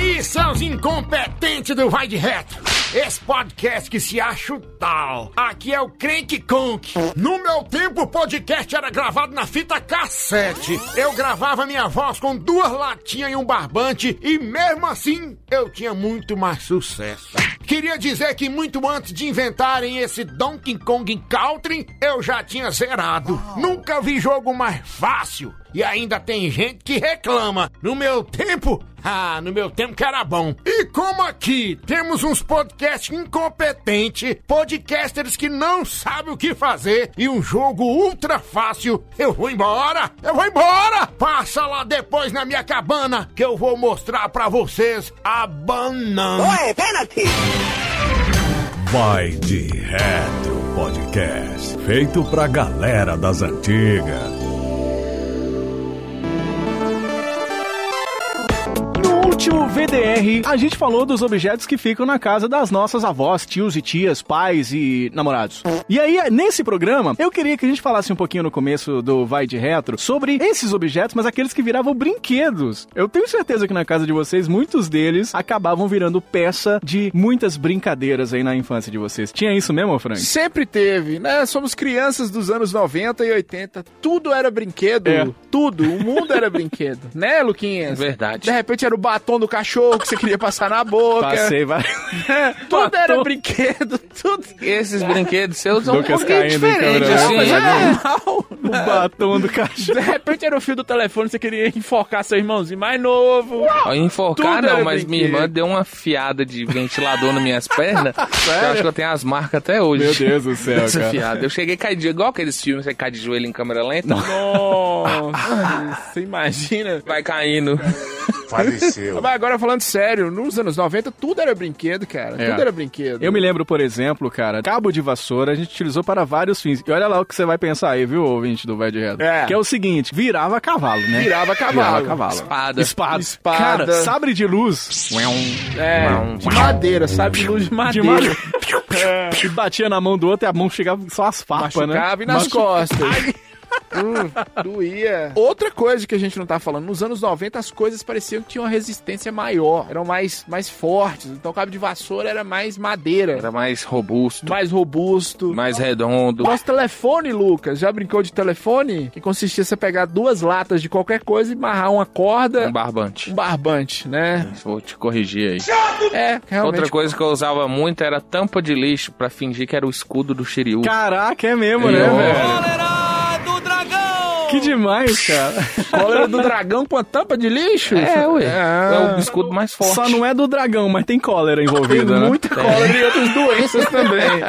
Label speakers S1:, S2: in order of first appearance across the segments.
S1: edição incompetente do Vai de Reto. Esse podcast que se acha o tal. Aqui é o Crank Conk. No meu tempo, o podcast era gravado na fita cassete. Eu gravava minha voz com duas latinhas e um barbante, e mesmo assim, eu tinha muito mais sucesso. Queria dizer que muito antes de inventarem esse Donkey Kong Country, eu já tinha zerado. Nunca vi jogo mais fácil. E ainda tem gente que reclama. No meu tempo, ah, no meu tempo que era bom. E como aqui temos uns podcasts incompetentes, podcasters que não sabem o que fazer e um jogo ultra fácil, eu vou embora! Eu vou embora! Passa lá depois na minha cabana que eu vou mostrar pra vocês a banana.
S2: Oi, penalty!
S3: Vai de Retro Podcast, feito pra galera das antigas.
S4: No último VDR, a gente falou dos objetos que ficam na casa das nossas avós, tios e tias, pais e namorados. E aí, nesse programa, eu queria que a gente falasse um pouquinho no começo do Vai de Retro sobre esses objetos, mas aqueles que viravam brinquedos. Eu tenho certeza que na casa de vocês, muitos deles acabavam virando peça de muitas brincadeiras aí na infância de vocês. Tinha isso mesmo, Frank?
S5: Sempre teve, né? Somos crianças dos anos 90 e 80. Tudo era brinquedo.
S4: É.
S5: Tudo. O mundo era brinquedo. Né, Luquinhas?
S6: Verdade.
S5: De repente era o batom do cachorro que você queria passar na boca.
S4: Passei, vai.
S5: Tudo era
S4: Batom.
S5: brinquedo. Tudo. é
S6: Esses brinquedos seus são um
S4: Lucas
S6: pouquinho
S4: caindo em
S6: diferentes,
S4: câmera
S6: assim.
S4: lenta,
S6: né?
S4: O batom do cachorro.
S5: De repente era o fio do telefone que você queria enforcar seu irmãozinho mais novo.
S6: Ó, Enforcar
S5: Tudo
S6: não,
S5: era
S6: mas minha
S5: brinquedo.
S6: irmã deu uma fiada de ventilador nas minhas pernas. que Eu acho que eu tenho as marcas até hoje.
S4: Meu Deus do céu,
S6: Dessa
S4: cara.
S6: fiada. Eu cheguei a cair de igual aqueles filmes, você cai de joelho em câmera lenta.
S5: Nossa, você imagina?
S6: Vai caindo.
S5: Mas agora falando sério, nos anos 90 tudo era brinquedo, cara.
S4: É.
S5: Tudo era brinquedo.
S4: Eu me lembro, por exemplo, cara, cabo de vassoura a gente utilizou para vários fins. E olha lá o que você vai pensar aí, viu, ouvinte do Vai de Reto?
S5: É.
S4: Que é o seguinte, virava cavalo, né?
S5: Virava
S4: Virava
S5: cavalo.
S4: cavalo.
S6: Espada.
S4: Espada.
S5: Espada.
S4: Cara, sabre de luz.
S5: É, de madeira, sabe? De luz de
S4: De
S5: madeira.
S4: madeira. Que batia na mão do outro e a mão chegava só as farpas, né?
S5: Machucava e nas
S4: Machu-
S5: costas. Hum, doía. Outra coisa que a gente não tá falando, nos anos 90 as coisas pareciam que tinham uma resistência maior, eram mais, mais fortes, então o cabo de vassoura era mais madeira,
S6: Era mais robusto,
S5: mais robusto.
S6: mais redondo.
S5: Nosso telefone, Lucas, já brincou de telefone? Que consistia em você pegar duas latas de qualquer coisa e amarrar uma corda,
S6: Um barbante.
S5: um barbante, né?
S6: Vou te corrigir aí.
S5: É, realmente.
S6: Outra coisa que eu usava muito era tampa de lixo pra fingir que era o escudo do Shiryu.
S4: Caraca, é mesmo, né,
S6: Nossa.
S4: velho? Que demais, cara.
S5: Cólera do dragão com a tampa de lixo?
S6: É, ué.
S5: Ah.
S6: É o escudo mais forte.
S4: Só não é do dragão, mas tem cólera
S5: Tem
S4: envolvida, né?
S5: muita cólera e outras doenças também.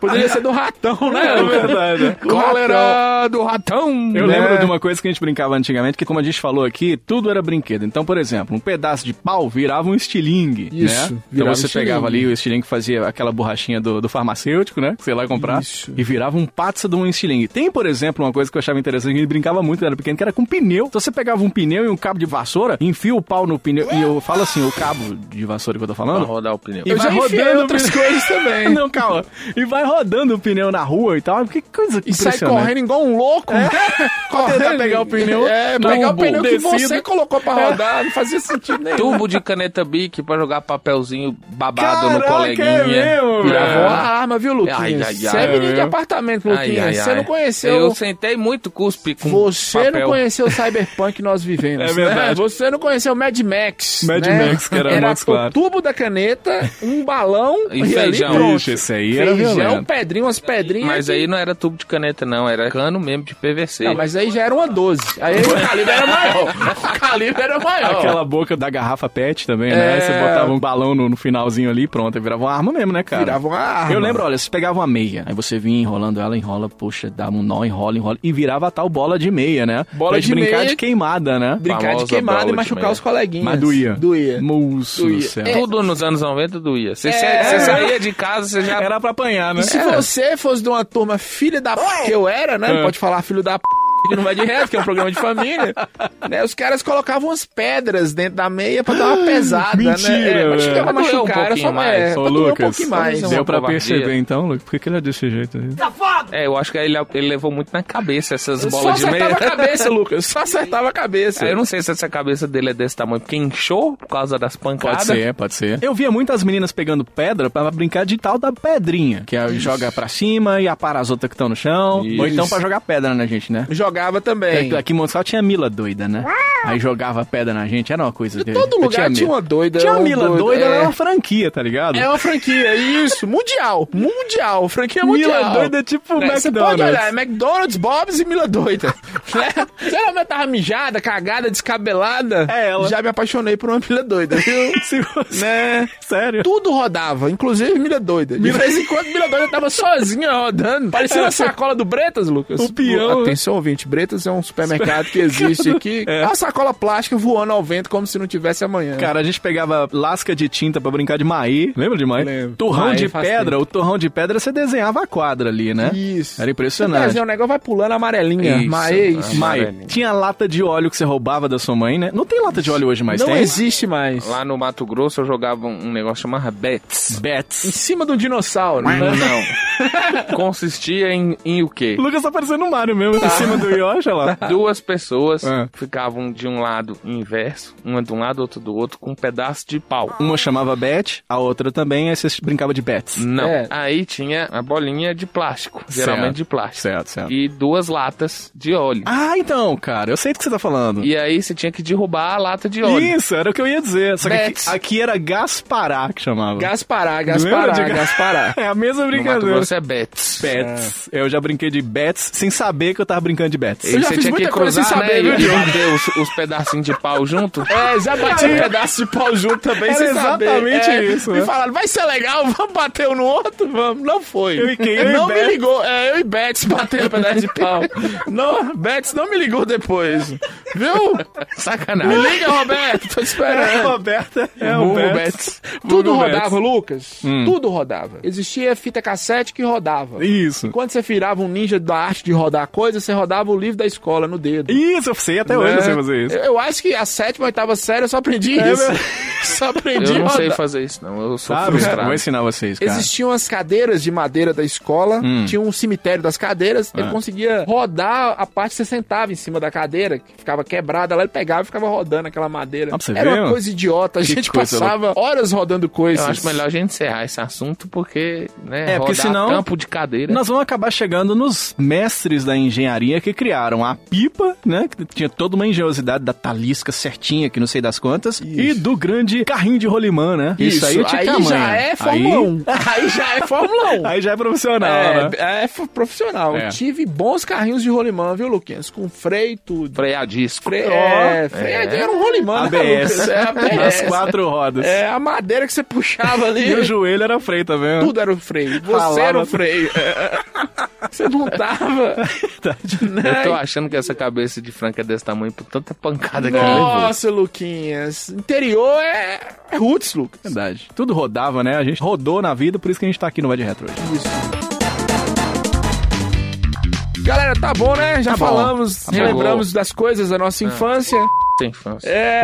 S5: Poderia ser do ratão,
S4: É
S5: né?
S4: verdade.
S6: Cólera do ratão!
S4: Eu
S5: Né?
S4: lembro de uma coisa que a gente brincava antigamente, que como a gente falou aqui, tudo era brinquedo. Então, por exemplo, um pedaço de pau virava um estilingue,
S5: Isso,
S4: né? Então
S5: virava um
S4: você
S5: estilingue.
S4: pegava ali o estilingue que fazia aquela borrachinha do, do farmacêutico, né? Que Você ia lá comprar
S5: Isso.
S4: e virava um patsa de um estilingue. Tem, por exemplo, uma coisa que eu achava interessante, que a gente brincava muito, quando era pequeno, que era com pneu. Então você pegava um pneu e um cabo de vassoura, enfia o pau no pneu, e eu falo assim, o cabo de vassoura que eu tô
S6: Pra
S4: falando,
S6: rodar o pneu.
S4: e
S5: Eu
S4: vai
S5: já enfiei
S4: rodando
S5: outras
S4: o pneu-
S5: coisas também.
S4: Não, calma. E vai rodando o pneu na rua e tal. Que coisa
S5: E sai
S4: impressionante.
S5: correndo igual um louco. Correndo.
S4: Tentar pegar o pneu
S5: É, pegar o
S4: turbo,
S5: pneu que
S4: descido.
S5: você colocou pra rodar. Não fazia sentido nenhum.
S6: Tubo de caneta Bic pra jogar papelzinho babado
S4: Caraca,
S6: no coleguinha.
S4: é mesmo,
S5: Gravou
S4: velho?
S5: a arma, viu, Luquinhas?
S6: Ai, ai, ai.
S5: você é menino de apartamento,
S6: Ai, ai,
S5: Luquinhas. Você
S6: ai.
S5: não conheceu...
S6: Eu sentei muito cuspe com
S5: Você
S6: papel.
S5: não conheceu o Cyberpunk que nós vivemos.
S4: um É verdade.
S5: né? Você não conheceu o Mad Max.
S4: Mad
S5: né?
S4: Max, que era mais
S5: o
S4: claro.
S5: tubo da caneta, um balão
S6: E
S5: ali
S6: feijão.
S5: pronto.
S4: Ixi, esse aí era
S5: feijão,
S4: violento.
S5: pedrinha, umas pedrinhas.
S6: Mas
S5: que-
S6: aí não era tubo de caneta, não. Era cano mesmo de PVC.
S5: Não, mas aí já era uma 12. Aí o calibre era maior. O calibre era maior.
S4: Aquela boca da garrafa pet também, né?
S5: É.
S4: Você botava um balão no, no finalzinho ali, pronto, aí virava uma arma mesmo, né, cara?
S5: Virava uma arma.
S4: Eu lembro, olha, você pegava uma meia, aí você vinha enrolando ela, enrola, puxa, dava um nó, enrola, enrola, e virava a tal bola de meia, né?
S5: Bola
S4: pra gente
S5: de
S4: brincar
S5: meia.
S4: de queimada, né?
S5: Brincar de
S6: Famosa
S5: queimada
S6: bola
S5: e
S6: de
S5: machucar
S6: meia.
S5: os coleguinhas.
S4: Mas doía.
S5: Doía.
S4: Moço do
S5: Doía.
S4: céu.
S6: É. Tudo nos anos 90 doía. Você sa-
S5: É.
S6: você saía de casa, você já...
S4: Era É. pra apanhar, né?
S5: E se você fosse de uma turma filha da p... que eu era, né? Não Pode falar filho da p... não vai de reto, que é um programa de família, né? Os caras colocavam umas pedras dentro da meia pra dar uma pesada, né?
S4: Mentira,
S5: É, mas
S4: velho.
S5: chegava a
S6: Pra doer um
S5: machucar, era só
S6: pouquinho mais.
S5: é,
S6: Ô,
S5: pra doer um pouquinho mais.
S6: é
S4: deu
S6: uma
S4: pra
S6: covardia.
S4: perceber então, Lucas? Por que que ele é desse jeito aí?
S6: É, eu acho que ele, ele levou muito na cabeça essas
S5: Só
S6: bolas de
S5: acertava
S6: meia.
S5: a cabeça, Lucas. Só acertava a cabeça.
S6: Eu não sei se essa cabeça dele é desse tamanho, porque inchou por causa das pancadas.
S4: pode ser. Eu via muitas meninas pegando pedra pra brincar de tal da pedrinha, que é, joga pra cima e apara as outras que estão no chão. Ou então pra jogar pedra na gente, né?
S5: Jogava também.
S4: Aqui, aqui em Monsanto tinha Mila doida, né? Aí jogava pedra na gente, era uma coisa dele.
S5: Todo lugar tinha uma doida.
S4: Tinha
S5: um
S4: Mila
S5: doido,
S4: doida,
S5: é.
S4: era uma franquia, tá ligado?
S5: É uma franquia, isso. Mundial. Mundial. Franquia mundial.
S4: Mila doida é tipo o
S5: Né?
S4: McDonald's.
S5: Você pode olhar, é McDonald's, Bob's e Mila doida. né? Se ela não tava mijada, cagada, descabelada,
S4: É ela.
S5: já me apaixonei por uma Mila doida, viu?
S4: Se você-
S5: né?
S4: Sério?
S5: Tudo rodava, inclusive Mila doida. De vez em quando Mila doida tava sozinha rodando, né? parecia uma sacola do Bretas, Lucas.
S4: O peão.
S5: Atenção, ouvinte, Bretas é um supermercado que existe aqui. É uma sacola plástica voando ao vento como se não tivesse amanhã.
S4: Cara, a gente pegava lasca de tinta pra brincar de maí. Lembra de maí?
S5: Lembro.
S4: Torrão
S5: Maí
S4: de
S5: faz
S4: pedra. O torrão de pedra você desenhava a quadra ali, né?
S5: Isso.
S4: Era
S5: Você
S4: impressionante.
S5: desenha, o negócio vai pulando amarelinha.
S6: Isso.
S5: Mas é isso.
S6: Mas-
S4: Maí,
S6: Amarelinho.
S4: tinha lata de óleo que você roubava da sua mãe, né? Não tem lata de óleo hoje mais,
S5: não
S4: tem?
S5: existe mais.
S6: Lá no Mato Grosso eu jogava um um negócio chamado Bets.
S5: Em
S4: Bets.
S5: cima de um dinossauro.
S6: Não. Consistia em, em o quê?
S4: O Lucas tá parecendo um Mario mesmo, em cima do Yoshi, olha lá.
S6: Duas pessoas
S4: Ah.
S6: ficavam de um lado inverso, uma de um lado, outra do outro, com um pedaço de pau.
S4: Uma chamava Bet, a outra também, aí você brincava de Bets.
S6: Não.
S5: É.
S6: Aí tinha a bolinha de plástico, geralmente de plástico.
S4: Certo, certo.
S6: E duas latas de óleo.
S4: Ah, então, cara, eu sei do que você tá falando.
S6: E aí você tinha que derrubar a lata de óleo.
S4: Isso, era o que eu ia dizer. Só que
S5: Bets.
S4: aqui, aqui era Gaspará que chamava.
S5: Gaspará,
S4: Lembra
S5: Gaspará,
S4: de Ga-
S5: Gaspará.
S4: É a mesma
S6: No Mato
S4: brincadeira.
S6: Grosso é Bets.
S4: Bets. Eu já brinquei de Bets sem saber que eu tava brincando de Bets.
S5: Eu
S6: E
S5: já
S6: você
S5: fiz
S6: tinha
S5: muita
S6: que
S5: coisa sem
S6: cruzar,
S5: saber, viu,
S6: né, e
S5: Diogo?
S6: bater os, os pedacinhos de pau junto.
S5: É, já bati um pedaço de pau junto também,
S4: Era
S5: sem saber.
S4: exatamente
S5: É,
S4: isso,
S5: Me
S4: né?
S5: falaram, vai ser legal, vamos bater um no outro, vamos. Não foi.
S4: Eu e quem? Eu e
S5: não me
S4: Betts.
S5: ligou. É, eu e Betts batendo um pedaço de pau. Não, Betts não me ligou depois. Viu?
S6: Sacanagem.
S5: Me liga, Roberto, tô te
S4: É,
S5: esperando.
S4: Roberta é
S5: Vulgo
S4: o Bets.
S5: Betts. Tudo
S4: Vulgo
S5: rodava, Lucas. Tudo rodava. Existia fita cassete que rodava.
S4: Isso.
S5: Quando você virava um ninja da arte de rodar coisa, você rodava o livro da escola no dedo.
S4: Isso, eu sei até hoje
S5: Né?
S4: eu sei fazer isso.
S5: Eu, eu acho que a sétima, oitava série eu só aprendi
S4: É,
S5: isso.
S4: meu-
S5: Só aprendi
S6: Eu não
S5: a
S6: sei
S5: rodar.
S6: fazer isso, não. Eu sou
S4: Sabe, cara,
S6: frustrado.
S4: vou ensinar vocês, cara.
S5: Existiam as cadeiras de madeira da escola,
S4: Hum.
S5: tinha um cemitério das cadeiras,
S4: Ah.
S5: ele conseguia rodar a parte que você sentava em cima da cadeira, que ficava quebrada lá, ele pegava e ficava rodando aquela madeira.
S4: Ah, pra você
S5: Era
S4: ver,
S5: uma
S4: ó.
S5: coisa idiota, a gente
S4: coisa
S5: passava horas rodando coisas.
S6: Eu acho melhor a gente encerrar esse assunto, porque, né,
S4: É, porque
S6: rodar
S4: senão-
S6: campo de cadeira.
S4: Nós vamos acabar chegando nos mestres da engenharia que criaram a pipa, né? Que tinha toda uma engenhosidade da talisca certinha, que não sei das quantas, e do grande carrinho de rolimã, né? Isso, aí, tinha
S5: aí
S4: tamanho.
S5: já é Fórmula 1. Aí já é Fórmula
S4: Aí,
S5: 1.
S4: aí já é profissional, né?
S5: É, é f- profissional.
S4: É.
S5: Eu tive bons carrinhos de rolimã, viu, Luquinhas? Com freio e tudo.
S6: Freio a disco.
S5: Freio,
S6: É.
S5: é, freio era um rolimã, né,
S4: ABS.
S5: Lucas? É, ABS.
S4: Nas quatro rodas.
S5: É, a madeira que você puxava ali.
S4: E o joelho era freio também. né?
S5: Tudo era o freio. Você
S4: Ralava
S5: era o
S4: tudo.
S5: freio. É. Você não tava.
S6: É,
S4: né?
S6: Eu tô achando que essa cabeça de Franca é desse tamanho por tanta pancada
S4: É,
S6: que ele levou.
S5: Nossa, Luquinhas. Interior é, é roots, Lucas.
S4: Verdade. Tudo rodava, né? A gente rodou na vida, por isso que a gente tá aqui no Vai de Retro hoje.
S5: Galera, tá bom, né? Já
S4: Tá bom. Ah.
S5: falamos,
S6: bom.
S5: lembramos das coisas da nossa infância.
S6: Sem infância.
S5: É.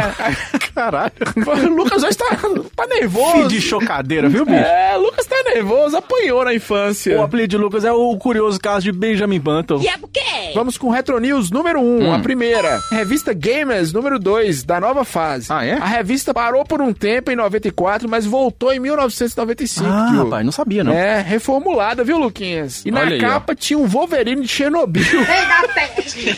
S4: Caralho.
S5: o Lucas hoje tá, tá
S4: Fim de
S5: nervoso.
S4: chocadeira, viu, bicho?
S5: É, o Lucas tá nervoso, apanhou na infância.
S4: O apelido de Lucas é o curioso caso de Benjamin Button.
S5: Vamos com Retro News número 1, a
S4: Hum.
S5: primeira. Revista Gamers número 2, da nova fase.
S4: Ah, é?
S5: A revista parou por um tempo em 94, mas voltou em 1995.
S4: Ah,
S5: tio.
S4: rapaz, não sabia, não.
S5: É, reformulada, viu, Luquinhas? E na
S6: Olha aí,
S5: capa tinha um Wolverine de Chernobyl.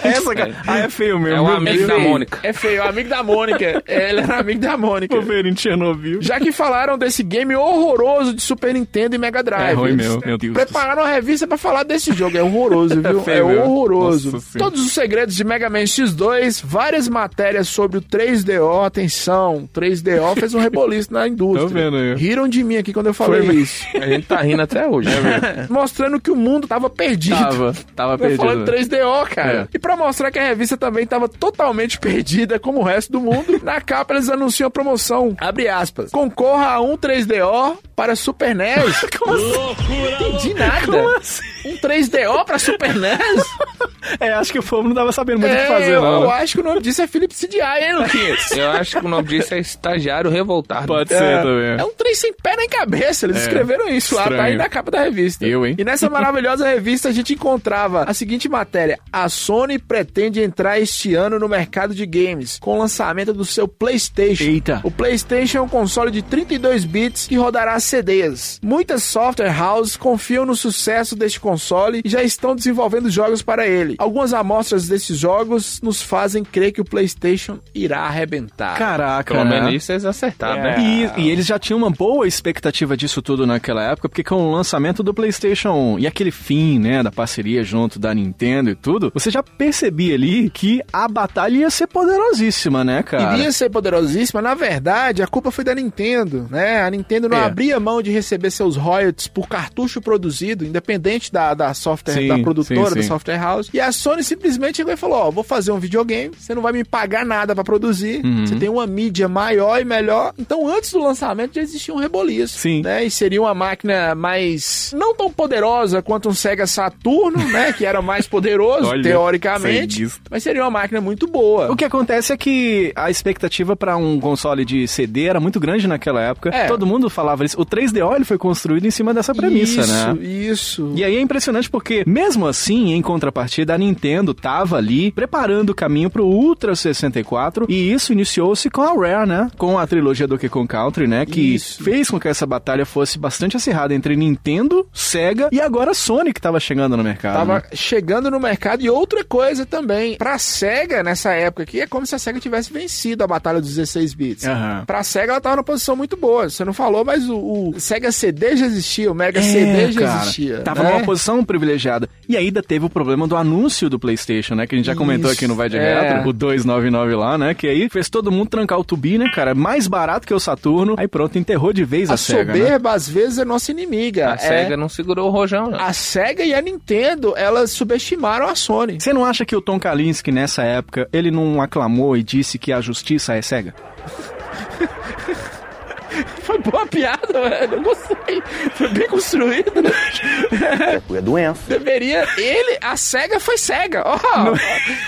S4: Essa, cara. Ah, é feio mesmo.
S6: É um
S4: viu,
S6: amigo
S4: bicho?
S6: da Mônica.
S5: é feio, amigo da Mônica. Ele era amigo da Mônica.
S4: Tô vendo em Chernobyl.
S5: Já que falaram desse game horroroso de Super Nintendo e Mega Drive.
S4: É ruim mesmo, meu Deus.
S5: Prepararam uma revista pra falar desse jogo. É horroroso, viu? É,
S4: feio mesmo.
S5: horroroso.
S4: Nossa Senhora.
S5: Todos os segredos de Mega Man X2, várias matérias sobre o 3DO. Atenção, 3DO fez um reboliço na indústria.
S4: Tô vendo aí.
S5: Riram de mim aqui quando eu falei
S4: Foi
S5: isso.
S6: A gente tá rindo até hoje.
S5: Mostrando que o mundo tava perdido.
S4: Tava, tava
S5: Eu
S4: Tá perdido. né?
S5: falando 3DO, cara. E pra mostrar que a revista também tava totalmente perdida, como o resto do mundo, na capa eles anunciam a promoção, abre aspas, concorra a um 3DO para Super NES. Como assim? Entendi nada.
S4: Como assim?
S5: Um 3DO para Super NES?
S4: É, acho que o povo não tava sabendo muito o que
S5: É,
S4: fazer,
S5: eu,
S4: não.
S5: eu acho que o nome disso é Philips CDI, hein, Luquinhas?
S6: Eu acho que o nome disso é estagiário revoltado.
S4: Pode
S5: É,
S4: ser também.
S5: é um trem sem pé nem cabeça. Eles escreveram isso lá,
S4: É, estranho.
S5: tá aí na capa da revista.
S4: Eu, hein?
S5: E nessa maravilhosa revista a gente encontrava a seguinte matéria: A Sony pretende entrar este ano no mercado de games com o lançamento do seu PlayStation.
S4: Eita.
S5: O PlayStation é um console de 32 bits que rodará CDs. Muitas software houses confiam no sucesso deste console e já estão desenvolvendo jogos para ele. Algumas amostras desses jogos nos fazem crer que o PlayStation irá arrebentar.
S4: Caraca.
S6: Pelo
S4: né?
S6: menos isso eles acertaram, né?
S4: E, e eles já tinham uma boa expectativa disso tudo naquela época, porque com o lançamento do PlayStation 1 e aquele fim, né, da parceria junto da Nintendo e tudo, você já percebia ali que a batalha ia ser poderosíssima, né, cara?
S5: Iria ser poderosíssima, na verdade, a culpa foi da Nintendo, né? A Nintendo não
S4: É.
S5: abria mão de receber seus royalties por cartucho produzido, independente da, da software,
S4: Sim,
S5: da produtora,
S4: sim,
S5: da
S4: sim.
S5: software house. E a Sony simplesmente chegou e falou: Ó, vou fazer um videogame, você não vai me pagar nada pra produzir,
S4: Uhum.
S5: você tem uma mídia maior e melhor. Então, antes do lançamento já existia um reboliço.
S4: Sim.
S5: Né? E seria uma máquina mais. não tão poderosa quanto um Sega Saturno, né? Que era mais poderoso,
S4: Olha, sei
S5: teoricamente.
S4: disso.
S5: Mas seria uma máquina muito boa.
S4: O que acontece é que a expectativa pra um console de CD era muito grande naquela época.
S5: É.
S4: Todo mundo falava isso. O 3DO ele foi construído em cima dessa premissa, né?
S5: isso, Isso,
S4: E aí é impressionante porque, mesmo assim, em contrapartida, a Nintendo tava ali preparando o caminho pro Ultra 64 e isso iniciou-se com a Rare, né? Com a trilogia Donkey Kong Country, né? Que
S5: Isso.
S4: fez com que essa batalha fosse bastante acirrada entre Nintendo, Sega e agora a Sony que tava chegando no mercado.
S5: Tava
S4: né?
S5: chegando no mercado e outra coisa também. Pra SEGA, nessa época aqui, é como se a SEGA tivesse vencido a batalha dos 16 bits.
S4: Aham.
S5: Pra SEGA, ela tava numa posição muito boa. Você não falou, mas o, o Sega CD já existia, o Mega
S4: É,
S5: CD já
S4: cara,
S5: existia.
S4: Tava
S5: né?
S4: numa posição privilegiada. E ainda teve o problema do anúncio do PlayStation, né? Que a gente já comentou
S5: Isso,
S4: aqui no Vai de
S5: é.
S4: Retro, o 299 lá, né? Que aí fez todo mundo trancar o tubi, né, cara? Mais barato que o Saturno. Aí pronto, enterrou de vez a,
S5: A
S4: SEGA. né?
S5: soberba, às vezes, é nossa inimiga.
S6: A
S5: É,
S6: SEGA não segurou o rojão,
S4: Ah,
S6: não.
S5: a SEGA e a Nintendo, elas subestimaram a Sony.
S4: Você não acha que o Tom Kalinske, nessa época, ele não aclamou e disse que a justiça é cega?
S5: Foi boa piada, velho. Eu gostei. Foi bem construído. né?
S2: É doença.
S5: Deveria. Ele. A SEGA foi cega. Ó.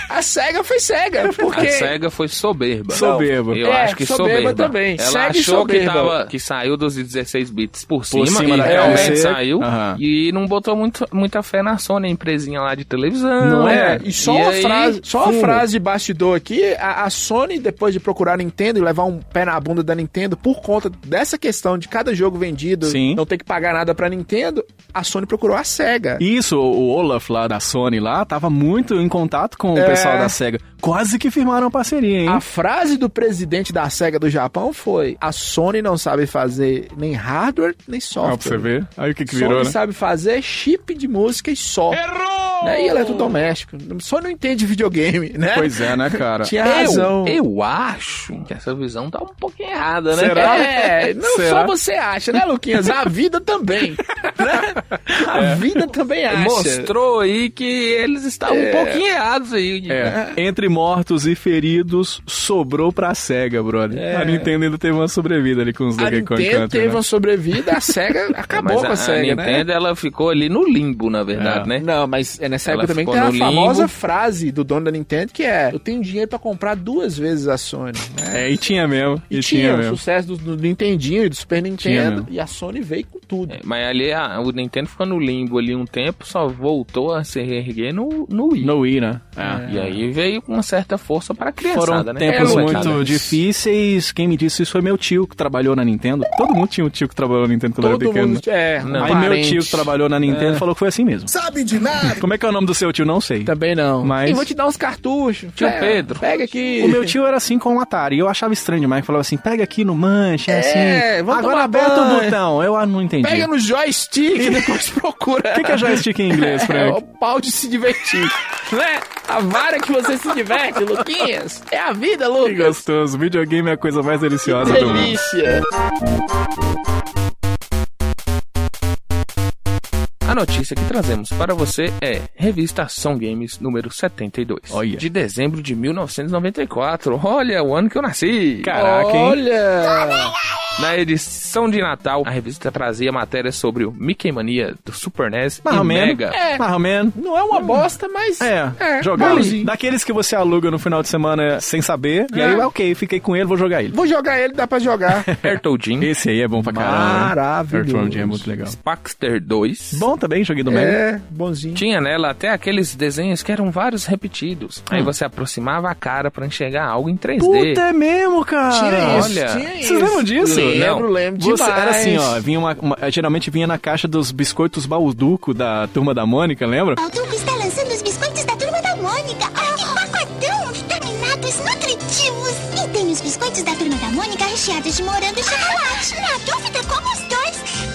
S5: A SEGA foi cega. Porque.
S6: A SEGA foi soberba.
S4: Soberba.
S6: Eu
S5: É,
S6: acho que
S5: soberba
S6: soberba.
S5: também.
S6: Ela
S5: Segue
S6: achou que,
S5: soberba.
S6: tava, que saiu dos 16 bits por cima,
S4: cima
S6: e
S4: da
S6: realmente
S4: cabeça.
S6: saiu.
S4: Aham.
S6: E não botou muito, muita fé na Sony, a empresinha lá de televisão. né?
S4: Não é?
S5: É, e só, uma,
S6: aí,
S5: frase, só
S6: fumo.
S5: uma frase de bastidor aqui, a, a Sony, depois de procurar a Nintendo e levar um pé na bunda da Nintendo, por conta dessa questão de cada jogo vendido
S4: Sim.
S5: não ter que pagar nada pra Nintendo, a Sony procurou a SEGA.
S4: Isso, o Olaf lá da Sony lá tava muito em contato com o
S5: É.
S4: pessoal da SEGA. Quase que firmaram a parceria, hein?
S5: A frase do presidente da SEGA do Japão foi: A Sony não sabe fazer nem hardware, nem software.
S4: ver. Aí o que né?
S5: Sony sabe fazer chip de música e só. Errou! Né? E eletrodoméstico. Só não entende videogame, né?
S4: Pois é, né, cara?
S5: Tinha razão.
S6: Eu, eu acho que essa visão tá um pouquinho errada, né?
S4: Será?
S5: É, não
S4: Será?
S5: só você acha, né, Luquinhas? A vida também. né? A vida também acha. É.
S6: Mostrou aí que eles estavam um pouquinho errados aí. de-
S4: É, entre mortos e feridos, sobrou pra SEGA, brother. A Nintendo ainda teve uma sobrevida ali com os
S5: É. A
S4: Donkey Kong
S5: Nintendo
S4: Country.
S5: teve
S4: né?
S5: uma sobrevida, a SEGA acabou
S6: Mas
S5: com a, SEGA, né?
S6: Nintendo, ela ficou ali no limbo, na verdade, né?
S5: Não, mas é nessa
S6: Ela
S5: época também que
S6: ficou
S5: tem a
S6: no limbo.
S5: famosa frase do dono da Nintendo que é: Eu tenho dinheiro pra comprar duas vezes a Sony. né?
S4: É, e tinha mesmo. E,
S5: E
S4: tinha,
S5: tinha um o
S4: mesmo.
S5: sucesso do, do Nintendinho e do Super Nintendo,
S4: mesmo.
S5: e a Sony veio com tudo.
S6: É, Mas ali, a- o Nintendo ficou no limbo ali um tempo, só voltou a se reerguer no, no Wii.
S4: No Wii, né?
S6: E aí veio com uma certa força pra criançada,
S4: Foram
S6: né?
S4: tempos
S5: É,
S4: muito
S5: molecada.
S4: difíceis. Quem me disse isso foi meu tio que trabalhou na Nintendo. Todo mundo tinha um tio que trabalhou na Nintendo quando era
S5: Todo
S4: pequeno. né?
S5: mundo. É, um
S6: Não.
S4: Aí meu
S5: parente. É.
S4: tio que trabalhou na Nintendo falou que foi assim mesmo.
S1: Sabe de nada?
S4: Como é que é o nome do seu tio? Não sei.
S5: Também não.
S4: Mas-
S5: E vou te dar uns cartuchos.
S6: Tio
S5: É,
S6: Pedro.
S5: Pega aqui.
S4: O meu tio era assim com o Atari. E eu achava estranho demais. Falava assim: pega aqui no manche, é
S5: É,
S4: assim.
S5: vamos
S4: Agora
S5: tomar
S4: aperta o
S5: banho.
S4: botão. Eu ah, não entendi.
S5: Pega no joystick e depois procura.
S4: O que, que é joystick em inglês,
S5: É
S4: Frank?
S5: o pau de se divertir. né? A vara que você se diverte, Luquinhas. É a vida,
S4: Que
S5: Lucas.
S4: gostoso. Videogame é a coisa mais deliciosa do mundo.
S5: Delícia.
S6: A notícia que trazemos para você é Revista Ação Games número 72,
S4: Olha.
S6: de dezembro de 1994. Olha, o ano que eu nasci.
S4: Caraca, hein?
S5: Olha.
S6: Na edição de Natal, a revista trazia matérias sobre o Mickey Mania do Super NES
S4: Mais
S6: e
S4: ou menos.
S6: Mega.
S4: Mais ou menos.
S5: Não é uma bosta, mas.
S4: É,
S5: é
S4: jogar.
S5: bonzinho.
S4: Daqueles que você aluga no final de semana sem saber.
S5: É.
S4: E aí, ah, ok, fiquei com ele, vou jogar ele.
S5: Vou jogar ele, dá pra jogar.
S4: É.
S6: Hertoldin,
S4: Esse aí é bom pra caralho.
S5: Maravilhoso.
S4: Earthworm Jim é muito legal.
S6: Paxter 2.
S4: Bom também, joguei do Mega.
S5: É, bonzinho.
S6: Tinha nela até aqueles desenhos que eram vários repetidos. Aí você aproximava a cara pra enxergar algo em 3D.
S4: Hum. Puta, é mesmo, cara.
S6: Tira isso.
S4: Ah, Olha.
S6: tinha
S4: Vocês lembram disso?
S5: Lembro,
S6: Não.
S5: lembro
S4: Você,
S5: é demais.
S4: era assim, ó, vinha uma, uma- geralmente vinha na caixa dos biscoitos Balduco da Turma da Mônica, lembra?
S7: Balduco está lançando os biscoitos da turma da Mônica. Ah, que pacotão! Vitaminados, nutritivos. E tem os biscoitos da turma da Mônica recheados de morango e chocolate. Na dúvida, como os dois.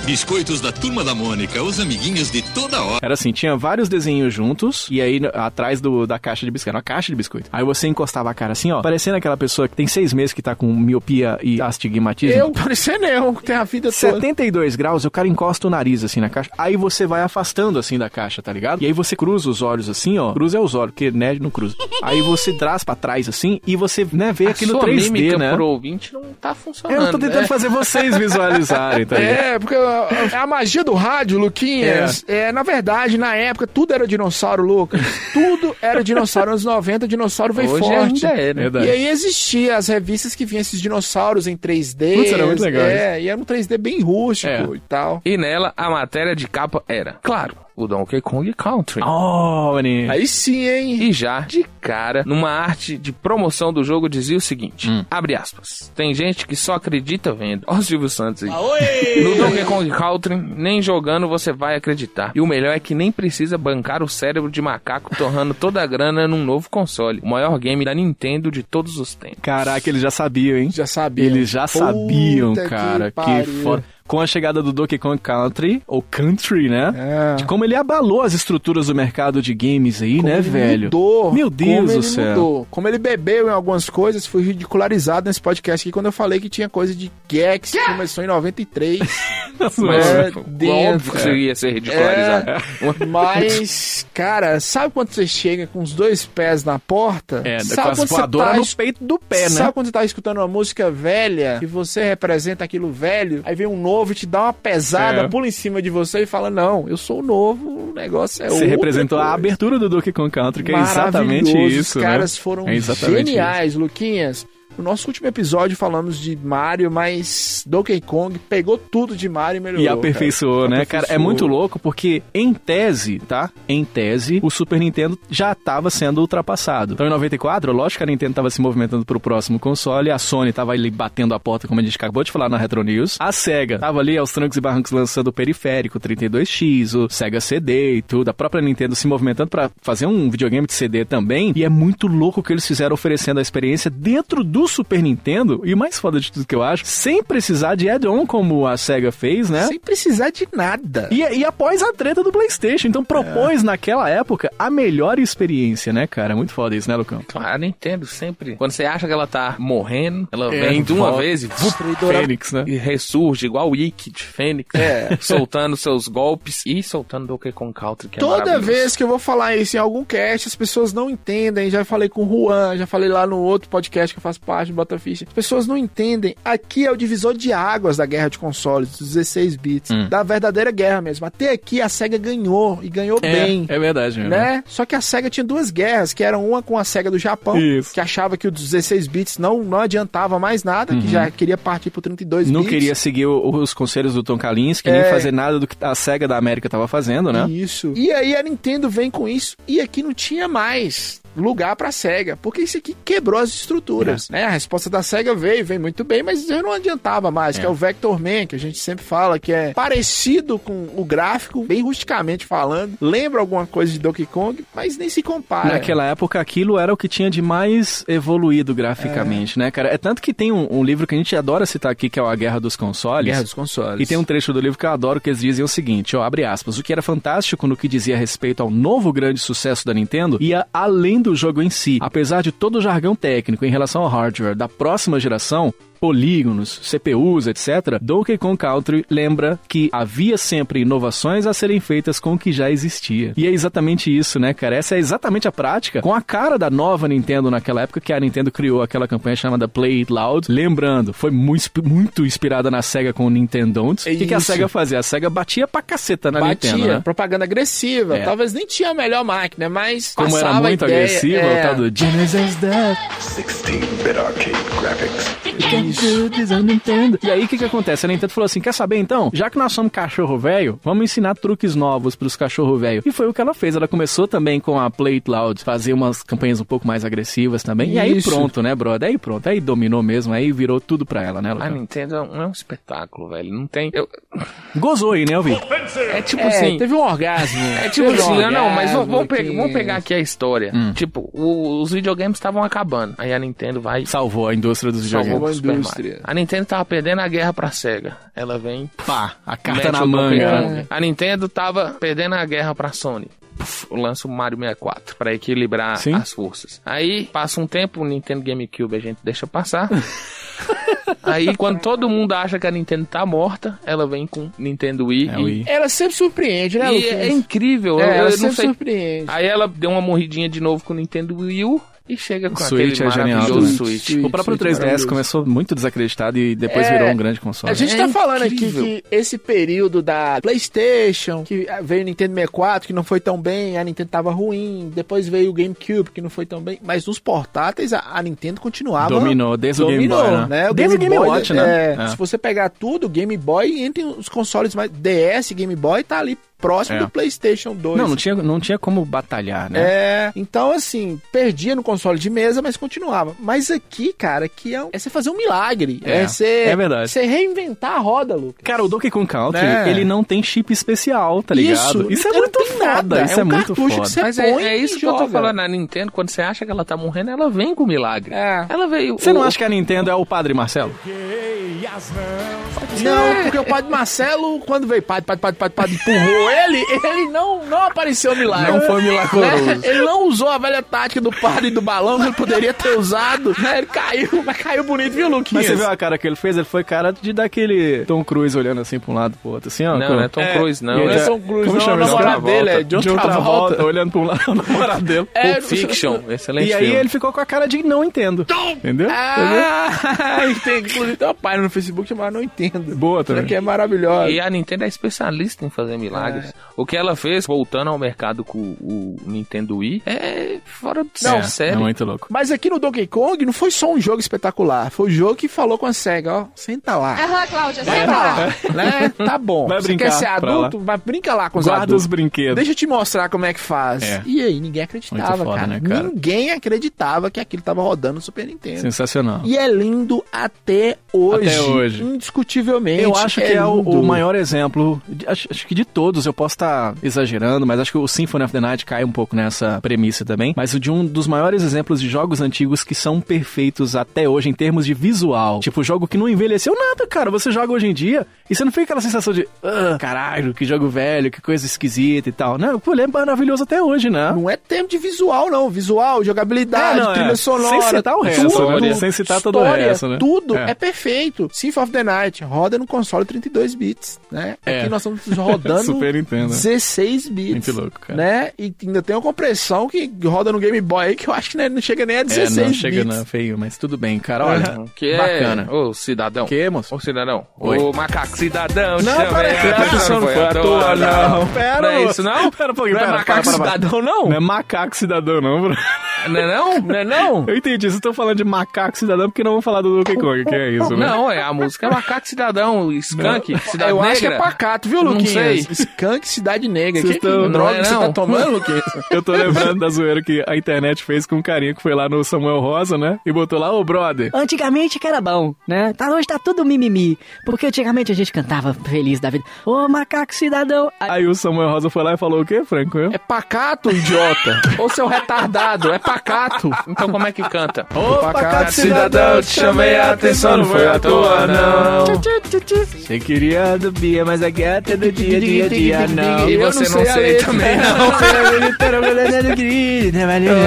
S8: Biscoitos da Turma da Mônica, os amiguinhos de toda hora.
S4: Era assim, tinha vários desenhos juntos, e aí n- atrás do, da caixa de biscoito, era uma caixa de biscoito. Aí você encostava a cara assim, ó, parecendo aquela pessoa que tem seis meses que tá com miopia e astigmatismo.
S5: Eu, parecia não, tem a vida toda.
S4: 72 graus, o cara encosta o nariz assim na caixa. Aí você vai afastando assim da caixa, tá ligado? E aí você cruza os olhos assim, ó. Cruza é os olhos, porque nerd não cruza. Aí você traz pra trás assim e você, né, vê aqui no
S6: Sua
S4: 3D,
S6: mímica
S4: né? É,
S6: pro ouvinte não tá funcionando.
S4: Eu tô tentando
S6: né?
S4: fazer vocês visualizarem, tá ligado?
S5: É, porque ó, é a magia do rádio, Luquinhas. É. na verdade, na época, tudo era dinossauro, Lucas. Tudo era dinossauro. Anos 90, dinossauro veio
S6: Hoje
S5: forte.
S6: ainda é, né?
S4: Verdade.
S5: E aí existia as revistas que vinham esses dinossauros em 3D.
S4: Putz, era muito legal
S5: É, e era um 3D bem rústico
S4: É.
S5: e tal.
S6: E nela, a matéria de capa era, claro, o Donkey Kong Country.
S4: Oh, menino.
S5: Aí sim, hein?
S6: E já, de cara, numa arte de promoção do jogo, dizia o seguinte:
S4: Hum.
S6: abre aspas. Tem gente que só acredita vendo. Ó, o Silvio Santos aí. No Donkey Kong Country, nem jogando você vai acreditar. E o melhor é que nem precisa bancar o cérebro de macaco, torrando toda a grana num novo console. O maior game da Nintendo de todos os tempos.
S4: Caraca, eles já sabiam, hein?
S5: Já sabia.
S4: Eles já sabiam,
S5: Puta que
S4: cara. Que, né,
S5: pariu.
S4: foda. Com a chegada do Donkey Kong Country, ou Country, né?
S5: É.
S4: De como ele abalou as estruturas do mercado de games aí, né,
S5: ele
S4: velho?
S5: Mudou.
S4: Meu Deus
S5: como
S4: do
S5: ele
S4: céu.
S5: Mudou. Como ele bebeu em algumas coisas, foi ridicularizado nesse podcast aqui quando eu falei que tinha coisa de Gex, que começou em 93.
S6: Mas
S5: É,
S6: óbvio que isso ia ser ridicularizado.
S5: É, mas, cara, sabe quando você chega com os dois pés na porta?
S4: É,
S5: sabe
S4: com as
S5: quando você
S4: voadoras
S5: tá
S4: no peito do pé, né?
S5: Sabe quando você tá escutando uma música velha e você representa aquilo velho? Aí vem um novo e te dá uma pesada,
S4: É.
S5: pula em cima de você e fala: Não, eu sou o novo, o negócio é
S4: Você
S5: outra
S4: representou a
S5: coisa."
S4: abertura do Donkey Kong Country, que é exatamente
S5: Maravilhoso,
S4: isso,
S5: Os
S4: né?
S5: caras foram
S4: É exatamente
S5: geniais, Luquinhas. No nosso último episódio falamos de Mario, mas Donkey Kong pegou tudo de Mario e melhorou.
S4: E aperfeiçoou, né, cara? É
S5: Aperfeiçoou.
S4: muito louco porque, em tese, tá? Em tese, o Super Nintendo já tava sendo ultrapassado. Então, em 94, lógico que a Nintendo tava se movimentando pro próximo console, a Sony tava ali batendo a porta, como a gente acabou de falar na Retro News. A SEGA tava ali aos trancos e barrancos lançando o periférico, o 32X, o Sega CD e tudo. A própria Nintendo se movimentando pra fazer um videogame de CD também. E é muito louco o que eles fizeram oferecendo a experiência dentro do Super Nintendo. E o mais foda de tudo que eu acho, sem precisar de add-on como a SEGA fez, né?
S5: Sem precisar de nada.
S4: E, e após a treta do PlayStation. Então
S5: É.
S4: propôs naquela época a melhor experiência, né, cara? Muito foda isso, né, Lucão?
S6: Claro, a Nintendo sempre. Quando você acha que ela tá morrendo, ela
S4: É,
S6: vem de uma
S4: volta.
S6: vez e, vup,
S4: Fênix, né?
S6: e ressurge, igual o Ikki de Fênix,
S5: É.
S6: soltando seus golpes e soltando Donkey Kong Country, que é
S5: Toda
S6: maravilhoso.
S5: vez que eu vou falar isso em algum cast, as pessoas não entendem. Já falei com o Juan, já falei lá no outro podcast que eu faço parte, Bota Ficha. As pessoas não entendem. Aqui é o divisor de águas da guerra de consoles, dos 16 bits,
S4: Hum.
S5: da verdadeira guerra mesmo. Até aqui a SEGA ganhou e ganhou bem.
S4: é verdade mesmo.
S5: Né? Só que a SEGA tinha duas guerras, que eram uma com a SEGA do Japão,
S4: Isso.
S5: que achava que o 16 bits não, não adiantava mais nada, que já queria partir pro 32
S4: Uhum. Não
S5: bits.
S4: queria seguir o- os conselhos do Tom Kalinske, nem
S5: É.
S4: fazer nada do que a SEGA da América tava fazendo, né?
S5: Isso. E aí a Nintendo vem com isso e aqui não tinha mais lugar pra Sega, porque isso aqui quebrou as estruturas,
S4: É.
S5: né? A resposta da Sega veio, veio muito bem, mas já não adiantava mais, que é o Vector Man, que a gente sempre fala que é parecido com o gráfico, bem rusticamente falando, lembra alguma coisa de Donkey Kong, mas nem se compara.
S4: Naquela época, aquilo era o que tinha de mais evoluído graficamente, né, cara? É tanto que tem um, um livro que a gente adora citar aqui, que é o A Guerra dos Consoles.
S5: Guerra dos Consoles.
S4: E tem um trecho do livro que eu adoro que eles dizem o seguinte, ó, abre aspas, o que era fantástico no que dizia respeito ao novo grande sucesso da Nintendo ia além do jogo em si. Apesar de todo o jargão técnico em relação ao hardware da próxima geração, polígonos, CPUs, etc., Donkey Kong Country lembra que havia sempre inovações a serem feitas com o que já existia. E é exatamente isso, né, cara? Essa é exatamente a prática com a cara da nova Nintendo naquela época, que a Nintendo criou aquela campanha chamada Play It Loud. Lembrando, foi muito, muito inspirada na SEGA com o Nintendo. O que, que a
S5: É Isso.
S4: SEga fazia? A SEGA batia pra caceta na
S5: Batia,
S4: Nintendo, né?
S5: propaganda agressiva.
S4: É.
S5: Talvez nem tinha a melhor máquina, mas
S4: Como era
S5: passava a
S4: muito
S5: ideia,
S4: agressiva, tá
S5: é.
S4: o tal do Genesis Death.
S2: 16-bit arcade graphics.
S4: E aí, o que que acontece? A Nintendo falou assim, quer saber então? Já que nós somos cachorro velho, vamos ensinar truques novos pros cachorro velho. E foi o que ela fez. Ela começou também com a Play It Loud, fazer umas campanhas um pouco mais agressivas também. E aí
S5: Isso.
S4: pronto, né, brother? Aí pronto. Aí dominou mesmo, aí virou tudo pra ela, né,
S6: A
S4: Lucão?
S6: Nintendo é um, é um espetáculo, velho. Não tem. eu-
S4: Gozou aí, né, Alvin?
S6: é tipo
S5: É,
S6: assim.
S5: teve um orgasmo.
S6: É tipo
S5: Teve um
S6: assim, não, mas vamos,
S5: orgasmo
S6: vamos pe-
S5: que-
S6: vamos pegar aqui a história.
S5: Hum.
S6: Tipo, o- os videogames estavam acabando. Aí a Nintendo vai. e
S4: Salvou a indústria dos
S6: salvou
S4: videogames.
S6: o
S5: a
S6: Super
S5: indústria.
S6: Mario. A Nintendo tava perdendo a guerra pra SEGA. Ela vem.
S4: Pá, a
S6: mete
S4: carta na
S6: o
S4: manga.
S6: Donkey
S4: né?
S6: Kong. Tá A Nintendo tava perdendo a guerra pra Sony. Puf, Lança o Mario 64 pra equilibrar
S4: Sim.
S6: as forças. Aí passa um tempo, o Nintendo GameCube a gente deixa passar. Aí quando todo mundo acha que a Nintendo tá morta, ela vem com Nintendo Wii.
S4: É,
S6: e-
S4: o I.
S5: Ela sempre surpreende, né,
S6: e é
S5: Lucas?
S6: incrível, eu-
S5: É,
S6: eu,
S5: ela
S6: não
S5: sempre
S6: sei.
S5: surpreende.
S6: Aí ela deu uma morridinha de novo com o Nintendo Wii U e chega com
S4: Switch
S6: aquele
S4: é genial também.
S6: maravilhoso Switch.
S5: Switch.
S4: O próprio
S5: Switch
S4: 3DS
S5: maravilhoso.
S4: começou muito desacreditado e depois
S5: É,
S4: virou um grande console.
S5: A gente
S6: É
S5: tá falando
S6: incrível.
S5: aqui que esse período da PlayStation, que veio o Nintendo 64, que não foi tão bem, a Nintendo tava ruim, depois veio o GameCube, que não foi tão bem, mas nos portáteis a, a Nintendo continuava.
S4: Dominou, desde o Game
S5: dominou,
S4: Boy, né?
S5: O
S4: Desde o
S5: Game
S4: Game
S5: Boy,
S4: Watch, né?
S5: é,
S4: É.
S5: Se você pegar tudo, o Game Boy, entre os consoles mais DS, Game Boy, tá ali próximo
S4: É.
S5: do PlayStation 2.
S4: Não, não tinha, né? não tinha como batalhar, né?
S5: É, então assim, perdia no console de mesa, mas continuava. Mas aqui, cara, que é, um- é você fazer um milagre.
S4: É,
S5: É, você,
S4: é verdade.
S5: Você reinventar a roda, Lucas.
S4: Cara, o Donkey Kong Country,
S5: É.
S4: ele não tem chip especial, tá ligado?
S5: Isso,
S4: é
S5: não
S4: muito
S5: tem
S4: foda,
S5: nada,
S4: isso é,
S5: é um
S4: muito
S5: cartucho que
S4: foda.
S5: você-
S6: Mas é,
S5: põe
S6: é
S5: e
S6: isso que eu tô
S5: joga.
S6: falando. A Nintendo, quando você acha que ela tá morrendo, ela vem com milagre.
S5: É.
S6: Ela veio.
S4: Você
S6: o-
S4: não acha que a Nintendo é o padre Marcelo?
S5: Não, porque o Padre Marcelo, quando veio Padre, Padre, Padre, Padre, Padre, empurrou ele, ele não, não apareceu milagre.
S4: Não foi milagroso.
S5: Né? Ele não usou a velha tática do padre e do balão que ele poderia ter usado. né? Ele caiu, mas caiu bonito, viu,
S4: Mas
S5: Luquinhas?
S4: você viu a cara que ele fez? Ele foi cara de dar aquele Tom Cruise olhando assim pra um lado pro outro, assim, ó.
S6: Não,
S4: com-
S6: não é Tom Cruise, não.
S4: E ele
S5: Não é
S4: já-
S5: Tom Cruise,
S4: como
S5: não,
S4: chama
S5: é o
S4: isso?
S5: namorado dele, é John
S4: John Travolta.
S5: Travolta.
S4: olhando pra um lado, o namorado dele.
S5: É,
S6: Pulp Fiction, excelente
S4: E aí
S6: filme.
S4: ele ficou com a cara de não entendo. Entendeu?
S5: Ah, entendi. Inclusive tem uma página no Facebook chamada Não Entendo.
S4: Boa também.
S5: Será que é maravilhosa.
S6: E a Nintendo é especialista em fazer milagres. O que ela fez, voltando ao mercado com o Nintendo Wii, é fora de
S4: Não, é
S6: sério.
S4: muito louco.
S5: Mas aqui no Donkey Kong não foi só um jogo espetacular, foi o jogo que falou com a SEGA, ó, senta lá.
S9: Aham, Cláudia,
S5: Senta
S9: senta lá.
S5: lá, né? Tá bom.
S4: Vai
S5: Você
S4: brincar
S5: quer ser
S4: pra
S5: adulto? Vai brinca lá com os
S4: Guarda os
S5: adultos.
S4: brinquedos.
S5: Deixa eu te mostrar como é que faz.
S4: É.
S5: E aí, ninguém acreditava,
S4: Muito foda,
S5: cara.
S4: né, cara?
S5: Ninguém acreditava que aquilo tava rodando no Super Nintendo.
S4: Sensacional.
S5: E é lindo até hoje.
S4: Até hoje.
S5: Indiscutivelmente.
S4: Eu acho que é o,
S5: lindo.
S4: o maior exemplo. de- acho, acho que de todos, eu posso estar exagerando, mas acho que o Symphony of the Night cai um pouco nessa premissa também. Mas o de um dos maiores exemplos de jogos antigos que são perfeitos até hoje em termos de visual. Tipo, jogo que não envelheceu nada, cara. Você joga hoje em dia e você não fica aquela sensação de "Ah, caralho, que jogo velho, que coisa esquisita e tal. Não, pô, ele é maravilhoso até hoje, né?
S5: Não é tempo de visual, não. Visual, jogabilidade,
S4: É, não, é.
S5: trilha sonora. tá
S4: Sem citar o resto,
S5: tudo,
S4: né? Sem citar todo o
S5: história,
S4: resto, né?
S5: Tudo
S4: É.
S5: é. perfeito. Symphony of the Night roda no console 32 bits, né?
S4: É.
S5: Aqui nós estamos rodando
S4: Super Nintendo.
S5: 16 bits.
S4: Muito louco, cara.
S5: Né? E ainda tem uma compressão que roda no Game Boy aí que eu acho que né, não chega nem a
S4: É,
S5: 16
S4: não chega
S5: bits.
S4: não, feio, mas tudo bem, cara. Olha,
S6: Que é.
S4: bacana.
S6: Ô, cidadão.
S4: O que, moço?
S6: Ô, cidadão.
S4: Oi.
S6: Ô, macaco cidadão.
S4: Não,
S6: chama
S4: peraí, tá
S6: aí.
S4: peraí,
S6: Ah,
S4: isso não foi à toa, não. Pera,
S6: Não é
S4: moço.
S6: isso, não?
S4: Pera um pouquinho,
S6: Não é
S4: pera, para,
S6: macaco
S4: para, para.
S6: cidadão, não?
S4: Não é macaco cidadão, não, bro.
S6: Não é não? Não é não?
S4: Eu entendi, vocês estão falando de macaco cidadão porque não vão falar do Donkey Kong, que é isso, né?
S6: Não, é a música é Macaco Cidadão, Skunk, Cidade
S5: eu
S6: Negra.
S5: acho que é pacato, viu,
S6: Não
S5: Luquinhas?
S6: sei.
S5: Skunk Cidade Negra.
S4: Vocês
S5: Que
S4: tão-
S5: droga
S6: não é,
S5: que você
S6: não.
S5: tá tomando, Luquinhas?
S4: Eu tô lembrando da zoeira que a internet fez com um carinha que foi lá no Samuel Rosa, né? E botou lá, ô brother.
S10: Antigamente que era bom, né? Tá, hoje tá tudo mimimi. Porque antigamente a gente cantava feliz da vida. Ô macaco cidadão.
S4: Aí o Samuel Rosa foi lá e falou o quê, Franco? Eu?
S5: É pacato, idiota. Ou seu retardado. É pacato. pacato.
S6: Então como é que canta?
S4: Opa,
S5: cara,
S6: cidadão, te chamei a atenção, não foi à toa, não.
S4: Você queria do Bia, mas a gata do dia, dia, dia, não.
S6: E você não sei também, não. Eu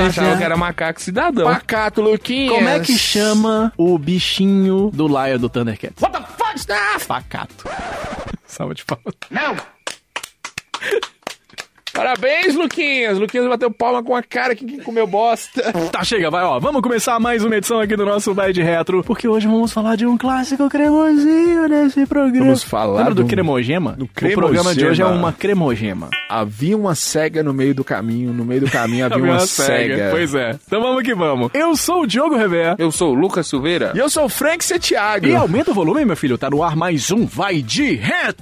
S6: achava que
S4: não.
S6: era macaco cidadão.
S5: Pacato, Luquinhas.
S4: Como é que chama o bichinho do Lion do Thundercats?
S5: What the fuck is that?
S4: Pacato. Salva de palmas.
S5: Parabéns, Luquinhas. Luquinhas bateu palma com a cara que quem comeu bosta.
S4: Tá, chega, vai, ó. Vamos começar mais uma edição aqui do nosso Vai de Retro, porque hoje vamos falar de um clássico cremosinho nesse programa.
S5: Vamos falar
S4: Lembra do,
S5: do-
S4: cremogema?
S5: do
S4: O programa de hoje é
S5: cremogema.
S4: uma cremogema.
S5: Havia uma cega no meio do caminho. No meio do caminho havia uma cega.
S4: Tá Pois é. Então vamos que vamos. Eu sou o Diogo Revé.
S6: Eu sou o Lucas Silveira.
S5: E eu sou o Frank Santiago.
S4: E aumenta o volume, meu filho. Tá no ar mais um Vai de Retro!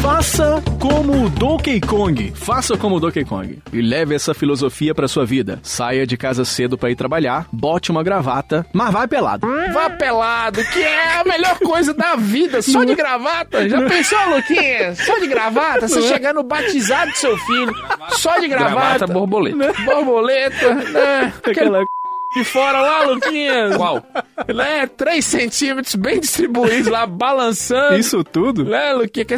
S4: Faça como o Donkey Kong. Faça como o Donkey Kong. E leve essa filosofia pra sua vida. Saia de casa cedo pra ir trabalhar, bote uma gravata, mas vai pelado.
S5: Vá pelado, que é a melhor coisa da vida. Só de gravata. Já pensou, Luquinhas? Só de gravata. Você chegar no batizado do seu filho. Só de gravata.
S6: Gravata borboleta.
S5: borboleta. Né? Aquele
S4: Aquela
S5: de fora lá, Luquinhas.
S6: Qual?
S5: Né? 3 centímetros bem distribuídos lá, balançando.
S4: Isso tudo?
S5: Né, Luquinhas? Que é...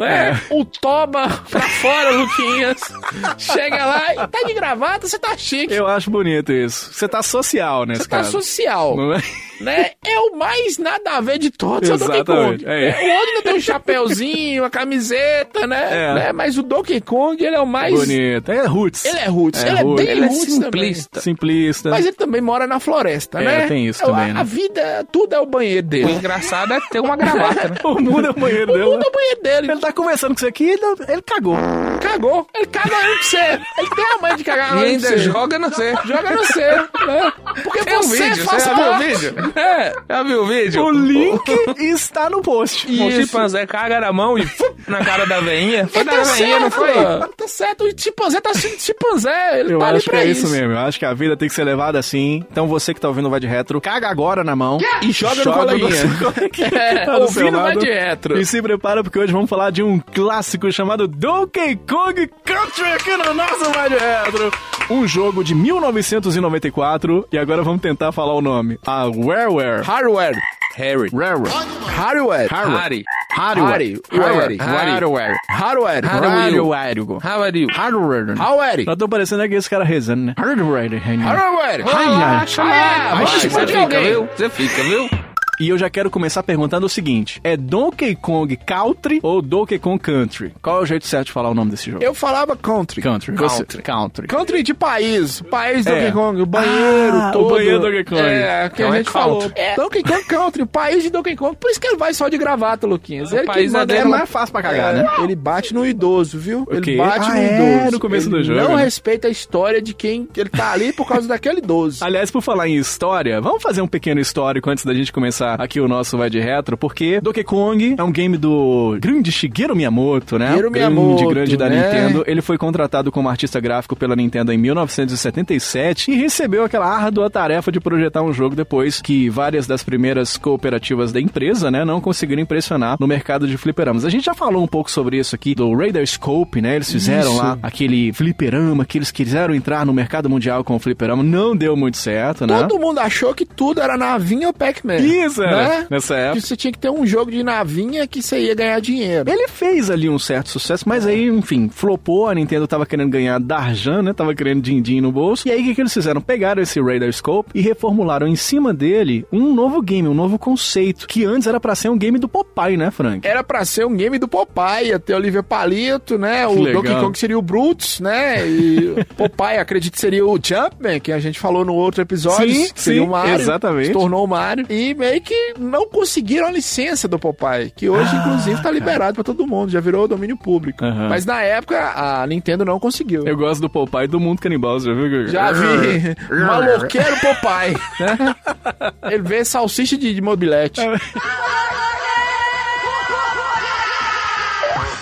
S5: É, o toba pra fora, Luquinhas. Chega lá, e tá de gravata, você tá chique.
S4: Eu acho bonito isso. Você tá social nesse
S5: Você tá
S4: caso.
S5: social.
S4: Não é?
S5: né? É o mais nada a ver de todos, é o Donkey
S4: Exatamente,
S5: Kong.
S4: é.
S5: O outro ainda tem um chapéuzinho, uma camiseta, né?
S4: É.
S5: Né? Mas o Donkey Kong, ele é o mais...
S4: Bonito. É roots.
S5: Ele é roots,
S4: É
S5: ele
S4: roots.
S5: é bem
S6: Ele é
S5: roots também.
S6: simplista.
S4: Simplista.
S5: Mas ele também mora na floresta,
S4: É,
S5: né?
S4: tem isso
S5: a,
S4: também, né?
S5: A vida, tudo é o banheiro
S6: O
S5: dele.
S6: engraçado é ter uma gravata, né?
S4: O mundo é o banheiro dele.
S5: Tudo
S4: né?
S5: é o banheiro dele.
S4: Ele tá conversando com você aqui e ele, ele cagou.
S5: Ele cagou. Ele caga antes de você. Ele tem a mãe de cagar
S6: E
S5: antes de
S6: ainda
S5: você.
S6: joga no C.
S5: Joga no seu, né? Porque
S6: Tem um
S5: você
S6: vídeo,
S5: faz
S6: você já viu o
S5: parte.
S6: vídeo? É, já viu o vídeo?
S4: O link está no post.
S6: O chimpanzé caga na mão e fum, na cara da veinha. Foi
S5: Tá
S6: da veinha, não foi?
S5: certo, Tá certo. O chimpanzé tá sendo chimpanzé. Ele
S4: Eu
S5: tá ali
S4: acho que
S5: pra
S4: é isso. mesmo. Eu acho que a vida tem que ser levada assim. Então você que tá ouvindo o Vai de Retro, caga agora na mão e joga,
S5: Joga no
S4: seu coleguinha.
S5: É,
S4: Tá do seu
S5: ouvindo Vai
S4: lado.
S5: de Retro.
S4: E se prepara porque hoje vamos falar de um clássico chamado Donkey Kong Country aqui no nosso Vai de Retro. Um jogo de 1994 e agora vamos tentar falar o nome.
S5: É
S4: A Wareware.
S5: Hardware.
S6: Harry.
S4: Rareware.
S5: Hardware.
S6: Harry.
S5: Hardware. Hardware.
S4: Hardware.
S5: Hardware.
S6: Hardware.
S4: Hardware.
S6: How are you?
S4: Hardware.
S5: Hardware.
S4: Eu tô Tá parecendo aqui esse cara rezando, né? Hardware.
S5: Hardware.
S4: Ai, ai.
S5: Ah,
S6: Vai,
S5: vai,
S6: você
S5: explode
S6: fica,
S5: alguém.
S6: viu? Você fica, viu?
S4: E eu já quero começar perguntando o seguinte: é Donkey Kong Country ou Donkey Kong Country? Qual é o jeito certo de falar o nome desse jogo?
S5: Eu falava country.
S4: Country. Você- Country.
S5: Country de país. O país do
S4: É. um
S5: Donkey Kong. O banheiro
S4: Ah,
S5: todo.
S4: o banheiro do Donkey Kong.
S5: É, que
S6: Então
S5: a
S6: é
S5: gente
S6: country.
S5: falou. Donkey Kong é Country. O país de Donkey Kong. Por isso que ele vai só de gravata, Luquinhas. Ele que
S6: país é
S5: manda
S6: dele,
S5: ela-
S4: mais fácil pra cagar, né?
S5: Ele bate no idoso, viu?
S4: Ok.
S5: Ele bate
S4: Ah,
S5: no
S4: é,
S5: idoso.
S4: no começo
S5: Ele
S4: do jogo,
S5: Não
S4: né?
S5: respeita a história de quem que ele tá ali por causa daquele idoso.
S4: Aliás, por falar em história, vamos fazer um pequeno histórico antes da gente começar aqui o nosso Vai de Retro, porque Donkey Kong é um game do grande Shigeru Miyamoto, né?
S5: Shigeru
S4: grande,
S5: Miyamoto,
S4: grande da
S5: né?
S4: Nintendo. Ele foi contratado como artista gráfico pela Nintendo em 1977 e recebeu aquela árdua tarefa de projetar um jogo depois que várias das primeiras cooperativas da empresa, né, não conseguiram impressionar no mercado de fliperamas. A gente já falou um pouco sobre isso aqui do Raider Scope, né? Eles fizeram lá aquele fliperama que eles quiseram entrar no mercado mundial com o fliperama, não deu muito certo, né?
S5: Todo mundo achou que tudo era navinha ou Pac-Man.
S4: Isso, insano
S5: Né?
S4: nessa época.
S5: Que você tinha que ter um jogo de navinha que você ia ganhar dinheiro.
S4: Ele fez ali um certo sucesso, mas aí, enfim, flopou, a Nintendo tava querendo ganhar Darjan, né? Tava querendo din-din no bolso. E aí, o que, que eles fizeram? Pegaram esse Radar Scope e reformularam em cima dele um novo game, um novo conceito, que antes era pra ser um game do Popeye, né, Frank?
S5: Era pra ser um game do Popeye, ia ter Olivia Palito, né? O
S4: legal.
S5: Donkey Kong seria o Brutus, né? E o Popeye, acredito que seria o Jumpman, que a gente falou no outro episódio.
S4: Sim,
S5: que seria
S4: sim,
S5: o Mario.
S4: exatamente.
S5: Se tornou o Mario. E meio que não conseguiram a licença do Popeye, que hoje, inclusive, tá liberado pra todo mundo, já virou domínio público.
S4: Ah, Aham.
S5: Mas na época, a Nintendo não conseguiu.
S4: Eu gosto do Popeye do mundo canibal, já viu? Guga?
S5: Já vi. Maloqueiro Popeye. né? Ele vê salsicha de, de mobilete.
S4: É,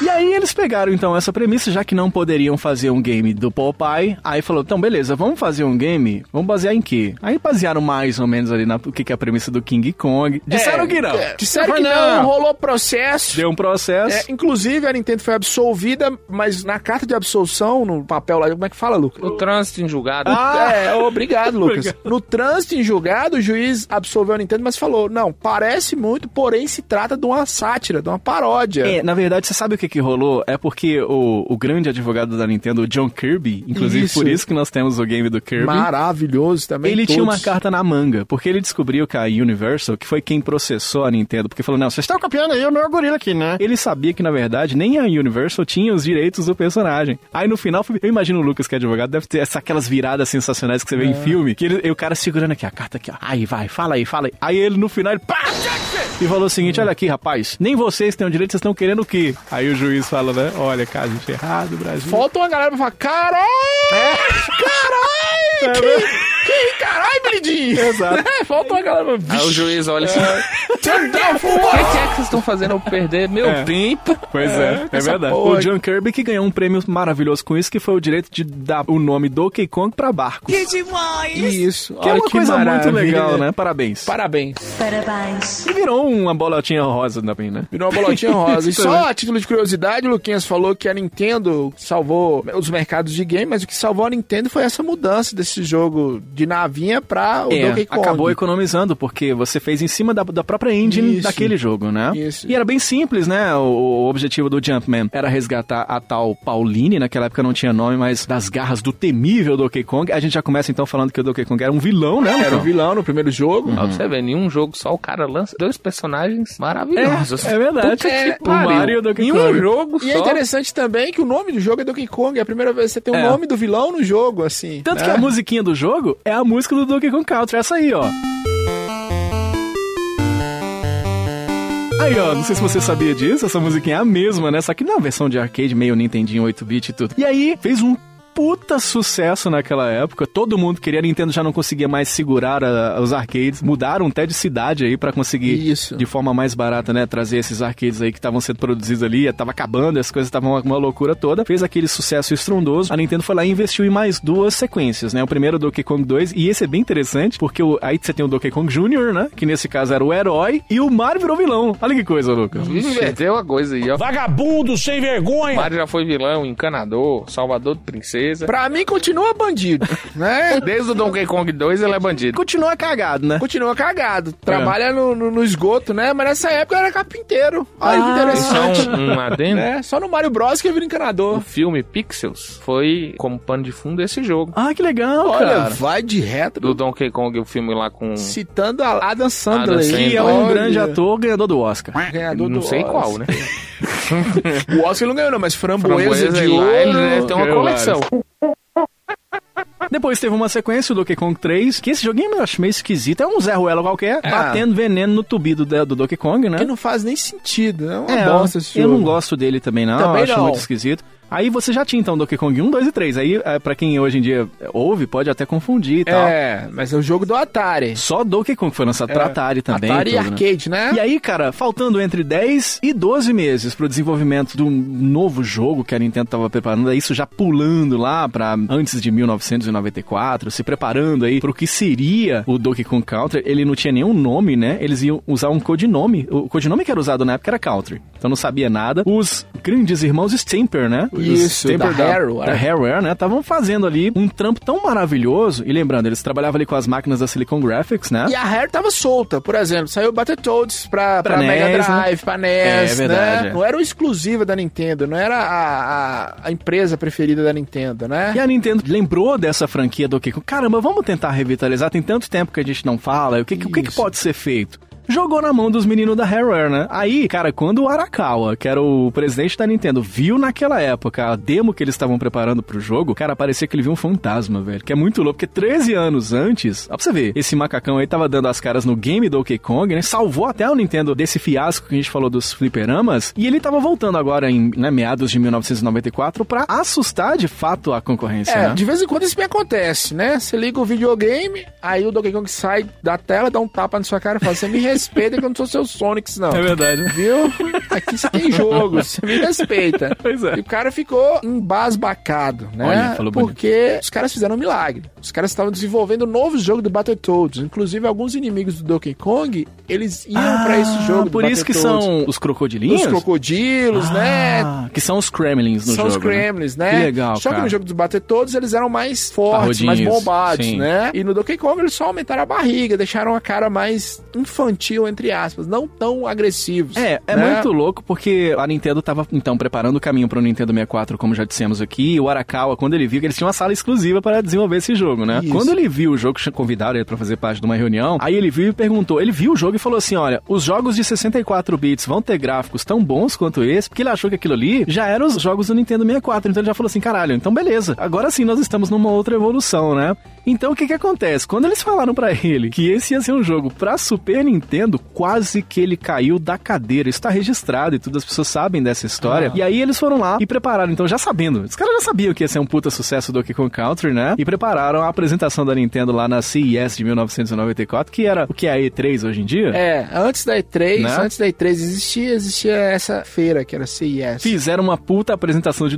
S4: E aí eles pegaram então essa premissa, já que não poderiam fazer um game do Popeye, aí falou, então beleza, vamos fazer um game, vamos basear em quê? Aí basearam mais ou menos ali na o que, que é a premissa do King Kong. Disseram que não.
S5: É, Disseram que não, rolou processo.
S4: Deu um
S5: É,
S4: processo.
S5: inclusive, a Nintendo foi absolvida, mas na carta de absolvição, no papel lá, como é que fala, Lucas?
S6: O trânsito em julgado.
S4: Ah!
S5: É, obrigado, Lucas. No trânsito em julgado, o juiz absolveu a Nintendo, mas falou: não, parece muito, porém se trata de uma sátira, de uma paródia.
S4: É, na verdade, você sabe o que, que rolou? É porque o, o grande advogado da Nintendo, o John Kirby, inclusive
S5: Isso.
S4: por isso que nós temos o game do Kirby.
S5: Maravilhoso também.
S4: Ele tinha
S5: todos.
S4: uma carta na manga, porque ele descobriu que a Universal, que foi quem processou a Nintendo, porque falou, não, vocês estão copiando aí o meu gorila aqui, né? Ele sabia que, na verdade, nem a Universal tinha os direitos do personagem. Aí, no final, foi- eu imagino o Lucas, que é advogado, deve ter essa, aquelas viradas sensacionais que você vê
S5: É.
S4: em filme, que ele- e o cara segurando aqui a carta aqui, ó. Aí, vai, fala aí, fala aí. Aí ele, no final, ele, pá! E falou o seguinte, olha aqui, rapaz, nem vocês têm o direito, vocês estão querendo o quê? Aí o juiz fala, né, olha, cara, gente, errado, Brasil.
S5: Falta uma galera pra falar: caralho!
S4: É.
S5: Caralho! Que, que caralho, Bridinho!
S4: Exato.
S5: Falta uma galera pra
S6: Aí o juiz olha assim:
S5: É.
S6: o que,
S5: falar.
S6: que é que vocês estão fazendo eu perder meu
S4: É.
S6: tempo?
S4: Pois é, é,
S5: essa
S4: verdade.
S5: porra.
S4: O John Kirby que ganhou um prêmio maravilhoso com isso, que foi o direito de dar o nome Donkey Kong pra barco. Que,
S5: Isso,
S4: é
S5: olha
S4: uma coisa muito
S5: maravilha.
S4: legal, né? Parabéns.
S5: Parabéns.
S4: E virou uma bolotinha rosa também, né?
S5: Virou uma bolotinha rosa. E
S4: Isso,
S5: só
S4: né?
S5: a título de curiosidade, o Luquinhas falou que a Nintendo salvou os mercados de game, mas o que salvou a Nintendo foi essa mudança desse jogo de navinha pra o
S4: É,
S5: Donkey Kong.
S4: acabou economizando, porque você fez em cima da, da própria engine
S5: Isso.
S4: daquele jogo, né?
S5: Isso.
S4: E era bem simples, né? O, o objetivo do Jumpman era resgatar a tal Pauline, naquela época não tinha nome, mas das garras do temível Donkey Kong. A gente já começa então falando que o Donkey Kong era um vilão, né?
S5: Era
S4: Lucão?
S5: o vilão no primeiro jogo.
S4: Hum.
S6: Pra você ver, em um jogo só o cara lança dois personagens maravilhosos.
S4: É, é verdade.
S6: Puta
S4: É,
S6: que
S4: o
S6: pariu.
S4: Mario e o Donkey
S6: Em um
S4: Kong.
S6: jogo
S5: E é
S6: só.
S5: interessante também que o nome do jogo é Donkey Kong. É a primeira vez que você tem o
S4: É.
S5: nome do vilão no jogo, assim.
S4: Tanto
S5: né?
S4: que a musiquinha do jogo é a música do Donkey Kong Country, essa aí, ó. Aí, ó, não sei se você sabia disso, essa musiquinha é a mesma, né? Só que na versão de arcade, meio Nintendinho 8-bit e tudo. E aí, fez um puta sucesso naquela época. Todo mundo queria, a Nintendo já não conseguia mais segurar a- os arcades. Mudaram até de cidade aí pra conseguir,
S5: Isso.
S4: de forma mais barata, né? Trazer esses arcades aí que estavam sendo produzidos ali, eh, tava acabando, as coisas estavam uma, uma loucura toda. Fez aquele sucesso estrondoso. A Nintendo foi lá e investiu em mais duas sequências, né? O primeiro é o Donkey Kong 2, e esse é bem interessante, porque o- aí você tem o Donkey Kong Jr., né? Que nesse caso era o herói, e o Mario virou vilão. Olha que coisa, Lucas.
S5: Hum.
S6: Inverteu a coisa aí, ó.
S9: Vagabundo sem vergonha!
S6: Mario já foi vilão, encanador, salvador de princesa.
S5: Pra mim, continua bandido, né?
S6: Desde o Donkey Kong 2 ele é bandido.
S4: Continua cagado, né?
S5: Continua cagado. Trabalha no, no- no esgoto, né? Mas nessa época era carpinteiro. Olha
S4: Ah,
S5: que interessante.
S6: Só um, um adendo.
S5: É, só no Mario Bros que ele vira encanador.
S6: O filme Pixels foi como pano de fundo esse jogo.
S4: Ah, que legal,
S5: Olha,
S4: cara.
S5: vai de reto.
S6: Do Donkey Kong, o filme lá com.
S5: Citando a Adam Sandler.
S6: Adam
S5: aí.
S6: Sandler.
S4: E é um
S5: Olha,
S4: grande ator ganhador do Oscar.
S5: Ganhador
S6: Não
S5: do
S6: sei
S5: Oscar.
S6: qual, né?
S5: O Oscar ele não ganhou, não, mas Framboesa,
S6: Framboesa
S5: de
S6: e lá, ele
S5: Ouro.
S6: deve ter uma
S4: Eu
S6: coleção.
S4: Depois teve uma sequência, o Donkey Kong 3, que esse joguinho eu acho meio esquisito. É um Zé Ruela qualquer, batendo veneno no tubido do, do Donkey Kong, né?
S5: É. Que não faz nem sentido. É uma
S4: É,
S5: bosta esse
S4: eu
S5: jogo.
S4: não gosto dele também, não.
S5: Também
S4: eu acho
S5: não.
S4: muito esquisito. Aí você já tinha, então, Donkey Kong 1, 2 e 3. Aí, é, pra quem hoje em dia ouve, pode até confundir e tal.
S5: É, mas é o jogo do Atari.
S4: Só Donkey Kong foi lançado
S5: É.
S4: pra Atari também.
S5: Atari
S4: e tudo, né?
S5: Arcade, né?
S4: E aí, cara, faltando entre 10 e 12 meses pro desenvolvimento de um novo jogo que a Nintendo tava preparando, isso já pulando lá pra antes de 1994, se preparando aí pro que seria o Donkey Kong Country, ele não tinha nenhum nome, né? Eles iam usar um codinome. O codinome que era usado na época era Country. Então não sabia nada. Os grandes irmãos Stamper, né?
S5: Isso,
S4: os
S5: da
S4: Taper da,
S5: Harrow,
S4: da
S5: né?
S4: Harrow, né? Estavam fazendo ali um trampo tão maravilhoso. E lembrando, eles trabalhavam ali com as máquinas da Silicon Graphics, né?
S5: E a Hair tava solta, por exemplo. Saiu Battletoads pra, pra,
S4: Pra NES,
S5: Mega
S4: né?
S5: Drive, pra NES,
S4: É, verdade,
S5: né?
S4: é.
S5: Não era o exclusiva da Nintendo, não era a, a, a empresa preferida da Nintendo, né?
S4: E a Nintendo lembrou dessa franquia do que? Caramba, vamos tentar revitalizar. Tem tanto tempo que a gente não fala. O que, que- o que, que
S5: Isso.
S4: pode ser feito? Jogou na mão dos meninos da Rareware, né? Aí, cara, quando o Arakawa, que era o presidente da Nintendo, viu naquela época a demo que eles estavam preparando pro jogo, cara, parecia que ele viu um fantasma, velho. Que é muito louco, porque 13 anos antes, ó, pra você ver, esse macacão aí tava dando as caras no game Donkey Kong, né? Salvou até o Nintendo desse fiasco que a gente falou dos fliperamas. E ele tava voltando agora em né, meados de 1994 pra assustar de fato a concorrência,
S5: É,
S4: né?
S5: de vez em quando isso me acontece, né? Você liga o videogame, aí o Donkey Kong sai da tela, dá um tapa na sua cara e fala: Você me respeita que eu não sou seu Sonics, não.
S4: É verdade. né?
S5: Viu? Aqui você tem jogo, você me respeita.
S4: Pois é.
S5: E o cara ficou embasbacado, né?
S4: Olha, falou bonito.
S5: Porque os caras fizeram um milagre. Os caras estavam desenvolvendo um novo jogo do Battletoads. Inclusive, alguns inimigos do Donkey Kong, eles iam pra esse jogo do
S4: Ah, Por isso que
S5: Battletoads.
S4: são os crocodilinhos?
S5: os crocodilos, né?
S4: Ah, Que são os Kremlins no jogo.
S5: São os Kremlins, né?
S4: Que legal,
S5: Só que
S4: cara.
S5: no jogo dos Battletoads eles eram mais fortes, mais
S4: Parrudinhos,
S5: bombados,
S4: sim.
S5: né? E no Donkey Kong eles só aumentaram a barriga, deixaram a cara mais infantil, entre aspas, não tão agressivos.
S4: É, é
S5: né?
S4: muito louco porque a Nintendo tava, então, preparando o caminho pro Nintendo 64, como já dissemos aqui. E o Arakawa, quando ele viu que eles tinham uma sala exclusiva para desenvolver esse jogo, né?
S5: Isso.
S4: Quando ele viu o jogo, ch- convidaram ele pra fazer parte de uma reunião, aí ele viu e perguntou. Ele viu o jogo e falou assim: olha, os jogos de 64 bits vão ter gráficos tão bons quanto esse, porque ele achou que aquilo ali já eram os jogos do Nintendo 64. Então ele já falou assim: caralho, então beleza. Agora sim nós estamos numa outra evolução, né? Então o que que acontece? Quando eles falaram pra ele que esse ia ser um jogo pra Super Nintendo, quase que ele caiu da cadeira. Isso tá registrado e tudo, as pessoas sabem dessa história. E aí eles foram lá e prepararam, então já sabendo. Os caras já sabiam que ia ser um puta sucesso do Donkey Kong Country, né? E prepararam a apresentação da Nintendo lá na CES de 1994, que era o que é a E3 hoje em dia.
S5: É, antes da E3,
S4: Né?
S5: antes da E3 existia, existia essa feira que era CES.
S4: Fizeram uma puta apresentação de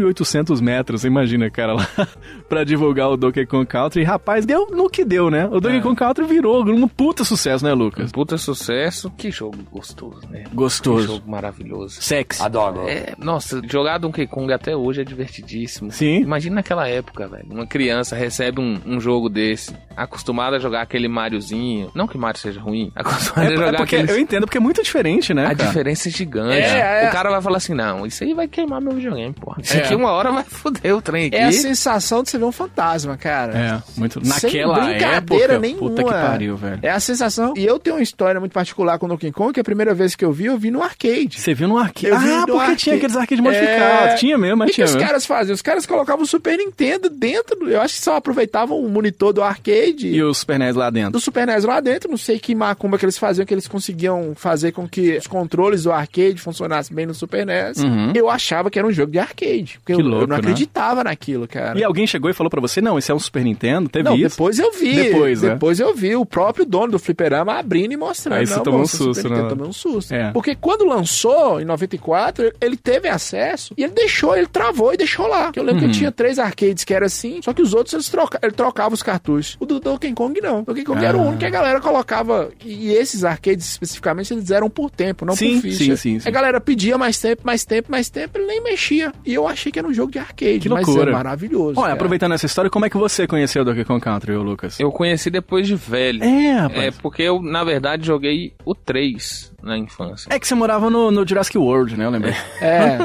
S4: 2.800 metros, imagina, cara, lá, pra divulgar o Donkey Kong Country. E, rapaz, deu no que deu, né? O
S5: É.
S4: Donkey Kong Country virou um puta sucesso, né, Lucas?
S6: Puta sucesso. Que jogo gostoso, né? Que
S4: Gostoso.
S6: jogo maravilhoso.
S4: Sexy.
S6: Adoro. nossa, jogar Donkey Kong até hoje é divertidíssimo.
S4: Sim.
S6: Imagina naquela época, velho. Uma criança recebe um, um jogo desse, acostumada a jogar aquele Mariozinho. Não que Mario seja ruim,
S4: É,
S6: acostumada a
S4: é
S6: jogar
S4: porque
S6: aquele.
S4: eu entendo, porque é muito diferente, né?
S6: A
S4: cara?
S6: diferença é gigante.
S5: É, é.
S6: O cara vai falar assim: não, isso aí vai queimar meu videogame, porra.
S4: É.
S6: Isso aqui uma hora vai foder o trem aqui.
S5: É a
S4: assim.
S5: sensação de você ver um fantasma, cara.
S4: É, muito.
S5: Sem
S4: Naquela
S5: brincadeira
S4: época.
S5: nenhuma.
S4: Puta que pariu, velho.
S5: É a sensação. E eu tenho uma história muito particular com o Donkey Kong, que a primeira vez que eu vi, eu vi no arcade.
S4: Você viu no arquivo.
S5: Eu vi
S4: Ah,
S5: no
S4: porque tinha
S5: arcade.
S4: aqueles arcades
S5: É.
S4: modificados. Tinha mesmo,
S5: O
S4: mas
S5: que, que
S4: tinha
S5: os
S4: mesmo.
S5: caras faziam? Os caras colocavam o Super Nintendo dentro. do- Eu acho que só aproveitavam o monitor do arcade
S4: E os Super NES lá dentro.
S5: do Super NES lá dentro. Não sei que macumba que eles faziam, que eles conseguiam fazer com que os controles do arcade funcionassem bem no Super NES. Eu achava que era um jogo de arcade. Porque eu, eu
S4: Uhum. louco,
S5: não
S4: né?
S5: acreditava naquilo, cara.
S4: E alguém chegou e falou pra você: não, esse é um Super Nintendo? Teve
S5: não,
S4: isso?
S5: depois eu vi.
S4: Depois, né?
S5: eu vi o próprio dono do fliperama abrindo e mostrando.
S4: Aí você
S5: Não,
S4: tomou um
S5: moça,
S4: susto,
S5: Super Nintendo,
S4: né?
S5: Tomei um susto.
S4: É.
S5: Porque quando lançou, em 94, ele teve acesso e ele deixou, ele travou e deixou lá. Eu lembro
S4: Uhum.
S5: que tinha três arcades que era assim, só que os outros eles troca, ele trocava os cartuchos. O do Donkey Kong não. O Donkey Kong era
S4: Ah.
S5: o único que a galera colocava. E esses arcades especificamente, eles eram por tempo, não
S4: Sim,
S5: por ficha.
S4: sim, sim, sim.
S5: A galera pedia mais tempo, mais tempo, mais tempo, ele nem mexia. E eu achei que era um jogo de arcade.
S4: Que
S5: Mas
S4: loucura.
S5: é maravilhoso.
S4: Olha,
S5: cara.
S4: aproveitando essa história, como é que você conheceu o Donkey Kong Country, ô Lucas?
S6: Eu conheci depois de velho.
S4: É,
S6: É
S4: rapaz.
S6: porque eu, na verdade, joguei o 3 na infância.
S4: É, que você morava no, no Jurassic World, né? Eu lembrei.
S5: É.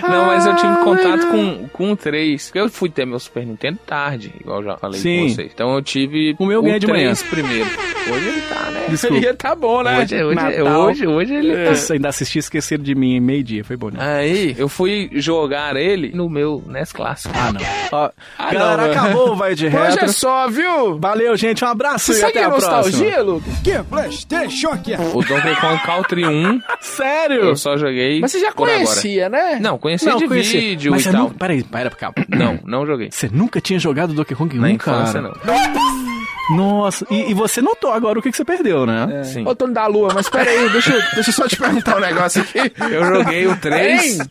S6: Não, mas eu tive contato com, com o 3. Porque eu fui ter meu Super Nintendo tarde, igual eu já falei
S4: Sim.
S6: com vocês. Então eu tive
S4: O meu eu ganhei de manhã.
S6: 3 primeiro. Hoje ele tá, né?
S4: Desculpa.
S5: Ele tá bom, né?
S6: Hoje, hoje,
S5: Natal.
S6: hoje, hoje ele
S5: É.
S6: tá.
S4: Nossa, ainda assisti Esquecer de Mim em meio-dia. Foi bom, né?
S6: Aí, eu fui jogar ele no meu NES Clássico.
S4: Ah, não. Ó,
S5: Ah,
S4: galera,
S5: não, velho.
S4: acabou o Vai de
S5: Hoje
S4: Retro.
S5: é só, viu?
S4: Valeu, gente. Um abraço
S5: Você
S4: e
S5: segue
S4: até
S5: a
S4: a próxima.
S5: nostalgia, Lucas?
S1: Que Playstation aqui é?
S6: O Donkey Kong Country 1,
S4: Sério?
S6: eu só joguei.
S5: Mas você já
S6: por agora.
S5: conhecia, né?
S6: Não, conheci de
S4: conheci.
S6: vídeo
S4: Mas é
S6: e
S4: você
S6: tal.
S4: nunca... Peraí, pera, calma.
S6: Não, não joguei.
S4: Você nunca tinha jogado Donkey Kong
S6: Na
S4: 1,
S6: infância,
S4: cara?
S6: não.
S4: Nossa, e, e você notou agora o que, que você perdeu, né?
S6: Sim.
S5: Ô, Tony da Lua, mas peraí, deixa, eu- deixa eu só te perguntar um negócio aqui.
S6: Eu joguei o 3,
S5: Hein?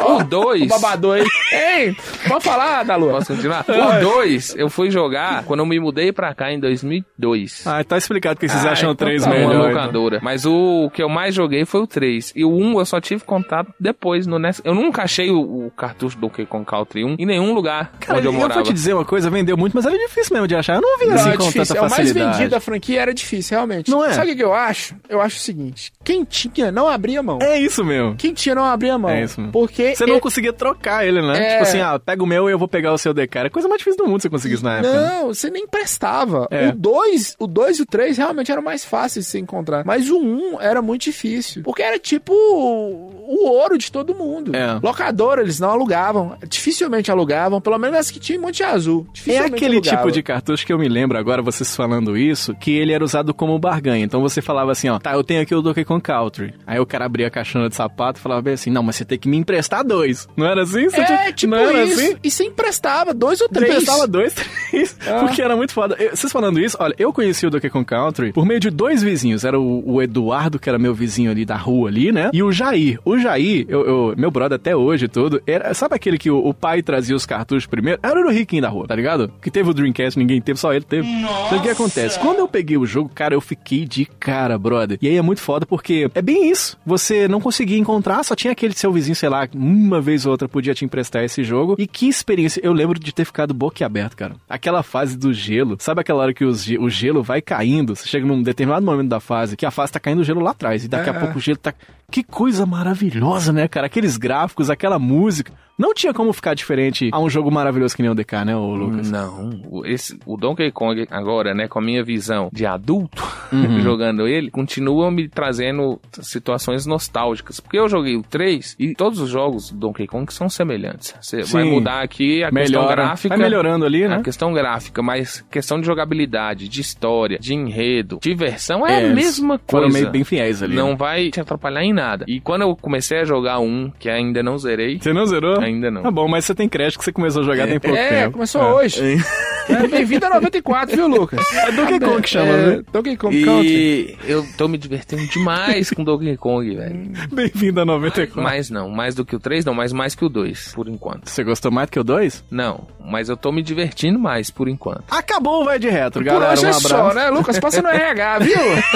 S5: Ó,
S6: o 2.
S5: O babador aí. Ei, pode falar, da Lua.
S6: Posso continuar? O 2, eu fui jogar quando eu me mudei pra cá em 2002.
S4: Ah, tá explicado que vocês acham o
S5: então
S4: 3
S5: tá bom,
S6: uma
S4: melhor. então.
S6: locadora. Mas o que eu mais joguei foi o 3. E o 1 eu só tive contato depois no NES. Eu nunca achei o, o cartucho do Donkey Kong Country 1 em nenhum lugar
S4: Cara,
S6: onde eu
S4: eu,
S6: morava.
S4: vou te dizer uma coisa, vendeu muito, mas era difícil mesmo de achar. Eu não vi assim
S5: é
S4: com
S5: difícil.
S4: tanta
S5: É o mais
S4: facilidade.
S5: vendido da franquia, era difícil, realmente.
S4: Não é?
S5: Sabe o que que eu acho? Eu acho o seguinte: quem tinha não abria mão.
S4: É isso mesmo.
S5: Quem tinha não abria mão.
S4: É isso mesmo.
S5: Porque.
S4: Você não conseguia trocar ele, né?
S5: É.
S4: Tipo assim, ah, pega o meu e eu vou pegar o seu DK. Era a coisa mais difícil do mundo você conseguir isso na época. né?
S5: Não, você nem prestava.
S4: É.
S5: O 2 o dois e o 3 realmente eram mais fáceis de se encontrar. Mas o 1 um era muito difícil. Porque era tipo o ouro de todo mundo.
S4: É.
S5: Locadora, eles não alugavam. Dificilmente alugavam. Pelo menos as que tinha em Monte Azul.
S4: É
S5: Dificilmente
S4: aquele
S5: alugavam.
S4: tipo de cartucho que eu me lembro agora, vocês falando isso, que ele era usado como barganha. Então você falava assim, ó, tá, eu tenho aqui o Donkey Kong Country. Aí o cara abria a caixona de sapato e falava bem assim, não, mas você tem que me emprestar dois. Não era assim? Você
S5: É,
S4: tinha-
S5: tipo
S4: não era
S5: isso.
S4: assim?
S5: E você emprestava dois ou três.
S4: Emprestava dois, três, porque era muito foda. Eu- Vocês falando isso, olha, eu conheci o Donkey Kong Country por meio de dois vizinhos. Era o, o Eduardo, que era meu vizinho ali da rua ali, né? E o Jair. O Jair, eu, eu- meu brother até hoje e tudo, era, sabe aquele que o, o pai trazia os cartuchos primeiro? Era o riquinho da rua, tá ligado? Que teve o Dreamcast, ninguém teve, só ele teve. Então o que acontece? Quando eu peguei o jogo, cara, eu fiquei de cara, brother. E aí é muito foda porque é bem isso. Você não conseguia encontrar, só tinha aquele seu vizinho, sei lá, uma vez ou outra podia te emprestar esse jogo. E que experiência. Eu lembro de ter ficado boquiaberto, cara. Aquela fase do gelo. Sabe aquela hora que os ge- o gelo vai caindo? Você chega num determinado momento da fase que a fase tá caindo o gelo lá atrás. E daqui
S6: É.
S4: a pouco o gelo tá. Que coisa maravilhosa, né, cara? Aqueles gráficos, aquela música. Não tinha como ficar diferente a um jogo maravilhoso que nem o DK, né, ô
S6: Hum,
S4: Lucas?
S6: Não, o- esse, o Donkey Kong agora, né, com a minha visão de adulto,
S4: Uhum.
S6: jogando ele, continua me trazendo situações nostálgicas. Porque eu joguei o 3 e todos os jogos do Donkey Kong são semelhantes. Você vai
S4: Sim.
S6: mudar aqui a questão
S4: Melhora.
S6: gráfica.
S4: Vai melhorando ali, né?
S6: A questão gráfica, mas questão de jogabilidade, de história, de enredo, diversão, é,
S4: É,
S6: a mesma coisa.
S4: Foram meio bem fiéis ali.
S6: Não
S4: né?
S6: vai te atrapalhar em nada. E quando eu comecei a jogar um, que ainda não zerei,
S4: Você não zerou?
S6: ainda não.
S4: Tá bom, mas você tem crédito que você começou a jogar tem pouco
S5: É,
S4: tempo.
S5: começou hoje. É, Bem-vindo a 94, viu, Lucas?
S4: É Donkey Kong que chama,
S5: É,
S4: né?
S5: Donkey Kong Country.
S6: E eu tô me divertindo demais com Donkey Kong, velho.
S4: Bem-vindo a 94.
S6: Mais não, mais do que o 3 não, mas mais que o 2, por enquanto.
S4: Você gostou mais do que o 2?
S6: Não, mas eu tô me divertindo mais, por enquanto.
S4: Acabou o Vai de Retro,
S5: Por
S4: galera.
S5: hoje
S4: Um
S5: é
S4: abraço.
S5: só, né, Lucas? Passa no RH, viu?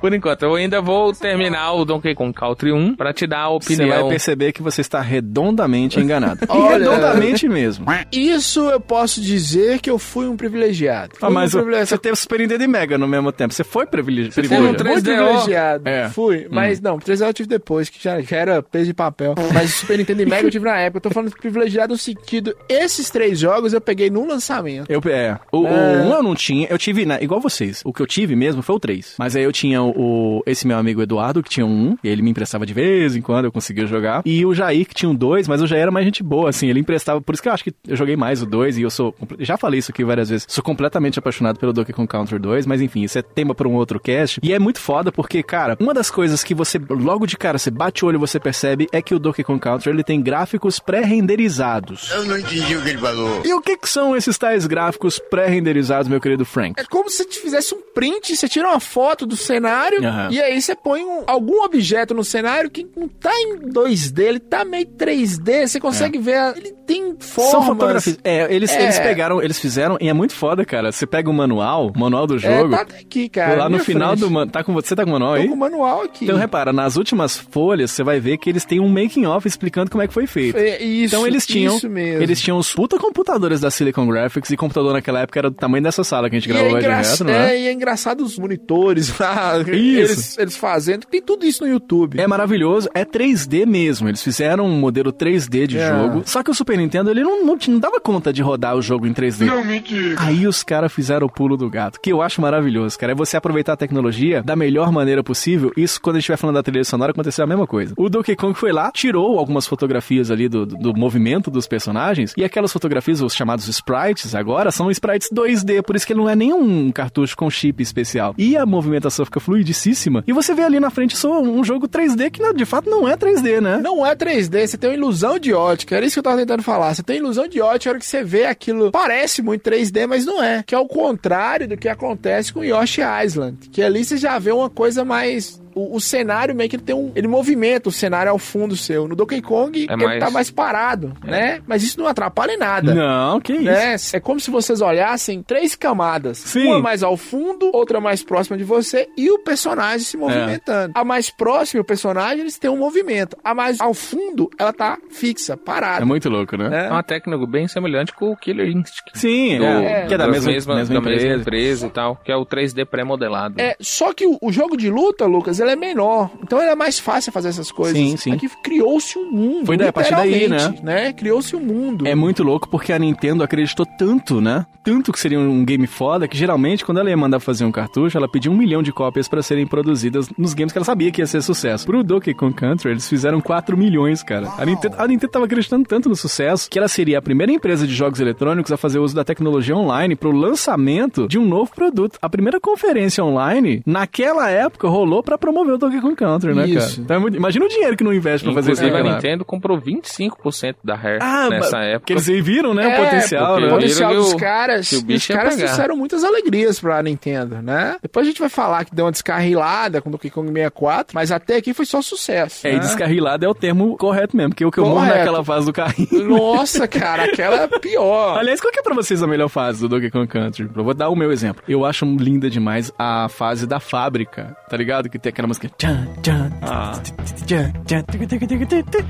S6: Por enquanto, eu ainda vou terminar o Donkey Kong Country 1 pra te dar a
S4: Você vai
S6: opinião.
S4: perceber que você está redondamente enganado. E
S5: Olha.
S4: redondamente mesmo. Tá,
S5: Isso eu posso dizer que eu fui um privilegiado. Fui
S4: Ah, mas
S5: um
S4: o-
S5: privilegiado.
S4: você teve Super Nintendo e Mega no mesmo tempo. Você foi privilegi-
S6: foi um
S4: privilegiado.
S6: tre-
S5: Muito
S6: 3DO.
S5: privilegiado.
S4: É.
S5: Fui. Mas não, 3DO eu tive depois, que já, já era peso de papel. Mas Super Nintendo e Mega eu tive na época. Eu tô falando privilegiado no sentido. Esses três jogos eu peguei num lançamento.
S4: Eu, é, o,
S5: É.
S4: o um eu não tinha, eu tive, né, igual vocês, o que eu tive mesmo foi o 3. Mas aí eu tinha o, o- esse meu amigo Eduardo, que tinha um, e ele me emprestava de vez em quando, eu conseguia jogar. E o Jair, que tinha um 2, mas o Jair era mais gente boa, assim, ele emprestava, por isso que eu acho que eu joguei mais o 2, e eu sou, já falei isso aqui várias vezes, sou completamente apaixonado pelo Donkey Kong Country 2, mas enfim, isso é tema pra um outro cast. E é muito foda, porque, cara, uma das coisas que você, logo de cara, você bate o olho e você percebe, é que o Donkey Kong Country, ele tem gráficos pré-renderizados.
S2: Eu não entendi o que ele falou.
S4: E o que, que são esses tais gráficos pré-renderizados, meu querido Frank?
S5: É como se você fizesse um print, você tira uma foto do cenário
S4: Aham.
S5: e aí você põe um- algum objeto no cenário que não tá em 2D, ele tá meio 3D, você
S4: É.
S5: consegue ver, a- ele tem formas.
S4: São fotografias. É, eles,
S5: É.
S4: eles pegaram, eles fizeram, e é muito foda, cara. Você pega o manual, o manual do
S5: É,
S4: jogo,
S5: tá aqui, cara.
S4: lá no
S5: minha
S4: final
S5: frente.
S4: do manual. Tá com você, tá com o manual
S5: Tô
S4: aí?
S5: com o manual aqui.
S4: Então repara, nas últimas folhas você vai ver que eles têm um making off explicando como é que foi feito.
S5: É, isso,
S4: então eles tinham,
S5: isso mesmo.
S4: eles tinham os puta computadores da Silicon Graphics e computador naquela época era do tamanho dessa sala que a gente
S5: E é,
S4: gravou hoje
S5: engra...
S4: direto, não é?
S5: é, e é engraçado os monitores lá, eles,
S4: Isso.
S5: eles fazendo, tem tudo isso no YouTube.
S4: É maravilhoso, é 3D mesmo. Eles fizeram um modelo 3D de
S5: É.
S4: jogo. Só que o Super Nintendo ele não, não, te- não dava conta de rodar o jogo em 3D. Não me diga. Aí os caras fizeram o pulo do gato, que eu acho maravilhoso, cara. É você aproveitar a tecnologia da melhor maneira possível. Isso quando a gente estiver falando da trilha sonora aconteceu a mesma coisa. O Donkey Kong foi lá, tirou algumas fotografias ali do, do- do movimento dos personagens e aquelas fotografias, os chamados sprites agora, são sprites 2D, por isso que ele não é nenhum cartucho com chip especial. E a movimentação fica fluidicíssima e você vê ali na frente só um jogo 3D que não- de fato não é 3D, né?
S5: Não é 3D, você tem uma ilusão de ótica. Era isso que eu tava tentando falar. Você tem ilusão de ótica, a hora que você vê aquilo parece muito 3D, mas não é. Que é o contrário do que acontece com Yoshi Island. Que ali você já vê uma coisa mais. O, o cenário meio que ele tem um. Ele movimenta o cenário ao fundo seu. No Donkey Kong,
S4: É
S5: ele
S6: mais-
S5: tá mais parado, né? Mas isso não atrapalha em nada.
S4: Não, que isso.
S5: Né? É como se vocês olhassem três camadas.
S4: Sim.
S5: Uma mais ao fundo, outra mais próxima de você e o personagem
S4: É.
S5: se movimentando. A mais próxima, o personagem, eles têm um movimento. A mais ao fundo, ela tá fixa, parada.
S4: É muito louco, né?
S6: É uma técnica bem semelhante com o Killer Instinct.
S4: Sim,
S6: Do-
S4: é, que é da
S6: das
S4: mesma,
S6: mesmas-
S4: mesma
S6: da
S4: empresa.
S6: mesma empresa e tal, que é o 3D pré-modelado.
S5: É, só que o, o jogo de luta, Lucas, ele é menor. Então ele é mais fácil fazer essas coisas.
S4: Sim, sim.
S5: Aqui criou-se um mundo.
S4: Foi daí, a partir daí,
S5: literalmente, né? Criou-se um mundo.
S4: É muito louco porque a Nintendo acreditou tanto, né? Tanto que seria um game foda que geralmente quando ela ia mandar fazer um cartucho, ela pediu um milhão de cópias pra serem produzidas nos games que ela sabia que ia ser sucesso. Pro Donkey Kong Country, eles fizeram 4 milhões, cara. A Nintendo, a Nintendo tava acreditando tanto no sucesso que ela seria a primeira empresa de jogos eletrônicos a fazer uso da tecnologia online pro lançamento de um novo produto. A primeira conferência online, naquela época, rolou pra promover o Donkey Kong Country, né,
S5: Isso.
S4: cara? Então, é muito- imagina o dinheiro que não investe pra fazer isso
S6: Inclusive, a
S4: naquela época.
S6: Nintendo comprou 25% da Rare
S4: Ah,
S6: nessa
S4: ba-
S6: época.
S4: Que eles aí viram, né?
S5: É,
S4: o potencial,
S6: porque-
S5: O
S4: né?
S6: Primeiro
S5: potencial
S6: que
S5: dos
S6: o-
S5: caras.
S6: que o
S5: e os
S6: bicho ia
S5: caras
S6: pegar.
S5: trouxeram muitas alegrias pra Nintendo, né? Depois a gente vai falar que deu uma descarrilada com Donkey Kong 64, mas até aqui foi só sucesso.
S4: É, e
S5: né?
S4: descarrilado é o termo correto mesmo, porque o que eu morro
S5: Correto.
S4: naquela fase do carrinho.
S5: Nossa, cara, aquela é pior.
S4: Aliás, qual que é pra vocês a melhor fase do Donkey Kong Country? Eu vou dar o meu exemplo. Eu acho linda demais a fase da fábrica, tá ligado? Que tem aquela música. Tchan, tchan, tchan, tchan, tchan, tchan, tchan, tchan, tchan.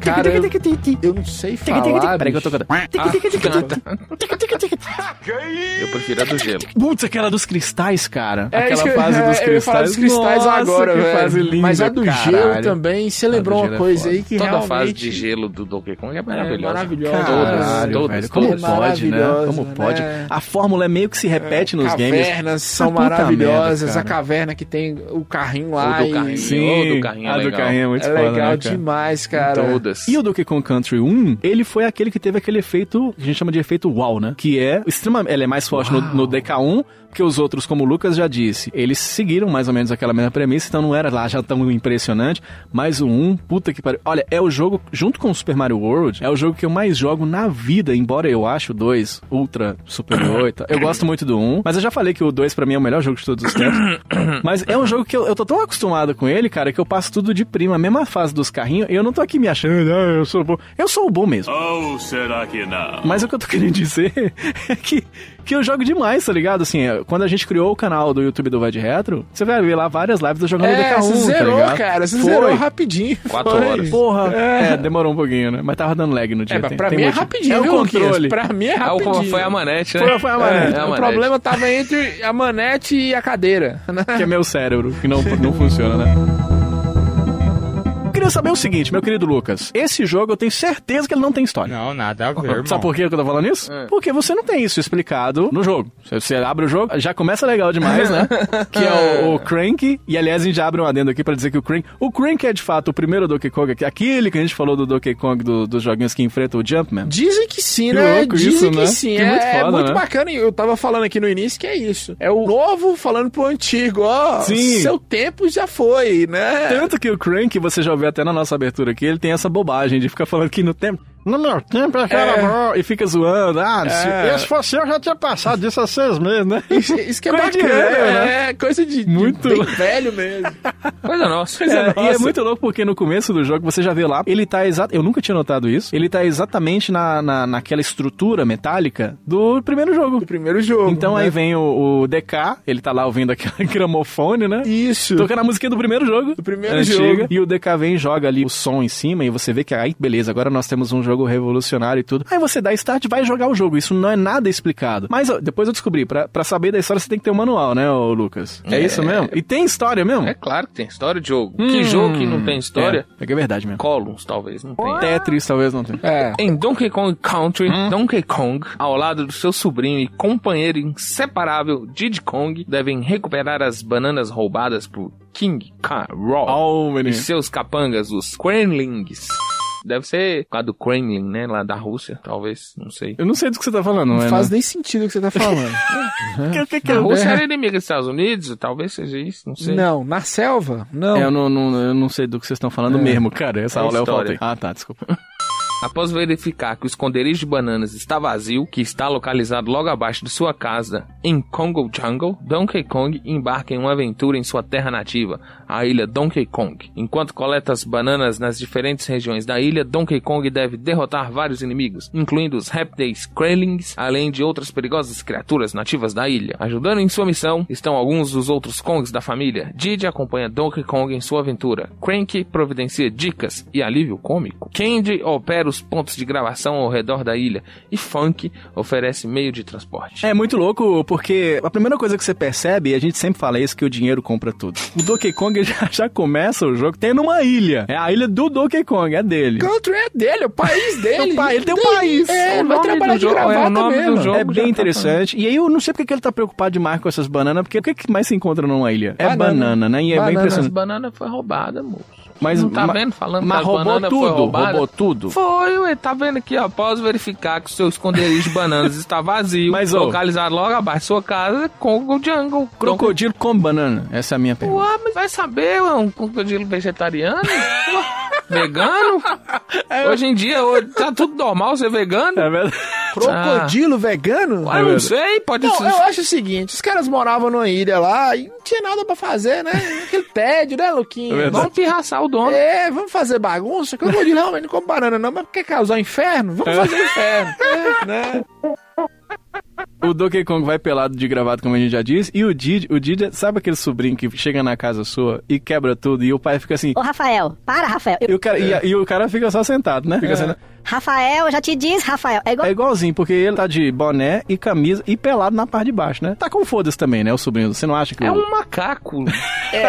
S5: Cara, eu, eu não sei falar.
S4: Peraí que eu tô
S5: bicho. Ah,
S4: cantando.
S6: Eu prefiro a do gelo.
S4: Putz, aquela dos cristais, cara.
S5: É,
S4: aquela
S5: isso que eu-
S4: fase
S5: é,
S4: dos
S5: eu
S4: cristais.
S5: ia falar dos cristais
S4: Nossa,
S5: agora,
S4: que
S5: velho.
S4: fase linda,
S5: Mas a do gelo
S4: caralho.
S5: também, você lembrou
S4: do gelo
S5: uma
S4: é
S5: coisa
S4: foda.
S5: aí que
S6: Toda
S5: realmente...
S6: a fase de gelo do Donkey Kong é maravilhosa.
S5: maravilhosa.
S6: Todas,
S4: Caralho,
S6: todas,
S4: velho, como
S6: todas.
S4: pode, né?
S5: Maravilhosa,
S4: Como pode?
S5: É né?
S4: A fórmula é meio que se repete nos games.
S5: Cavernas são
S4: Mas puta
S5: maravilhosas.
S4: merda,
S5: a
S4: cara.
S5: caverna que tem o carrinho lá.
S6: O do
S5: e-
S6: carrinho.
S4: Sim,
S6: Ô, do carrinho é
S4: a do
S6: legal.
S4: carrinho é muito
S5: É
S4: foda, né,
S5: legal
S4: cara?
S5: demais, cara.
S6: Todas.
S4: né? E o Donkey Kong Country 1, ele foi aquele que teve aquele efeito que a gente chama de efeito wow, né? Que é extremamente. Ele é mais forte no, no DK1, porque os outros, como o Lucas já disse, eles seguiram mais ou menos aquela mesma premissa, então não era lá já tão impressionante. Mas o 1, puta que pariu. Olha, é o jogo, junto com o Super Mario World, é o jogo que eu mais jogo na vida, embora eu ache o 2 ultra superior. e tal. Eu gosto muito do 1, mas eu já falei que o 2 pra mim é o melhor jogo de todos os tempos. Mas é um jogo que eu, eu tô tão acostumado com ele, cara, que eu passo tudo de prima, a mesma fase dos carrinhos, e eu não tô aqui me achando, ah, eu sou bom. Eu sou o bom mesmo.
S3: Ou será que não?
S4: Mas o que eu tô querendo dizer é que, que eu jogo demais, tá ligado? Assim, é, quando a gente criou o canal do YouTube do Vai de Retro, você vai ver lá várias lives do jogando
S5: É,
S4: DK1,
S5: você zerou,
S4: tá ligado?
S5: cara. Você
S4: Foi.
S5: zerou rapidinho.
S6: Quatro
S5: Foi.
S6: horas.
S4: Porra, é. demorou um pouquinho, né? Mas tava dando lag no dia.
S5: É, mas
S4: tem-
S5: pra
S4: tem
S5: mim é
S4: motivo.
S5: rapidinho,
S4: É o
S5: viu, Luquinhas?
S4: controle.
S5: Pra mim é
S6: Ah,
S5: rapidinho.
S6: o- foi a manete, né?
S4: Foi- foi a manete.
S6: É, a
S5: o problema tava entre a manete e a cadeira. né?
S4: que é meu cérebro, que não, não funciona, né? Eu Queria saber o seguinte, meu querido Lucas. Esse jogo eu tenho certeza que ele não tem história.
S9: Não, nada a ver,
S4: Sabe por que eu tô falando isso? Porque você não tem isso explicado no jogo. Você- Você abre o jogo, já começa legal demais, né? que é o, o Crank. E aliás, a gente já abre um adendo aqui pra dizer que o Crank. O Crank é de fato o primeiro Donkey Kong, aquele que a gente falou do Donkey Kong do- dos joguinhos que enfrenta o Jumpman.
S5: Dizem que sim,
S4: Que
S5: né?
S4: louco
S5: Dizem
S4: isso,
S5: que
S4: né?
S5: sim.
S4: Que
S5: é
S4: muito
S5: é
S4: foda,
S5: muito
S4: né?
S5: bacana. e Eu tava falando aqui no início que é isso. É o novo falando pro antigo. Ó,
S4: Sim. um
S5: seu tempo já foi, né?
S4: Tanto que o Crank, você já ouviu até na nossa abertura aqui, ele tem essa bobagem de ficar falando que no tempo. No meu tempo era
S5: É.
S4: bom. E fica zoando. Ah, se esse fosse eu, já tinha passado disso há seis meses, né?
S5: Isso, isso que é
S4: Coisa de
S5: bacana.
S4: velho, né?
S5: É, coisa de, de
S4: Muito.
S5: bem velho mesmo.
S6: Coisa nossa.
S4: É, e é muito louco porque no começo do jogo você já vê lá, ele tá exato. Eu nunca tinha notado isso. Ele tá exatamente na, na, naquela estrutura metálica do primeiro jogo.
S5: Do primeiro jogo.
S4: Então
S5: né?
S4: aí vem o, o DK, ele tá lá ouvindo aquele gramofone, né?
S5: Isso.
S4: Tocando a musiquinha do primeiro jogo. Do
S5: primeiro jogo.
S4: E o DK vem e joga ali o som em cima e você vê que aí, beleza, agora nós temos um jogo revolucionário e tudo. Aí você dá start e vai jogar o jogo. Isso não é nada explicado. Mas ó, depois eu descobri, pra, pra saber da história você tem que ter um manual, né, ô Lucas? É, isso mesmo? E tem história mesmo?
S6: É claro que tem história de jogo. Que jogo que não tem história?
S4: É, é que é verdade mesmo.
S6: Columns, talvez, não tem.
S4: Tetris talvez não tenha.
S5: É.
S6: Em Donkey Kong Country, Donkey Kong, ao lado do seu sobrinho e companheiro inseparável, Diddy Kong, devem recuperar as bananas roubadas por King K. Roll
S4: Oh, menino.
S6: e seus capangas, os Kremlings. Deve ser a do Kremlin, né? Lá da Rússia, talvez. Não sei.
S4: Eu não sei do que você tá falando,
S5: Não é,
S4: mas.
S5: faz nem sentido o que você tá falando.
S4: O que, que
S6: A
S4: eu...
S6: Rússia era inimiga dos Estados Unidos? Talvez seja isso, não sei.
S5: Não, na selva? Não.
S4: É, eu não, não- eu não sei do que vocês estão falando mesmo, cara. Essa
S6: É
S4: aula eu faltei.
S6: história.
S4: Ah, tá, desculpa.
S6: Após verificar que o esconderijo de bananas está vazio, que está localizado logo abaixo de sua casa em Congo Jungle, Donkey Kong embarca em uma aventura em sua terra nativa, a ilha Donkey Kong. Enquanto coleta as bananas nas diferentes regiões da ilha, Donkey Kong deve derrotar vários inimigos, incluindo os répteis Kremlings, além de outras perigosas criaturas nativas da ilha. Ajudando em sua missão estão alguns dos outros Kongs da família. Didi acompanha Donkey Kong em sua aventura. Cranky providencia dicas e alívio cômico. Candy opera os pontos de gravação ao redor da ilha. E Funk oferece meio de transporte.
S4: É muito louco, porque a primeira coisa que você percebe, e a gente sempre fala isso, que o dinheiro compra tudo. O Donkey Kong já, já começa o jogo tendo uma ilha. É a ilha do Donkey Kong, é dele.
S5: Country é dele, é o país dele.
S4: É o pa- ele tem um
S5: Dele.
S4: país.
S5: É,
S6: O
S5: ele vai
S6: nome
S5: trabalhar
S6: do
S5: de
S6: jogo- é o
S5: gravata
S6: nome do
S5: mesmo.
S6: jogo.
S4: É
S6: já tá
S4: bem interessante. E aí eu não sei porque que ele tá preocupado demais com essas bananas, porque o que, que mais se encontra numa ilha? É
S5: Banana.
S4: banana, né? E é bem
S5: Banana.
S6: Mas
S4: impressionante.
S6: banana foi roubada, moço.
S4: Mas,
S6: Não tá
S4: ma-
S6: vendo? Falando
S4: mas
S6: que a
S4: roubou
S6: banana
S4: tudo,
S6: foi roubada.
S4: roubou tudo.
S6: Foi, ué. Tá vendo aqui, ó. Após verificar que o seu esconderijo de bananas está vazio,
S4: Mas, ô.
S6: localizado logo abaixo de sua casa, Congo Jungle.
S4: Crocodilo come banana? Essa é a minha pergunta.
S6: Ué, mas vai saber, ué, um crocodilo vegetariano? Ué, vegano? Hoje em dia, hoje, tá tudo normal ser vegano?
S4: É verdade.
S5: Crocodilo
S4: É
S5: vegano?
S6: Ah, eu não sei, pode
S5: Não,
S6: ser.
S5: eu acho o seguinte, os caras moravam numa ilha lá e não tinha nada pra fazer, né? Aquele tédio, né, Luquinha?
S4: é verdade.
S6: Vamos pirraçar o dono.
S5: É, vamos fazer bagunça? Crocodilo realmente não come banana, não, mas quer causar um inferno? Vamos fazer um inferno. É, né?
S4: O Donkey Kong vai pelado de gravata, como a gente já disse, e o Didi, o Didi, é- sabe aquele sobrinho que chega na casa sua e quebra tudo, e o pai fica assim.
S11: Ô, Rafael, para, Rafael. Eu-
S4: E o cara, e a- e o cara fica só sentado, né? Fica sentado.
S11: Rafael, já te disse, Rafael. É igual.
S4: É igualzinho, porque ele tá de boné e camisa e pelado na parte de baixo, né? Tá com foda-se também, né? O sobrinho. Você não acha que
S6: É
S4: o.
S6: um macaco.
S4: Ah, é,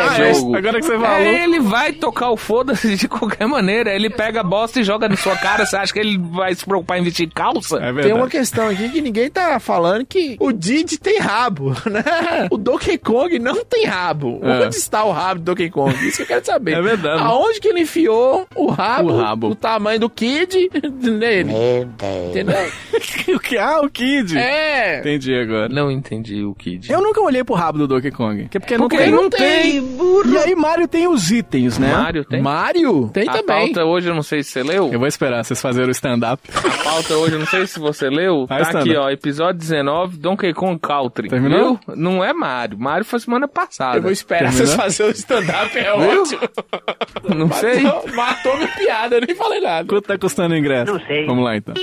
S4: agora que você falou.
S6: É, ele vai tocar o foda-se de qualquer maneira. Ele pega a bosta e joga na sua cara. Você acha que ele vai se preocupar em vestir calça?
S4: É
S5: Tem uma
S4: verdade.
S5: questão aqui que ninguém tá falando que o Didi tem rabo, né? O Donkey Kong não tem rabo.
S4: É.
S5: Onde está o rabo do Donkey Kong? Isso que eu quero saber.
S4: É verdade.
S5: Aonde que ele enfiou o rabo,
S4: O rabo.
S5: do tamanho do Kid nele? Entendeu?
S4: o que? Ah, o Kid!
S5: É.
S4: Entendi agora.
S6: Não entendi o Kid.
S4: É. Eu nunca olhei pro rabo do Donkey Kong. Que é porque,
S6: Porque
S4: não tem.
S6: não tem.
S4: E aí, Mario tem os itens, né?
S6: Mario tem?
S5: Mario? Tem
S4: Tá
S6: a
S5: também.
S6: pauta hoje, eu não sei se você leu.
S4: Eu vou esperar vocês fazerem o stand-up.
S6: A pauta hoje, eu não sei se você leu.
S4: Faz
S6: tá aqui,
S4: stand-up.
S6: ó. Episódio 19, Donkey Kong Country.
S4: Terminou?
S6: Viu? Não é Mario. Mario foi semana passada.
S5: Eu vou esperar
S4: Terminou?
S5: vocês fazerem o stand-up, é ótimo.
S6: Não sei.
S5: Matou, matou minha piada, eu nem falei nada.
S4: Quanto tá custando o ingresso? Não sei. Vamos lá então.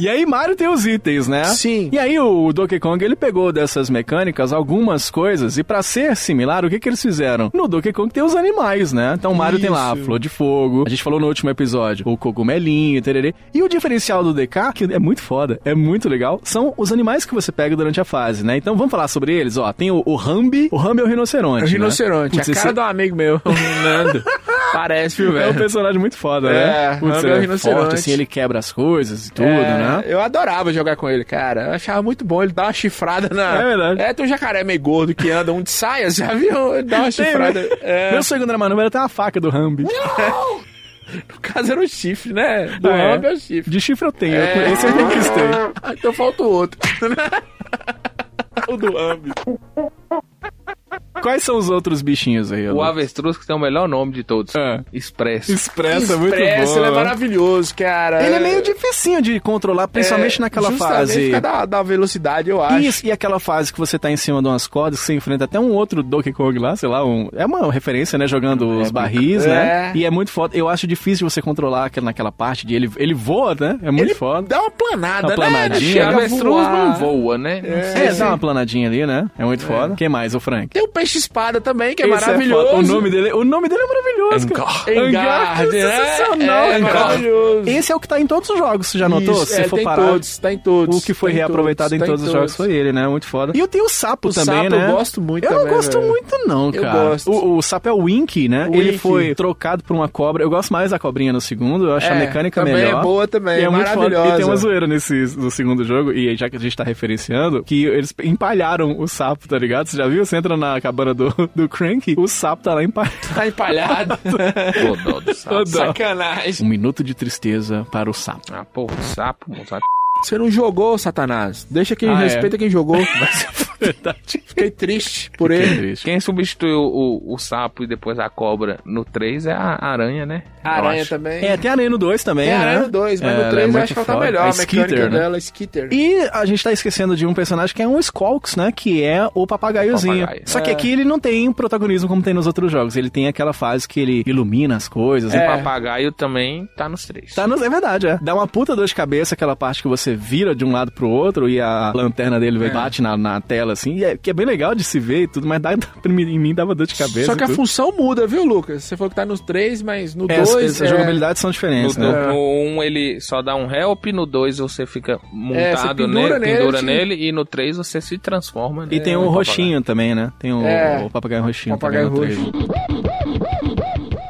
S4: E aí Mario tem os itens, né?
S5: Sim.
S4: E aí o Donkey Kong ele pegou dessas mecânicas algumas coisas e pra ser similar, o que que eles fizeram? No Donkey Kong tem os animais, né? Então o Mario tem lá a flor de fogo. A gente falou no último episódio, o cogumelinho, tererê. E o diferencial do DK, que é muito foda, é muito legal, são os animais que você pega durante a fase, né? Então vamos falar sobre eles, ó. Tem o, o Rambi, o Rambi é o rinoceronte,
S5: É o rinoceronte,
S4: né? Putz,
S5: a cara
S4: esse-
S5: de um amigo meu, o Nando. Parece, viu,
S4: é um
S5: velho?
S4: personagem muito foda,
S5: É,
S4: né? Putz,
S5: Rambi é o
S4: ele é
S5: rinoceronte.
S4: forte, assim, ele quebra as coisas e tudo, né?
S5: É, Eu adorava jogar com ele, cara. Eu achava muito bom ele dar uma chifrada na.
S4: É verdade.
S5: É, tem um jacaré meio gordo que anda um de saia, já viu? Ele dá uma
S4: Tem,
S5: chifrada.
S4: né?
S5: É,
S4: Meu segundo era manobra, tem uma faca do Rambi.
S5: no caso era o chifre, né? Do
S4: Ah, é?
S5: homem é o chifre.
S4: De chifre eu tenho,
S5: É.
S4: eu- esse eu conquistei.
S5: Ah, Então falta o outro.
S4: O do Rambi. Quais são os outros bichinhos aí?
S6: O
S4: Alô?
S6: avestruz que tem o melhor nome de todos.
S4: É.
S6: Expresso.
S4: Expressa, muito bom.
S5: Parece, ele é
S4: né?
S5: maravilhoso, cara.
S4: Ele é meio dificinho de controlar, principalmente
S5: É,
S4: naquela
S5: justamente
S4: fase.
S5: por causa da, da velocidade, eu acho.
S4: Isso, e aquela fase que você tá em cima de umas cordas, que você enfrenta até um outro Donkey Kong lá, sei lá, um, é uma referência, né, jogando os barris, né?
S5: É.
S4: E é muito foda. Eu acho difícil você controlar aquela, naquela parte de ele, ele voa, né? É muito
S5: Ele
S4: foda.
S5: dá uma planada,
S4: Uma
S5: né?
S4: planadinha.
S6: E
S5: Chega a
S6: avestruz
S5: voar.
S6: não voa, né? Não sei.
S4: É, dá uma planadinha ali, né? É muito foda. Quem mais, o Frank?
S5: Tem o peixe-espada também, que é
S4: Esse
S5: maravilhoso.
S4: foda. o, nome dele, o nome dele é maravilhoso.
S6: Engar.
S4: cara. Engar,
S5: Engard,
S4: que
S5: né?
S4: sensacional.
S5: É,
S4: cara.
S5: maravilhoso.
S4: Esse é o que tá em todos os jogos, você já notou?
S5: Isso,
S4: Se
S5: é,
S4: for
S5: tem
S4: parar,
S5: todos, tá em todos.
S4: o que foi
S5: tá em
S4: reaproveitado
S5: todos,
S4: em
S5: tá
S4: todos os jogos foi ele, né? Muito foda. E tem o sapo
S5: O
S4: também,
S5: sapo eu
S4: né?
S5: gosto muito
S4: Eu não
S5: também,
S4: gosto
S5: velho.
S4: muito não,
S5: Eu
S4: cara.
S5: gosto.
S4: O, o sapo é o Winky, né?
S5: O
S4: ele
S5: Winky.
S4: foi trocado por uma cobra. Eu gosto mais da cobrinha no segundo, eu acho
S5: É,
S4: a mecânica
S5: também
S4: melhor.
S5: é boa também,
S4: E é muito foda. E tem
S5: maravilhosa.
S4: uma zoeira nesse no segundo jogo, e já que a gente tá referenciando, que eles empalharam o sapo, tá ligado? Você já viu? Você entra na Bárbara do, do Crank, o sapo tá lá empalhado.
S5: Tá empalhado.
S6: Godó do sapo.
S5: Sacanagem.
S4: Um minuto de tristeza para o sapo.
S6: Ah, porra, o sapo, moçada.
S5: Você não jogou, Satanás. Deixa quem
S4: Ah, é.
S5: respeita quem jogou.
S4: Verdade.
S5: Fiquei triste por
S4: É
S5: ele.
S6: Quem substituiu o, o sapo e depois a cobra no 3 é a aranha, né? Eu
S5: Aranha
S6: acho.
S5: também.
S4: É, tem aranha no 2 também,
S5: Tem
S4: né?
S5: Aranha no 2, mas no
S4: Ela é
S5: 3 eu
S4: muito
S5: acho que ela tá
S4: foda.
S5: melhor. A
S4: É
S5: mecânica
S4: Skitter, né?
S5: dela é Skitter.
S4: E a gente tá esquecendo de um personagem que é um Squawks, né? Que é o papagaiozinho.
S6: Papagaio.
S4: Só
S5: É.
S4: que aqui ele não tem protagonismo como tem nos outros jogos. Ele tem aquela fase que ele ilumina as
S5: É,
S4: coisas.
S6: O
S4: né?
S6: papagaio também tá nos três.
S4: Tá nos- É verdade, é. Dá uma puta dor de cabeça aquela parte que você vira de um lado pro outro e a lanterna dele
S5: É.
S4: vai bate na, na tela, assim. E é, que é bem legal de se ver e tudo, mas dá, em mim dava dor de cabeça.
S5: Só que
S4: e
S5: a
S4: tudo.
S5: função muda, viu, Lucas? Você falou que tá no 3, mas no
S4: É, as-
S5: 2.
S4: as jogabilidades são diferentes,
S6: No,
S4: né?
S6: do- no 1 ele só dá um help, no 2 É, você fica montado
S5: pendura
S6: nele,
S5: nele,
S6: pendura
S5: te-
S6: nele, e no 3 você se transforma.
S4: E
S6: né,
S4: tem
S6: no
S4: o
S6: papagaio.
S4: roxinho também, né? Tem o,
S5: É.
S4: o papagaio roxinho
S5: Papagaio
S4: também. no trailer.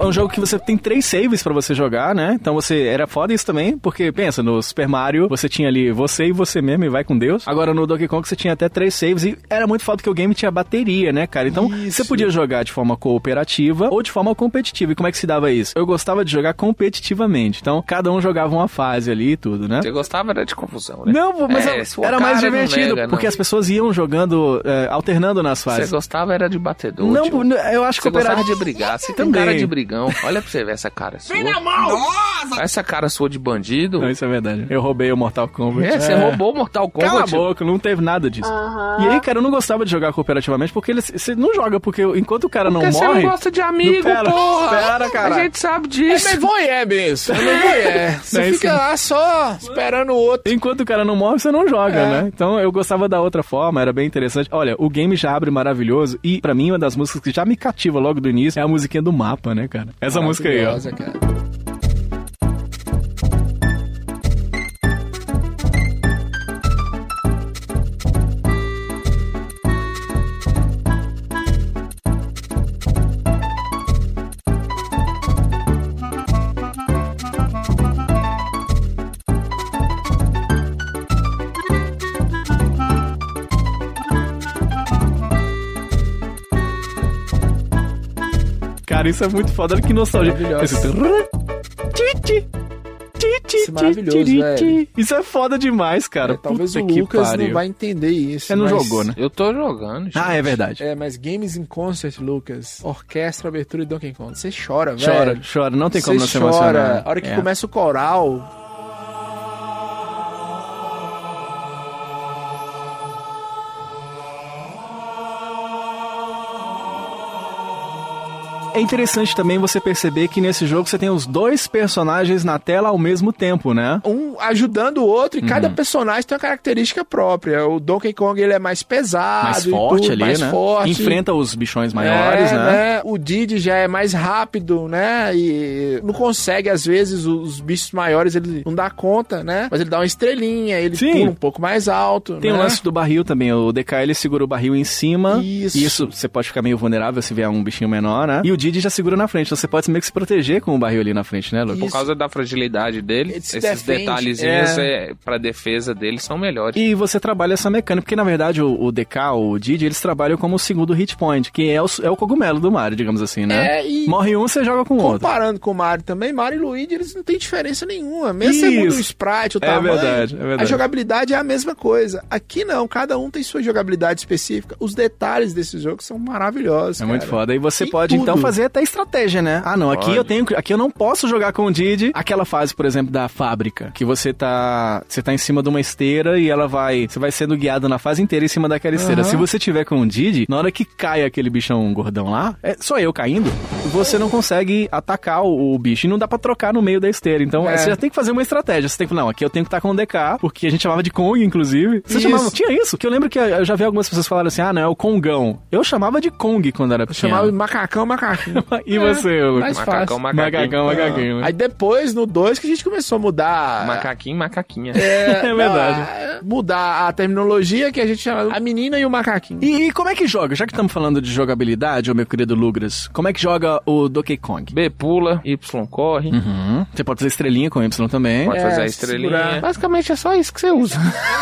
S4: É um jogo que você tem três saves pra você jogar, né? Então você era foda isso também, porque pensa, no Super Mario você tinha ali você e você mesmo e vai com Deus. Agora no Donkey Kong você tinha até três saves e era muito foda que o game tinha bateria, né, cara? Então você podia jogar de forma cooperativa ou de forma competitiva. E como é que se dava isso? Eu gostava de jogar competitivamente. Então cada um jogava uma fase ali e tudo, né?
S6: Você gostava era de confusão, né?
S4: Não, mas
S6: É,
S4: eu-
S6: se o
S4: era
S6: cara
S4: mais
S6: não
S4: divertido,
S6: nega,
S4: porque
S6: não.
S4: as pessoas iam jogando, é, alternando nas
S6: Você
S4: fases.
S6: gostava era de batedor.
S4: Não,
S6: tio.
S4: não, eu acho que
S6: Você
S4: o operário
S6: gostava de brigar, você tem
S4: Também.
S6: cara de brigão. Olha pra você ver essa cara sua. Essa cara sua de bandido.
S4: Não, isso é verdade. Eu roubei o Mortal Kombat.
S6: É, você roubou o Mortal Kombat.
S4: Cala a boca, não teve nada disso. E aí, cara, eu não gostava de jogar cooperativamente porque ele- você não joga, porque enquanto o cara
S6: Porque
S4: não
S6: você
S4: morre.
S6: não gosta de amigo,
S4: pera,
S6: porra.
S4: pera, cara.
S6: A gente sabe
S5: É
S6: disso.
S5: meio voyeur mesmo. É meio voyeur. Você
S4: Não é isso,
S5: fica
S4: não.
S5: lá só esperando o outro.
S4: Enquanto o cara não morre, você não joga,
S6: É.
S4: né? Então eu gostava da outra forma, era bem interessante. Olha, o game já abre maravilhoso e pra mim uma das músicas que já me cativa logo do início é a musiquinha do mapa, né, cara? Essa música aí, ó.
S5: Maravilhosa, cara.
S4: Cara, isso é muito foda, olha que nostalgia.
S5: Maravilhosa.
S4: Esse- Ti, ti, ti, ti,
S5: Isso é maravilhoso,
S4: ti, ti,
S5: velho.
S4: ti. Isso é foda demais, cara.
S5: É, talvez
S4: Puta
S5: o
S4: que
S5: Lucas
S4: pariu.
S5: não vai entender isso.
S4: Você não
S5: mas-
S4: jogou, né?
S6: Eu tô jogando. gente.
S4: Ah, é verdade.
S5: É, mas Games in Concert, Lucas, orquestra, abertura e Donkey Kong. Você chora, É, velho.
S4: Chora, chora, não tem como não se
S5: Você
S4: emocionar.
S5: chora. A hora que
S4: É.
S5: começa o coral.
S4: É interessante também você perceber que nesse jogo você tem os dois personagens na tela ao mesmo tempo, né?
S5: Um ajudando o outro, e
S4: Uhum.
S5: cada personagem tem uma característica própria. O Donkey Kong ele é mais pesado,
S4: Mais
S5: e
S4: forte
S5: tudo,
S4: ali,
S5: mais
S4: né?
S5: Forte.
S4: Enfrenta os bichões
S5: É,
S4: maiores, né?
S5: O Didi já é mais rápido, né? E não consegue, às vezes, os bichos maiores, ele não dá conta, né? Mas ele dá uma estrelinha, ele
S4: Sim.
S5: pula um pouco mais alto.
S4: Tem
S5: né?
S4: o lance do barril também. O DK ele segura o barril em cima.
S5: Isso.
S4: E isso você pode ficar meio vulnerável se vier um bichinho menor, né? E o Didi já segura na frente. Então você pode meio que se proteger com o barril ali na frente, né, Lucas?
S6: Por causa da fragilidade dele,
S5: Ele se
S6: esses
S5: defende,
S6: detalhezinhos
S5: é.
S6: é, pra defesa dele são melhores.
S4: E você trabalha essa mecânica, porque na verdade o, o DK, o Didi, eles trabalham como o segundo hit point, que é o, é o cogumelo do Mario, digamos assim, né?
S5: É, e-
S4: Morre um, você joga com o outro.
S5: Comparando com o Mario também, Mario e Luigi, eles não têm diferença nenhuma. Mesmo você muda o
S4: Isso.
S5: sprite, o
S4: É
S5: tamanho,
S4: verdade, é verdade.
S5: a jogabilidade é a mesma coisa. Aqui não, cada um tem sua jogabilidade específica. Os detalhes desse jogo são maravilhosos,
S4: É muito
S5: cara.
S4: foda. E você
S5: Tem
S4: pode,
S5: tudo.
S4: então, fazer até estratégia, né? Ah, não, aqui eu tenho. que- Aqui eu não posso jogar com o Didi. Aquela fase, por exemplo, da fábrica, que você tá. Você tá em cima de uma esteira e ela vai. Você vai sendo guiado na fase inteira em cima daquela esteira. Se você tiver com o Didi, na hora que cai aquele bichão gordão lá, é só eu caindo, você não consegue atacar o, o bicho. E não dá pra trocar no meio da esteira. Então,
S5: É.
S4: você já tem que fazer uma estratégia. Você tem que. Não, aqui eu tenho que estar com o DK, porque a gente chamava de Kong, inclusive. Você
S5: Isso.
S4: chamava. Tinha isso? Que eu lembro que eu já vi algumas pessoas falarem assim: ah, não, é o Congão. Eu chamava de Kong quando era
S5: Eu
S4: pequeno.
S5: chamava de macacão, macaquinho.
S4: E você, Lucas?
S5: mais fácil.
S6: Macacão, macaquinho.
S4: Macacão, macaquinho.
S5: Aí depois, no 2, que a gente começou a mudar...
S6: Macaquinho, macaquinha.
S5: É,
S4: É verdade.
S5: não, a- mudar a terminologia que a gente chama a menina e o macaquinho.
S4: E, e como é que joga? Já que estamos falando de jogabilidade, ô meu querido Lugras, como é que joga era o Donkey Kong.
S6: B pula, Y corre.
S4: Uhum. Você pode fazer estrelinha com Y também.
S6: Pode fazer a estrelinha. Basicamente é só isso que você usa.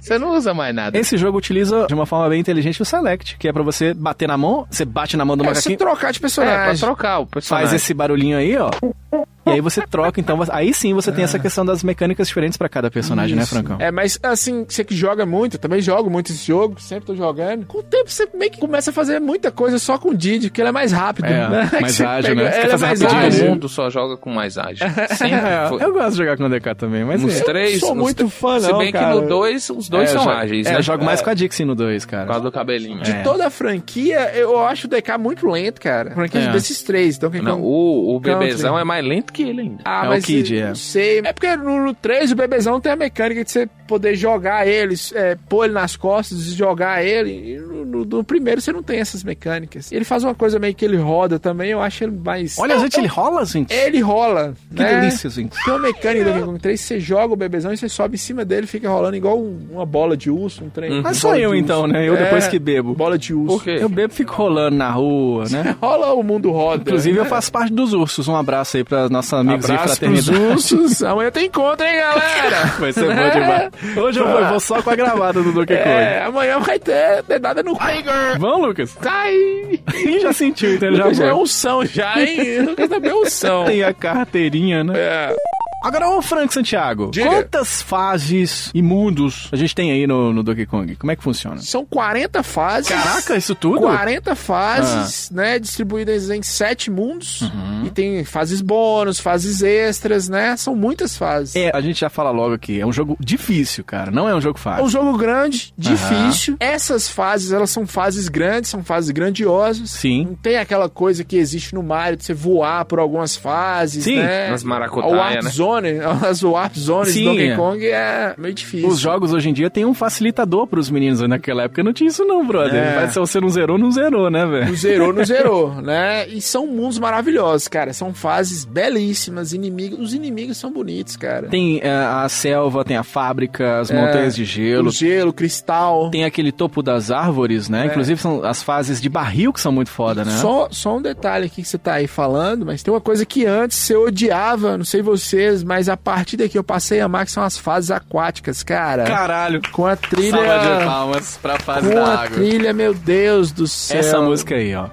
S6: você não usa mais nada.
S4: Esse jogo utiliza de uma forma bem inteligente o Select, que é pra você bater na mão, você bate na mão do
S5: É, se
S4: macaquinho,
S5: trocar de
S6: É, pra
S5: personagem.
S6: trocar o personagem.
S4: faz esse barulhinho aí, ó. E aí você troca, então você- aí sim
S5: Ah.
S4: você tem essa questão das mecânicas diferentes pra cada personagem, né, Francão?
S5: É, mas assim, você que joga muito, eu também jogo muito esse jogo, sempre tô jogando. Com o tempo você meio que começa a fazer muita coisa só com o Didi, porque ele é mais rápido.
S4: É,
S5: né?
S4: mais
S5: Você
S4: ágil, né? Você quer
S5: Ele é
S4: fazer
S5: mais
S4: rapidinho,
S6: Todo
S5: ágil.
S4: né?
S6: mundo só joga com mais ágil. Sempre
S4: É,
S6: foi.
S4: eu gosto de jogar com o DK também, mas
S6: Nos
S4: é.
S6: três.
S5: sou
S6: nos
S5: muito
S6: três-
S5: fã,
S6: Se
S5: não,
S6: bem
S5: cara.
S6: que no dois, os dois
S4: É, eu
S6: são
S4: jogo-
S6: ágeis,
S4: é,
S6: né?
S4: eu jogo mais com a Dixie no 2,
S6: Por
S4: cara.
S6: causa do cabelinho. é.
S4: É.
S5: De toda a franquia, eu acho o DK muito lento, cara. A franquia
S4: É.
S5: desses três. Então, quem
S6: Não,
S5: que-
S6: o, o
S5: Country.
S6: bebezão é mais lento que ele ainda.
S5: Ah,
S4: É o
S5: mas
S4: Kid,
S5: eu
S4: é.
S5: não sei. É porque no, no 3 o bebezão tem a mecânica de você poder jogar ele, é, pôr ele nas costas e jogar ele. E no, no- no primeiro você não tem essas mecânicas. Ele faz uma coisa meio que ele roda também, eu acho ele mais.
S4: Olha, gente, ele rola, gente.
S5: Ele rola.
S4: Que
S5: É, né?
S4: delícia, gente.
S5: Tem uma mecânica do Donkey Kong 3, você joga o bebezão e você sobe em cima dele, fica rolando igual um- uma bola de urso, um trem.
S4: Mas sou
S5: Bola de
S4: eu
S5: urso.
S4: então, né? Eu depois
S5: É,
S4: que bebo.
S5: Bola de urso.
S6: Por quê?
S4: Eu bebo e fico rolando na rua, né?
S5: Rola o mundo roda.
S4: Inclusive, eu faço parte dos ursos. Um abraço aí para nossos amigos de
S5: Abraço pros
S4: fraternidade.
S5: ursos. Amanhã tem encontro, hein, galera?
S4: Vai ser bom demais. Hoje eu vou, eu vou só com a gravada do Donkey Kong.
S5: É, amanhã vai ter dedada no Tiger.
S4: Vamos, Lucas?
S5: Sai!
S4: Quem já sentiu, então ele já
S5: Já, é
S4: foi.
S5: unção já, hein? Lucas também é unção.
S4: Tem a carteirinha, né?
S5: É.
S4: Agora, ô Frank Santiago,
S5: Diga.
S4: quantas fases e mundos a gente tem aí no, no Donkey Kong? Como é que funciona?
S5: São 40 fases.
S4: Caraca, isso tudo? Ah.
S5: 40 fases, né? Distribuídas em sete mundos.
S4: Uhum.
S5: E tem fases bônus, fases extras, né? São muitas fases.
S4: É, a gente já fala logo aqui, é um jogo difícil, cara, não é um jogo
S5: É
S4: fácil.
S5: um jogo grande, difícil. Essas fases, elas são fases grandes, são fases grandiosas.
S4: Sim.
S5: Não tem aquela coisa que existe no Mario de você voar por algumas fases,
S4: Sim,
S5: né?
S6: nas maracutaia,
S5: O Warp
S6: né?
S5: Zone, as Warp Zones
S4: Sim,
S5: do Donkey
S4: é.
S5: Kong é meio difícil.
S4: Os jogos hoje em dia tem um facilitador pros meninos, né? naquela época não tinha isso não, brother.
S5: É.
S4: Mas se você não zerou, não zerou, né,
S5: Não
S4: velho?
S5: zerou, não zerou, né? E são mundos maravilhosos, cara. São fases belíssimas, inimigos. Os inimigos são bonitos, cara.
S4: Tem é, a selva, tem a fábrica, as montanhas de gelo,
S5: o gelo, cristal.
S4: Tem aquele topo das árvores, né? Inclusive são as fases de barril que são muito foda, né?
S5: Só, só um detalhe aqui que você tá aí falando, mas tem uma coisa que antes você odiava, não sei vocês, mas a partir daqui eu passei a amar, que são as fases aquáticas, cara.
S4: Caralho,
S5: com a trilha.
S4: É. salva de palmas pra fase
S5: Com
S4: da
S5: a
S4: água.
S5: trilha, meu Deus do céu.
S4: Essa música aí, ó.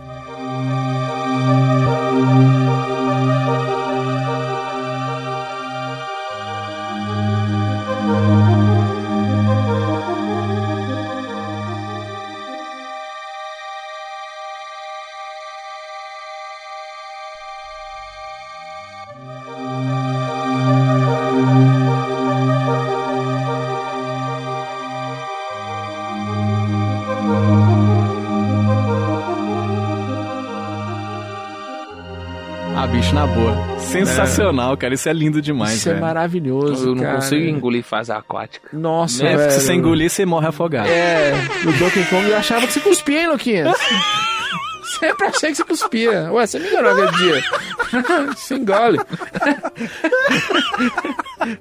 S4: Ah, bicho, na boa. Sensacional, cara. Isso é lindo demais,
S5: Isso é
S4: velho.
S5: maravilhoso.
S6: Eu não
S5: cara.
S6: consigo engolir fase aquática.
S5: Nossa,
S4: É, porque
S5: velho.
S4: se você engolir, você morre afogado.
S5: É, no Donkey Kong eu achava que você cuspia, hein, Luquinhas? Sempre achei que você cuspia. Ué, você me enganou aquele dia. você engole.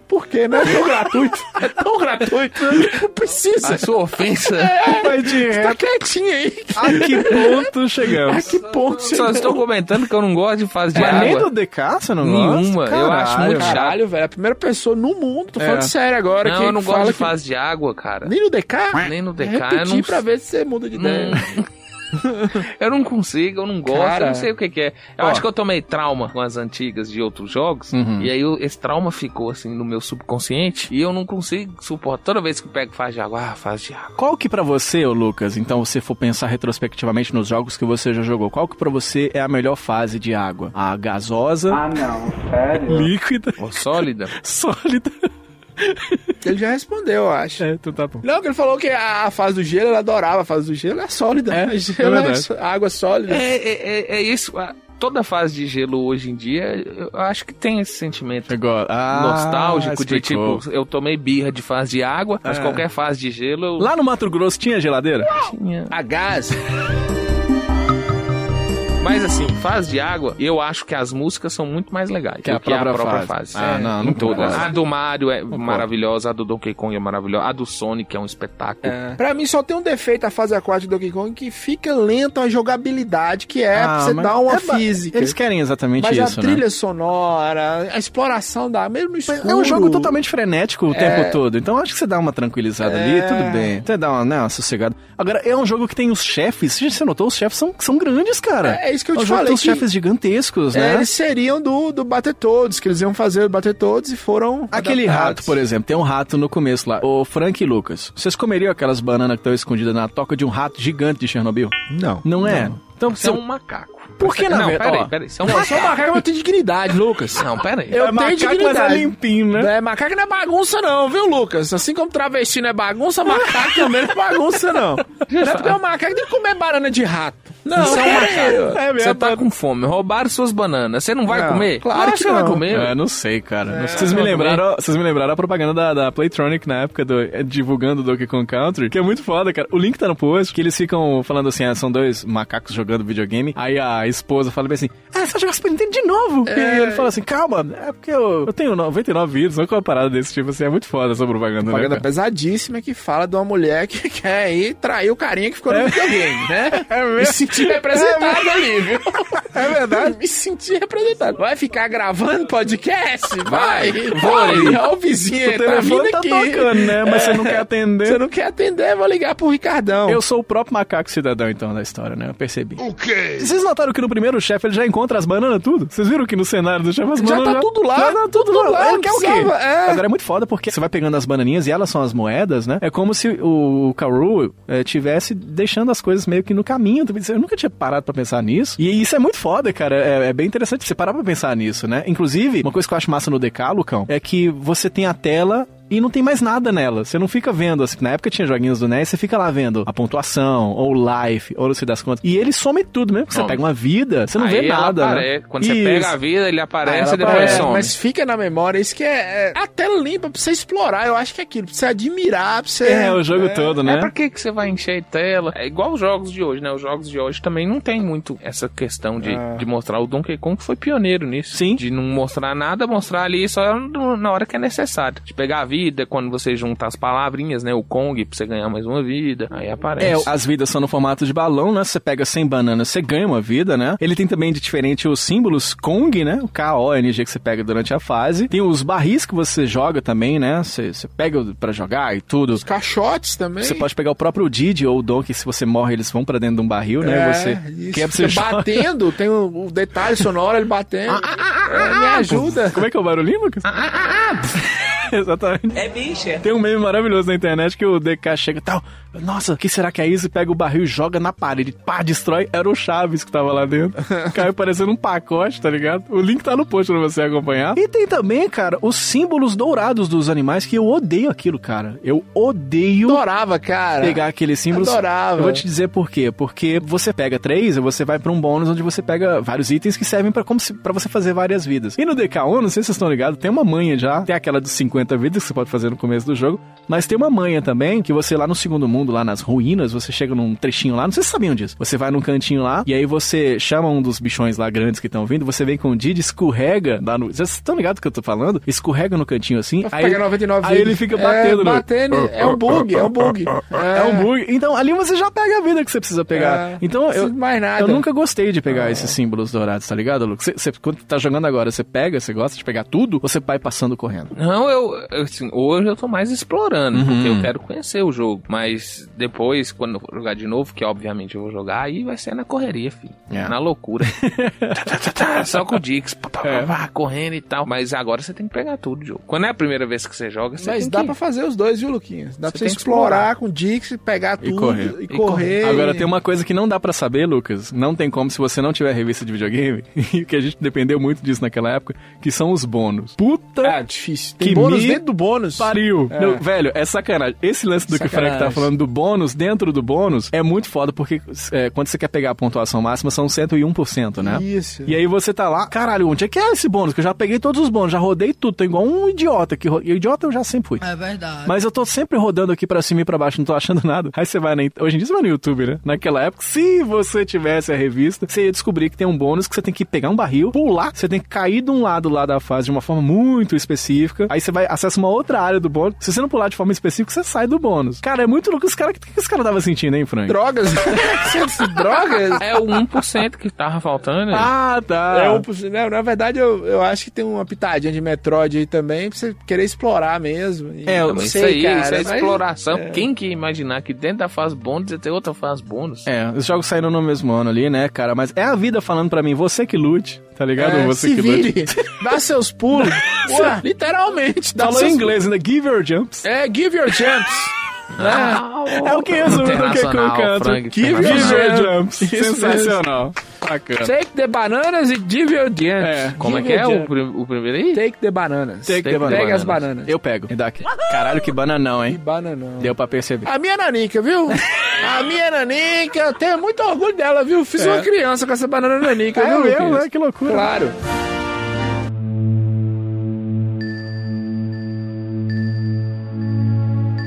S5: Por quê, né? É tão gratuito. É tão gratuito. né? Não precisa.
S6: A sua ofensa.
S4: Mas de
S5: Você
S4: reto,
S5: tá quietinho aí.
S4: a que ponto
S5: A
S4: chegamos?
S5: que ponto você
S6: Só estou comentando que eu não gosto de fase de
S4: Mas nem do
S6: água.
S4: DK você não
S6: Nenhuma.
S4: gosta?
S6: Eu acho muito chato.
S5: Caralho, velho. A primeira pessoa no mundo, tô falando
S4: É.
S5: sério agora,
S6: Não,
S5: que
S6: eu não
S5: fala
S6: gosto de
S5: que...
S6: fase de água, cara.
S5: Nem no DK?
S6: Nem no DK,
S5: Repeti
S6: eu não- Hum.
S5: pra ver se você muda de ideia.
S6: eu não consigo, eu não gosto,
S5: Cara.
S6: eu não sei o que, que é. Eu
S4: Ó.
S6: acho que eu tomei trauma com as antigas de outros jogos,
S4: Uhum.
S6: e aí eu- esse trauma ficou assim no meu subconsciente, e eu não consigo suportar. Toda vez que eu pego fase de água, ah, fase de água.
S4: Qual que pra você, ô Lucas, então você for pensar retrospectivamente nos jogos que você já jogou, qual que pra você é a melhor fase de água? A gasosa? Ah, não, sério? Líquida,
S6: Ô, sólida.
S4: sólida.
S5: Ele já respondeu, eu acho.
S4: É, tu tá bom.
S5: Não, que ele falou que a a fase do gelo, ele adorava a fase do gelo, é sólida.
S4: É,
S5: É, gelo
S4: é
S5: é,
S4: verdade.
S5: só- água sólida.
S6: É, é, é- é isso. a- Toda fase de gelo hoje em dia, eu acho que tem esse sentimento.
S4: Agora, ah,
S6: nostálgico
S4: explicou.
S6: de tipo, eu tomei birra de fase de água, mas
S4: É.
S6: qualquer fase de gelo eu
S4: Lá no Mato Grosso tinha geladeira?
S6: tinha.
S5: A gás.
S6: Mas assim, fase de água, eu acho que as músicas são muito mais legais
S12: Que a
S6: do que a
S12: própria
S6: própria
S12: fase.
S6: fase.
S12: Ah,
S6: É,
S12: não,
S6: em
S12: não
S6: todas.
S12: concordo.
S6: A do Mario é maravilhosa, a do Donkey Kong é maravilhosa, a do Sonic é um espetáculo.
S5: Pra mim só tem um defeito a fase aquática do Donkey Kong que fica lento a jogabilidade, que é pra
S4: Ah,
S5: você
S4: mas
S5: dar uma
S4: é ba-
S5: física.
S4: Eles querem exatamente
S5: mas
S4: isso,
S5: a
S4: né?
S5: trilha sonora, a exploração da mesmo no escuro.
S4: É um jogo totalmente frenético o
S5: É.
S4: tempo todo. Então acho que você dá uma tranquilizada ali,
S5: É.
S4: tudo bem. Você dá uma, né, uma sossegada. Agora, é um jogo que tem os chefes. Gente, você notou? Os chefes são, são grandes, cara.
S5: É, é isso que eu
S4: um
S5: te
S4: jogo
S5: falei
S4: Tem os
S5: que-
S4: chefes gigantescos,
S5: É,
S4: né?
S5: Eles seriam do, do Battletoads, que eles iam fazer o Battletoads e foram.
S4: Aquele rato, por exemplo, tem um rato no começo lá. O Frank e Lucas, vocês comeriam aquelas bananas que estão escondidas na toca de um rato gigante de Chernobyl?
S5: Não.
S4: Não é? Então,
S6: Isso é
S4: você-
S6: um macaco.
S4: Por que na
S6: não?
S4: verdade-
S6: Peraí,
S4: ó.
S6: peraí. Isso é um
S5: Não, só
S6: macaco.
S5: macaco não tem dignidade, Lucas.
S6: Não, peraí.
S5: Eu
S4: É
S5: tenho
S4: macaco, mas é
S5: dignidade.
S4: limpinho, né?
S5: Não É, macaco não é bagunça, não, viu, Lucas? Assim como travesti não é bagunça, macaco também não é bagunça, não. Não é porque o macaco tem que comer banana de rato. Não,
S6: Isso é um macaco.
S4: É mesmo,
S6: você tá
S4: tá-
S6: com fome. Roubaram suas bananas. Você não vai
S5: Não,
S6: comer?
S5: claro
S6: Claro
S5: que
S6: que você vai
S5: não.
S6: comer.
S4: É, não sei, cara. Não sei. Vocês, me
S6: Tudo bem.
S4: lembraram, vocês me lembraram a propaganda da, da Playtronic na época, do, eh, divulgando o Donkey Kong Country, que é muito foda, cara. O link tá no post, que eles ficam falando assim, ah, são dois macacos jogando videogame, aí a esposa fala bem assim, ah, você joga Super Nintendo de novo? E ele fala assim, calma, é porque eu, eu tenho 99 vírus, não é uma parada desse tipo, assim, é muito foda essa propaganda, né,
S5: Propaganda
S4: cara?
S5: pesadíssima que fala de uma mulher que quer ir trair o carinha que ficou no videogame, né? É mesmo. Me senti representado ali, viu? É verdade. Me senti representado. Vai ficar gravando podcast? Vai.
S6: Vai.
S5: Olha o vizinho,
S4: O
S5: tá vindo
S4: telefone tá
S5: aqui.
S4: tocando, né? Mas você não quer atender.
S5: Você não quer atender, vou ligar pro Ricardão.
S4: Eu sou o próprio macaco cidadão, então, da história, né? Eu percebi.
S1: O quê?
S4: Vocês notaram que no primeiro chefe ele já encontra as bananas tudo? Vocês viram que no cenário do chefe as
S5: Já
S4: bananas.
S5: tá tudo lá,
S4: Já tá tudo, lá.
S5: lá,
S4: Ele
S5: não
S4: quer o quê?
S5: precisava, é.
S4: Agora é muito foda porque você vai pegando as bananinhas e elas são as moedas, né? É como se o Karu eh, tivesse deixando as coisas meio que no caminho. Eu nunca tinha parado pra pensar nisso. E isso é muito foda, cara. É, é bem interessante você parar pra pensar nisso, né? Inclusive, uma coisa que eu acho massa no Decalo, Cão, é que você tem a tela e não tem mais nada nela. Você não fica vendo, assim, na época tinha joguinhos do NES, você fica lá vendo a pontuação, ou life, ou não sei das contas. E ele some tudo, mesmo que você
S6: Some.
S4: pega uma vida, você não
S6: Aí
S4: vê
S6: ela
S4: nada.
S6: apare-
S4: né?
S6: Quando você pega a vida, ele aparece
S4: ela
S6: e depois
S4: aparece,
S5: É,
S6: some.
S5: mas fica na memória, isso que é, é a tela limpa pra você explorar, eu acho que é aquilo, pra você admirar, pra você...
S4: É, o jogo todo, né?
S6: É pra que, que você vai encher tela? É igual os jogos de hoje, né? Os jogos de hoje também não tem muito essa questão de, de mostrar. O Donkey Kong foi pioneiro nisso.
S4: Sim.
S6: De não mostrar nada, mostrar ali só no- na hora que é necessário. De pegar a vida, quando você junta as palavrinhas, né? O Kong, pra você ganhar mais uma vida. Aí aparece.
S4: É, as vidas são no formato de balão, né? Você pega 100 bananas, você ganha uma vida, né? Ele tem também de diferente os símbolos Kong, né? O K-O-N-G que você pega durante a fase. Tem os barris que você joga também, né? Você, você pega pra jogar e tudo.
S5: Os caixotes também.
S4: Você pode pegar o próprio Didi ou o Donkey, se você morre, eles vão pra dentro de um barril, né?
S5: É,
S4: Você quebra,
S5: isso, fica
S4: você joga.
S5: batendo, tem o, o detalhe sonoro, ele batendo.
S4: Ah,
S5: É, me ajuda.
S4: Como é que é o barulhinho, Lucas? Exatamente. ah, É bicha. Tem um meme maravilhoso na internet que o DK chega e tal. Nossa, o que será que é isso? E Pega o barril e joga na parede. Pá, destrói. Era o Chaves que tava lá dentro. Caiu parecendo um pacote, tá ligado? O link tá no post pra você acompanhar. E tem também, cara, os símbolos dourados dos animais que eu odeio aquilo, cara. Eu odeio
S5: Adorava, cara.
S4: pegar aqueles símbolos.
S5: Adorava.
S4: Eu vou te dizer por quê. Porque você pega três, você vai pra um bônus onde você pega vários itens que servem pra como se- pra você fazer várias vidas. E no DK1, não sei se vocês estão ligados, tem uma manha já. Tem aquela dos 50 vidas que você pode fazer no começo do jogo. Mas tem uma manha também que você lá no segundo mundo, lá nas ruínas, você chega num trechinho lá. Não sei se vocês sabiam disso. Você vai num cantinho lá e aí você chama um dos bichões lá grandes que estão vindo. Você vem com o Didi, escorrega lá no. Vocês estão ligados do que eu tô falando? Escorrega no cantinho assim.
S5: Pra
S4: Aí,
S5: pegar 99
S4: aí
S5: vidas.
S4: ele fica batendo no-
S5: É, batendo, é um bug, é um bug. É,
S4: é um bug. Então ali você já pega a vida que você precisa pegar.
S5: É. Ah.
S4: então
S5: Não precisa
S4: eu,
S5: de mais nada.
S4: eu nunca gostei de pegar esses símbolos dourados, tá ligado, Lucas? Você, você- quando tá jogando agora, você pega, você gosta de pegar tudo ou você vai passando correndo?
S6: Não, eu. eu, Assim, hoje eu tô mais explorando, porque
S5: Uhum.
S6: eu quero conhecer o jogo. Mas depois, quando eu for jogar de novo, que obviamente eu vou jogar, aí vai ser na correria, filho.
S4: É.
S6: Na loucura. Tá, tá, tá, tá, Só com o Dix, pá, pá, pá,
S5: É.
S6: pá, correndo e tal. Mas agora você tem que pegar tudo, jogo. Quando é a primeira vez que você joga, você
S5: Mas
S6: tem
S5: dá
S6: que...
S5: pra fazer os dois, viu, Luquinhas? Dá pra
S6: Você
S5: você
S6: tem que
S5: explorar com o Dix, pegar tudo
S4: correr.
S5: e correr.
S4: Agora tem um uma coisa que não dá pra saber, Lucas. Não tem como se você não tiver revista de videogame, e que a gente dependeu muito disso naquela época, que são os bônus. Puta
S5: Ah, difícil. Tem
S4: que
S5: bônus bônus dentro do bônus.
S4: Pariu.
S5: É.
S4: Não, velho, é sacanagem. Esse lance do que o Frank
S5: Sacanagem.
S4: tá falando do bônus, dentro do bônus, é muito foda, porque é, quando você quer pegar a pontuação máxima, são 101%, né?
S5: Isso.
S4: E aí você tá lá, caralho, onde é que é esse bônus? Que eu já peguei todos os bônus, já rodei tudo, tô igual um idiota. Que ro... E idiota eu já sempre fui.
S12: É verdade.
S4: Mas eu tô sempre rodando aqui pra cima e pra baixo, não tô achando nada. Aí você vai na. Hoje em dia você vai no YouTube, né? Naquela época, se você tivesse a revista, você ia descobrir que tem um bônus que você tem que pegar um barril, pular, você tem que cair de um lado lá da fase de uma forma muito específica. Aí você vai acessa uma outra área do bônus. Se você não pular de forma específica, você sai do bônus. Cara, é muito louco. Os cara, o que que esse cara tava sentindo, hein, Frank?
S5: Drogas? Drogas?
S6: É o 1% que tava faltando. né?
S4: Ah, tá.
S5: É um por cento. Não, na verdade, eu, eu acho que tem uma pitadinha de Metroid aí também, pra você querer explorar mesmo. E
S6: É,
S5: eu
S6: mas
S5: sei,
S6: isso aí,
S5: cara,
S6: isso é
S5: mas-
S6: exploração.
S5: é.
S6: Quem que ia imaginar que dentro da fase bônus ia ter outra fase bônus?
S4: É, os jogos saíram no mesmo ano ali, né, cara? Mas é a vida falando pra mim, você que lute, tá ligado?
S5: É,
S4: você
S5: se
S4: que
S5: vire,
S4: lute.
S5: dá seus pulos. Ué, literalmente, dá
S4: Falou
S5: seus
S4: em é inglês ainda, give your jumps.
S5: É, give your jumps.
S6: Ah,
S4: É o que resume do que
S6: Internacional, Frank,
S4: canto. Give
S6: internacional.
S4: your jumps.
S5: Isso mesmo.
S4: Sensacional. Bacana.
S5: Take the bananas e give your jumps.
S4: É.
S6: Como é
S5: Give
S6: que é
S5: your
S6: o,
S5: jumps.
S6: prim- o primeiro aí?
S5: Take the bananas.
S4: Take the
S5: Pega as
S4: bananas.
S5: bananas.
S4: Eu pego. Me dá aqui. Ah, Caralho, que bananão, hein?
S5: Bananão.
S4: Deu pra perceber.
S5: A minha nanica, viu? A minha nanica, eu tenho muito orgulho dela, viu? Fiz uma criança com essa banana nanica,
S4: Ah,
S5: viu? Luquinhas?
S4: é né? Que loucura.
S5: Claro.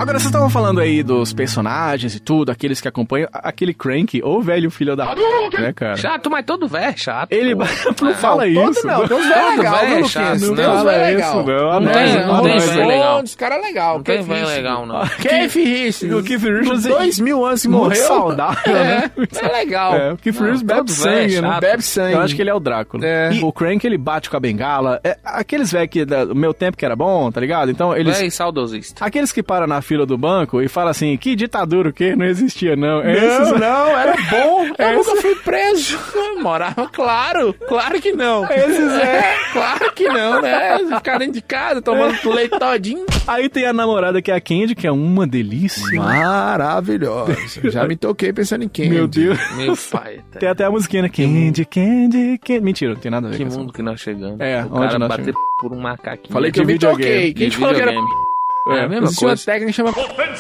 S4: Agora, vocês estavam falando aí dos personagens e tudo, aqueles que acompanham. a- Aquele Crank, ou velho filho da... p***, Né, cara?
S6: Chato, mas todo velho é chato.
S4: Ele...
S6: pô.
S4: Não fala
S5: Todo
S4: isso.
S5: não, tem uns velhos
S6: Todo
S5: legais,
S6: velho é
S5: viu,
S6: chato,
S5: Luquinhas? Tem
S6: não
S5: uns
S6: fala
S5: velhos
S4: né? isso,
S5: legais.
S4: não.
S5: Não
S4: Não
S5: tem,
S4: tem,
S5: não
S4: não
S5: tem
S4: tem né?
S5: velho
S4: velho é
S5: legal.
S6: legal.
S5: Os caras legal.
S6: Não tem
S5: Keith
S6: velho
S5: Richards.
S6: legal, não.
S5: Keith Richards.
S4: O Keith Richards
S5: Com dois mil anos que
S4: Muito
S5: morreu.
S4: saudável,
S5: é,
S4: né?
S5: É legal.
S4: É, o Keith Reeves bebe
S6: todo velho
S4: sangue,
S6: é
S4: né?
S6: chato.
S5: Bebe sangue.
S4: Eu acho que ele é o Drácula.
S5: É.
S4: E o Crank, ele bate com a bengala. É, aqueles velhos que... da- O meu tempo que era bom, tá ligado? Então, eles...
S6: Velho saudosista.
S4: Aqueles que param na fila do banco e falam assim, que ditadura o quê? Não existia, não. É
S5: Não,
S4: esses-
S5: não, era bom. Eu
S4: Esse-
S5: nunca fui preso. Eu morava, claro, claro que não.
S4: Esses
S5: é, claro que não, né? Ficar dentro de casa tomando leite todinho.
S4: Aí tem a namorada que é a Candy, que é uma delícia.
S5: Maravilhoso. Já me toquei pensando em quem.
S4: Meu Deus.
S6: Meu pai. tá?
S4: Ah, Tem até a musiquinha, né? Candy, Candy, Candy. Mentira, não tem nada a ver
S6: Que
S4: com essa
S6: mundo que nós chegamos.
S4: É,
S6: o
S4: onde
S6: cara
S4: nós
S6: bater
S4: chegamos?
S6: p- por um macaquinho.
S4: Falei que
S5: Eu me
S4: videogame.
S5: toquei. Quem te falou que era
S6: videogame.
S5: p***?
S6: É a mesma
S5: Existe uma
S6: coisa.
S5: técnica que chama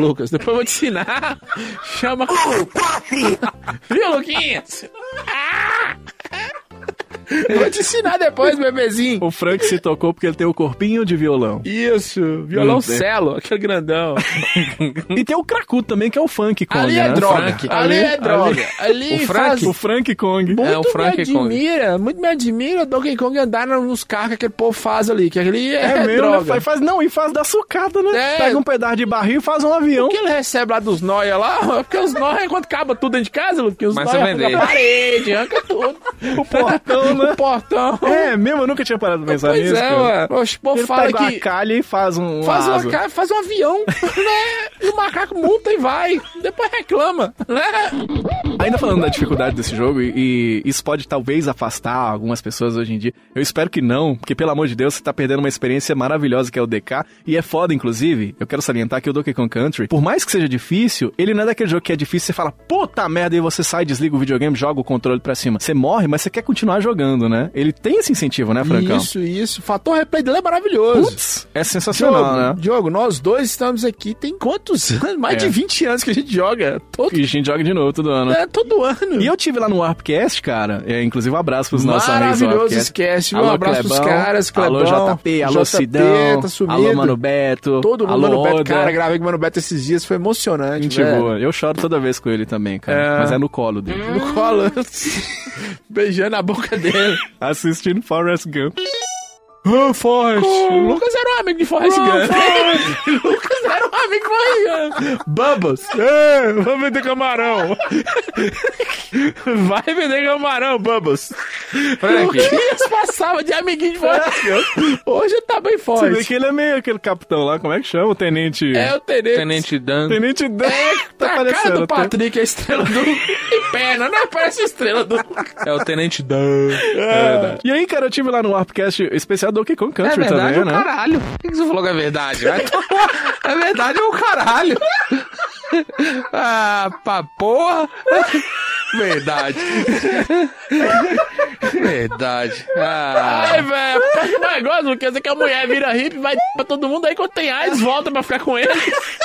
S5: Lucas, depois eu vou te ensinar. Chama Viu, Luquinhas? Ah! Vou te ensinar depois, bebezinho.
S4: O Frank se tocou porque ele tem o corpinho de violão.
S5: Isso, violoncelo, aquele grandão.
S4: E tem o Cracudo também, que é o funk Kong,
S5: Hum? Ali
S4: né?
S5: é droga.
S6: Frank.
S5: Ali é droga. Ali
S6: O
S5: faz-
S6: Frank.
S4: O Frank Kong.
S5: Muito
S6: É, o Frank
S5: me
S6: Kong.
S5: admira, muito me admira o Donkey Kong andar nos carros que aquele povo faz ali, que aquele é,
S4: É mesmo, né?
S5: droga.
S4: Faz- Faz, não, e faz da sucata, né?
S5: É.
S4: Pega um pedaço de barril e faz um avião.
S5: O que ele recebe lá dos nóia lá? Porque os nóia, é quando acaba tudo dentro de casa, Luquinha, os
S6: Mas
S5: nóia
S6: você vende.
S5: arranca a parede, arranca tudo.
S4: O portão, né?
S5: o portão.
S4: É mesmo, eu nunca tinha parado pra pensar
S5: pois
S4: nisso.
S5: é,
S4: cara.
S5: mano. O povo
S4: Ele
S5: fala
S4: pega
S5: que...
S4: a calha e faz um
S5: Faz,
S4: uma
S5: uma
S4: asa.
S5: ca- faz um avião, né? E o macaco multa e vai. Depois reclama, né?
S4: Ainda falando da dificuldade desse jogo, e, e isso pode talvez afastar algumas pessoas hoje em dia. Eu espero que não, porque pelo amor de Deus, você tá perdendo uma experiência maravilhosa que é o DK. E é foda, inclusive, eu quero salientar que o Donkey Kong Country, por mais que seja difícil, ele não é daquele jogo que é difícil, você fala, puta merda, e você sai, desliga o videogame, joga o controle pra cima. Você morre, mas você quer continuar jogando, né? Ele tem esse incentivo, né, Francão?
S5: Isso, isso. O fator replay dele é maravilhoso.
S4: Putz, é
S5: Diogo,
S4: sensacional, né?
S5: Diogo, nós dois estamos aqui tem quantos anos? Mais
S4: É.
S5: de 20 anos que a gente joga. Todo,
S4: E a gente joga de novo todo ano.
S5: é, todo ano.
S4: né? E eu tive lá no Warpcast, cara. É, inclusive, um abraço pros nossos amigos do
S5: Maravilhoso
S4: Warpcast.
S5: esquece. Um
S4: Alô,
S5: abraço pros
S4: Clebão.
S5: caras, Clebão.
S4: Alô, JP, alô, Sidão.
S5: tá sumido.
S4: alô, Mano Beto.
S5: Todo mundo,
S4: alô,
S5: Mano Beto.
S4: Oda.
S5: Cara, gravei com o Mano Beto esses dias, foi emocionante,
S4: Gente
S5: velho.
S4: boa. Eu choro toda vez com ele também, cara.
S5: É.
S4: Mas é no colo dele.
S5: No colo, beijando a boca dele.
S4: Assistindo Forrest Gump.
S5: Ah, Forrest. O Lucas era um amigo de Forrest Gump. O Lucas era um amigo de Forrest Gump. Bubbles. É, vamos vender camarão. Vai vender camarão, Bubbles. O que eles passavam de amiguinho de Forrest Gump? Hoje tá bem
S4: Você vê
S5: forte.
S4: que ele é meio aquele capitão lá, como é que chama? O tenente.
S5: É o Tenente.
S6: Tenente Dan.
S4: Tenente Dan.
S5: Tá a cara do
S4: tá?
S5: Patrick, a estrela do... E perna, não parece estrela do...
S6: É o Tenente Dan.
S4: E aí, cara, eu tive lá no Warpcast especial Donkey Kong
S6: É
S4: Country
S6: verdade
S4: também,
S6: ou
S4: né?
S6: caralho? Por que que você falou que é verdade? Vai tomar- É verdade ou caralho? Ah, pra porra. Verdade. Verdade.
S12: Ai,
S6: Ah,
S12: velho, é o negócio, porque eu sei que a mulher vira hippie, vai pra todo mundo, aí quando tem AIDS, volta pra ficar com ele.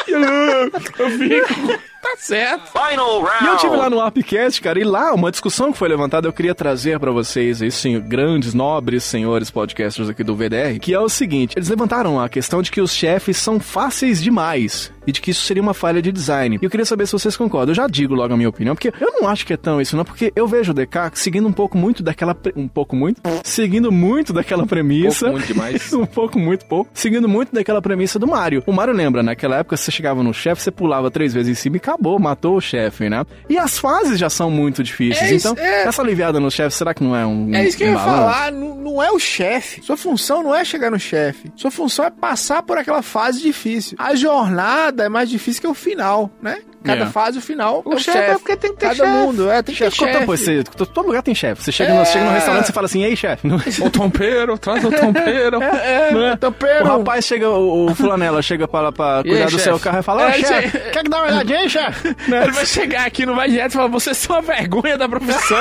S12: Eu fico. Tá certo. Final round.
S4: E eu tive lá no Upcast, cara, e lá uma discussão que foi levantada, eu queria trazer pra vocês, aí, sim, grandes, nobres senhores podcasters aqui do VDR, que é o seguinte, eles levantaram a questão de que os chefes são fáceis demais e de que isso seria uma falha de design. E eu queria saber se vocês concordam. Eu já digo logo a minha opinião, porque eu não acho que é tão isso não, porque eu vejo o DK seguindo um pouco muito daquela pre- um pouco muito, seguindo muito daquela premissa.
S6: muito demais.
S4: um pouco, muito pouco. Seguindo muito daquela premissa do Mario. O Mario lembra, naquela época você chegava no chefe, você pulava três vezes em cima e acabou, matou o chefe, né? E as fases já são muito difíceis.
S5: É isso,
S4: então,
S5: é.
S4: essa aliviada no chefe, será que não é um.
S5: É isso que eu
S4: um
S5: ia
S4: balanço?
S5: falar, não, não é o chefe. Sua função não é chegar no chefe. Sua função é passar por aquela fase difícil. A jornada é mais difícil que o final, né? Cada
S4: É.
S5: fase, o final,
S12: O chefe é porque tem que ter
S5: Cada
S12: chefe.
S5: mundo, é, tem que ter
S4: Chefe,
S5: chefe.
S4: todo, pô, você- todo- todo lugar tem chefe. Você chega, no,
S5: É.
S4: chega no restaurante e fala assim: ei, chefe. não-
S6: o tompeiro, traz o tompeiro.
S5: É,
S4: Não é?
S5: é, tampeiro.
S4: O rapaz chega, o, o fulanela chega pra, pra
S6: E
S4: cuidar
S6: aí,
S4: do
S6: chefe?
S4: seu carro e fala, ô
S5: É,
S4: chefe,
S5: che-
S4: quer que dá uma olhadinha aí, chefe?
S12: Ele vai chegar aqui no Vai Direto e falar: vocês são a vergonha da profissão.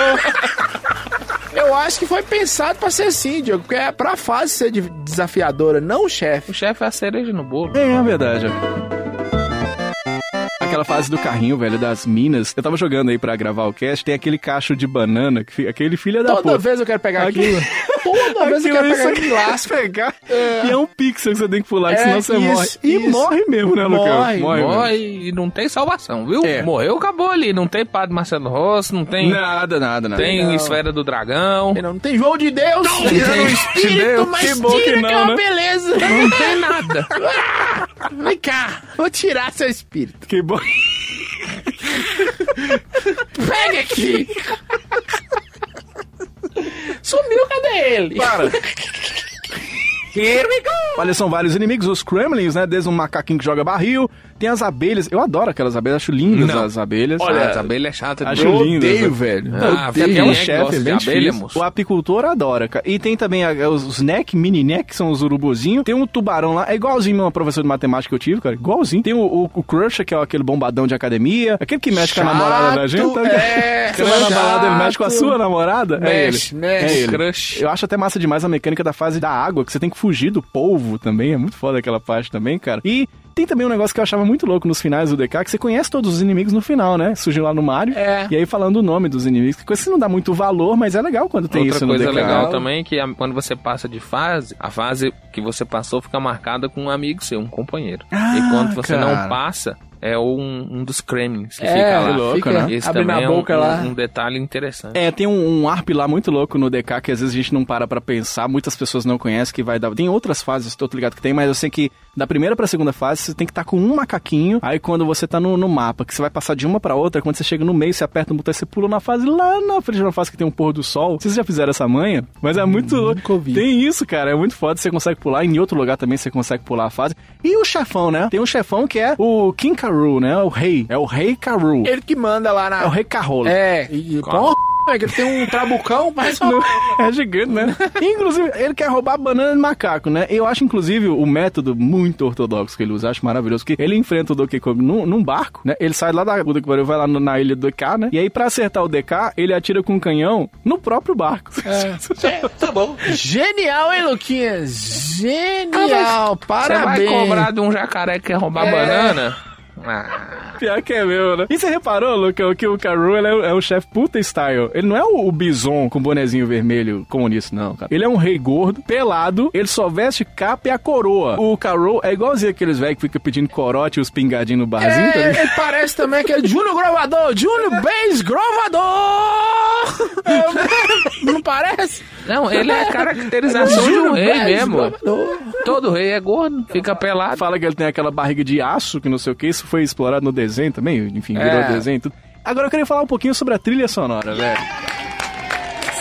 S5: Eu acho que foi pensado pra ser assim, Diogo, porque é pra fase ser de- desafiadora, não o chefe.
S6: O chefe é a cereja no bolo.
S4: É, é verdade. Aquela fase do carrinho, velho, das minas. Eu tava jogando aí pra gravar o cast, tem aquele cacho de banana, que fi- aquele filho da
S5: Toda
S4: puta.
S5: vez eu quero pegar
S4: Aquilo.
S5: aquilo. Toda vez
S4: Aquilo
S5: eu quero
S4: ali
S5: pegar
S4: você
S5: aquele laço.
S4: pegar. E é um pixel que você tem que pular, que
S5: É,
S4: senão você
S5: isso,
S4: morre. E
S5: isso.
S4: morre mesmo, né, Lucão?
S5: Morre,
S4: mesmo.
S6: Morre e não tem salvação, viu? Morreu, acabou ali. Não tem Padre Marcelo Rossi, não tem.
S4: Nada, nada, nada.
S6: Tem Esfera do Dragão.
S5: Não, não tem jogo de Deus, não,
S6: tem
S5: tem
S6: de
S5: espírito,
S6: Deus.
S5: mas
S4: Que bom que
S5: tira que, é
S4: não,
S5: uma
S4: né?
S5: beleza.
S6: Não tem nada.
S5: Vem cá, vou tirar seu espírito.
S4: Que bom.
S5: Pega aqui.
S12: Sumiu, cadê ele?
S4: Para! Olha, são vários inimigos, os Kremlins, né? Desde um macaquinho que joga barril, tem as abelhas. Eu adoro aquelas abelhas, acho lindas
S6: Não.
S4: as abelhas.
S6: Olha,
S4: Ah,
S6: as abelhas é chata
S4: Acho
S6: demais.
S4: lindo.
S5: odeio, velho.
S6: Ah,
S4: Tem
S6: quem é
S4: um
S6: que
S4: chefe
S6: gosta
S4: é
S6: de
S4: bem
S6: abelha,
S4: difícil.
S6: moço?
S4: O apicultor adora, cara. E tem também a- os neck, mini neck, que são os urubuzinhos. Tem um tubarão lá, é igualzinho uma professora de matemática que eu tive, cara. Igualzinho. Tem o, o, o Crusher, que é aquele bombadão de academia. Aquele que mexe com a
S5: Chato,
S4: namorada da gente. Tá? ligado?
S5: é,
S4: Você vai na
S5: chato.
S4: balada, ele mexe com a sua namorada?
S5: Mexe,
S4: é ele.
S5: mexe.
S4: É ele.
S6: Crush.
S4: Eu acho até massa demais a mecânica da fase da água, que você tem que fugir do polvo também. É muito foda aquela parte também, cara. E tem também um negócio que eu achava muito louco nos finais do DK, que você conhece todos os inimigos no final, né? Surgiu lá no Mario.
S12: É.
S4: E aí falando o nome dos inimigos, que coisa que não dá muito valor, mas é legal quando tem
S6: Outra
S4: isso no
S6: coisa
S4: DK.
S6: legal também é que a- quando você passa de fase, a fase que você passou fica marcada com um amigo seu, um companheiro.
S4: Ah,
S6: e quando você
S4: cara.
S6: não passa, é um, um dos Kremlins que
S5: É,
S6: fica
S5: que
S6: lá.
S4: louco, né?
S6: Esse
S5: Abrindo
S6: também
S5: a
S6: é um-
S5: boca
S6: um,
S5: lá.
S6: um detalhe interessante.
S4: É, tem um, um ARP lá muito louco no DK que às vezes a gente não para pra pensar, muitas pessoas não conhecem que vai dar. Tem outras fases, tô ligado que tem, mas eu sei que da primeira pra segunda fase você tem que estar com um macaquinho. Aí quando você tá no, no mapa, que você vai passar de uma pra outra, quando você chega no meio, você aperta um botão, você pula na fase lá na frente de uma fase que tem um pôr do sol. Vocês já fizeram essa manha? Mas é muito louco. Tem isso, cara, é muito foda, você consegue pular. Em outro lugar também você consegue pular a fase. E o chefão, né? Tem um chefão que é o King Karu, né? O rei. É o rei Karu.
S5: Ele que manda lá na...
S4: É o rei Carrolo.
S5: É, e porra, é que ele tem um trabucão, mas
S4: Não, é gigante, né? Inclusive, ele quer roubar banana de macaco, né? Eu acho, inclusive, o método muito ortodoxo que ele usa, acho maravilhoso, que ele enfrenta o Donkey Kong num, num barco, né? Ele sai lá da puta que pariu, vai lá no- na ilha do DK, né? E aí, pra acertar o DK, ele atira com um canhão no próprio barco.
S5: Genial, hein, Luquinhas? Genial,
S6: Você
S5: parabéns.
S6: vai cobrar de um jacaré que quer roubar banana? Ah,
S4: Pior que é meu, né? E você reparou, Lucão, que o Caru ele é, o- é o chefe puta style. Ele não é o, o bison com bonezinho vermelho comunista, não, cara. Ele é um rei gordo, pelado, ele só veste capa e a coroa. O Caru é igualzinho aqueles velhos que fica pedindo corote e os pingadinhos no barzinho, tá
S5: É,
S4: ligado?
S5: ele parece também que é Júnior Grovador, Júnior Bens Grovador! É, Não parece?
S6: não, ele é a caracterização de um rei
S5: Bens
S6: mesmo.
S5: Grovador.
S6: Todo rei é gordo, fica pelado.
S4: Fala que ele tem aquela barriga de aço, que não sei o que, isso foi explorado no desenho também, enfim, virou
S5: É.
S4: desenho e tudo. Agora eu queria falar um pouquinho sobre a trilha sonora, velho.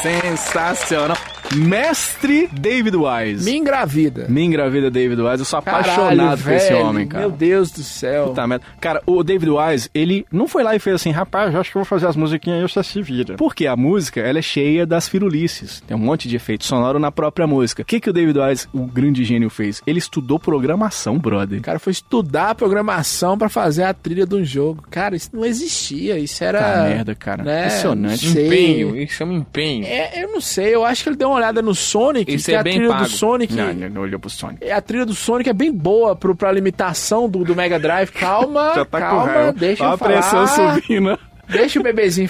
S4: Sensacional. Mestre David Wise.
S5: Me engravida.
S4: Me engravida David Wise. Eu sou
S5: Caralho,
S4: apaixonado por esse
S5: velho,
S4: homem, cara.
S5: Meu Deus do céu.
S4: Puta merda. Cara, o David Wise, ele não foi lá e fez assim, rapaz, eu acho que eu vou fazer as musiquinhas aí, você se vira. Porque a música, ela é cheia das firulices. Tem um monte de efeito sonoro na própria música. O que, que o David Wise, o grande gênio, fez? Ele estudou programação, brother.
S5: O cara foi estudar a programação pra fazer a trilha de um jogo. Cara, isso não existia. Isso era.
S4: Puta merda, cara.
S5: né,
S4: Impressionante.
S5: não sei.
S6: Empenho, isso chama empenho.
S5: É, eu não sei, eu acho que ele deu uma olhada no Sonic,
S6: Isso
S5: que
S6: é
S5: a
S6: bem
S5: trilha
S6: pago.
S5: do Sonic.
S4: Não, ele não olhou pro Sonic.
S5: A trilha do Sonic é bem boa pro, pra limitação do, do Mega Drive. Calma,
S4: Já tá com
S5: Ah, calma,
S4: raiva.
S5: deixa
S4: Olha
S5: eu
S4: a pressão
S5: falar.
S4: subindo.
S5: Deixa o bebezinho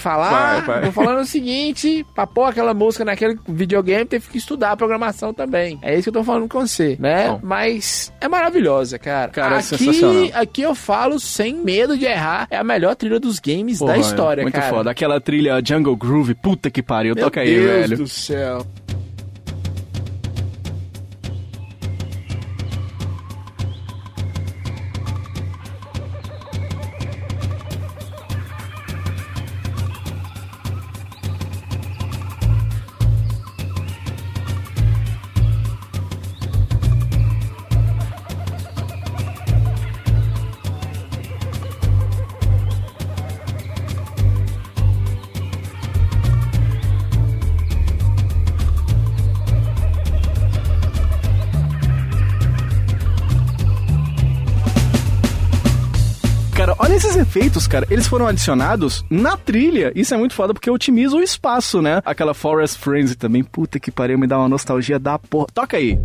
S4: Vai,
S5: falar.
S4: vai.
S5: Tô falando o seguinte, pra pôr aquela música naquele videogame, teve que estudar a programação também. É isso que eu tô falando com você, né?
S4: Bom.
S5: Mas é maravilhosa, cara.
S4: Cara, é
S5: aqui,
S4: sensacional.
S5: Aqui eu falo sem medo de errar. É a melhor trilha dos games
S4: Porra,
S5: da história,
S4: muito
S5: cara.
S4: foda. Aquela trilha Jungle Groove, puta que pariu.
S5: Meu
S4: Toca aí,
S5: Deus
S4: velho.
S5: do céu.
S4: Cara, olha esses efeitos, cara. Eles foram adicionados na trilha. Isso é muito foda porque otimiza o espaço, né? Aquela Forest Frenzy também. Puta que pariu, me dá uma nostalgia da porra. Toca aí.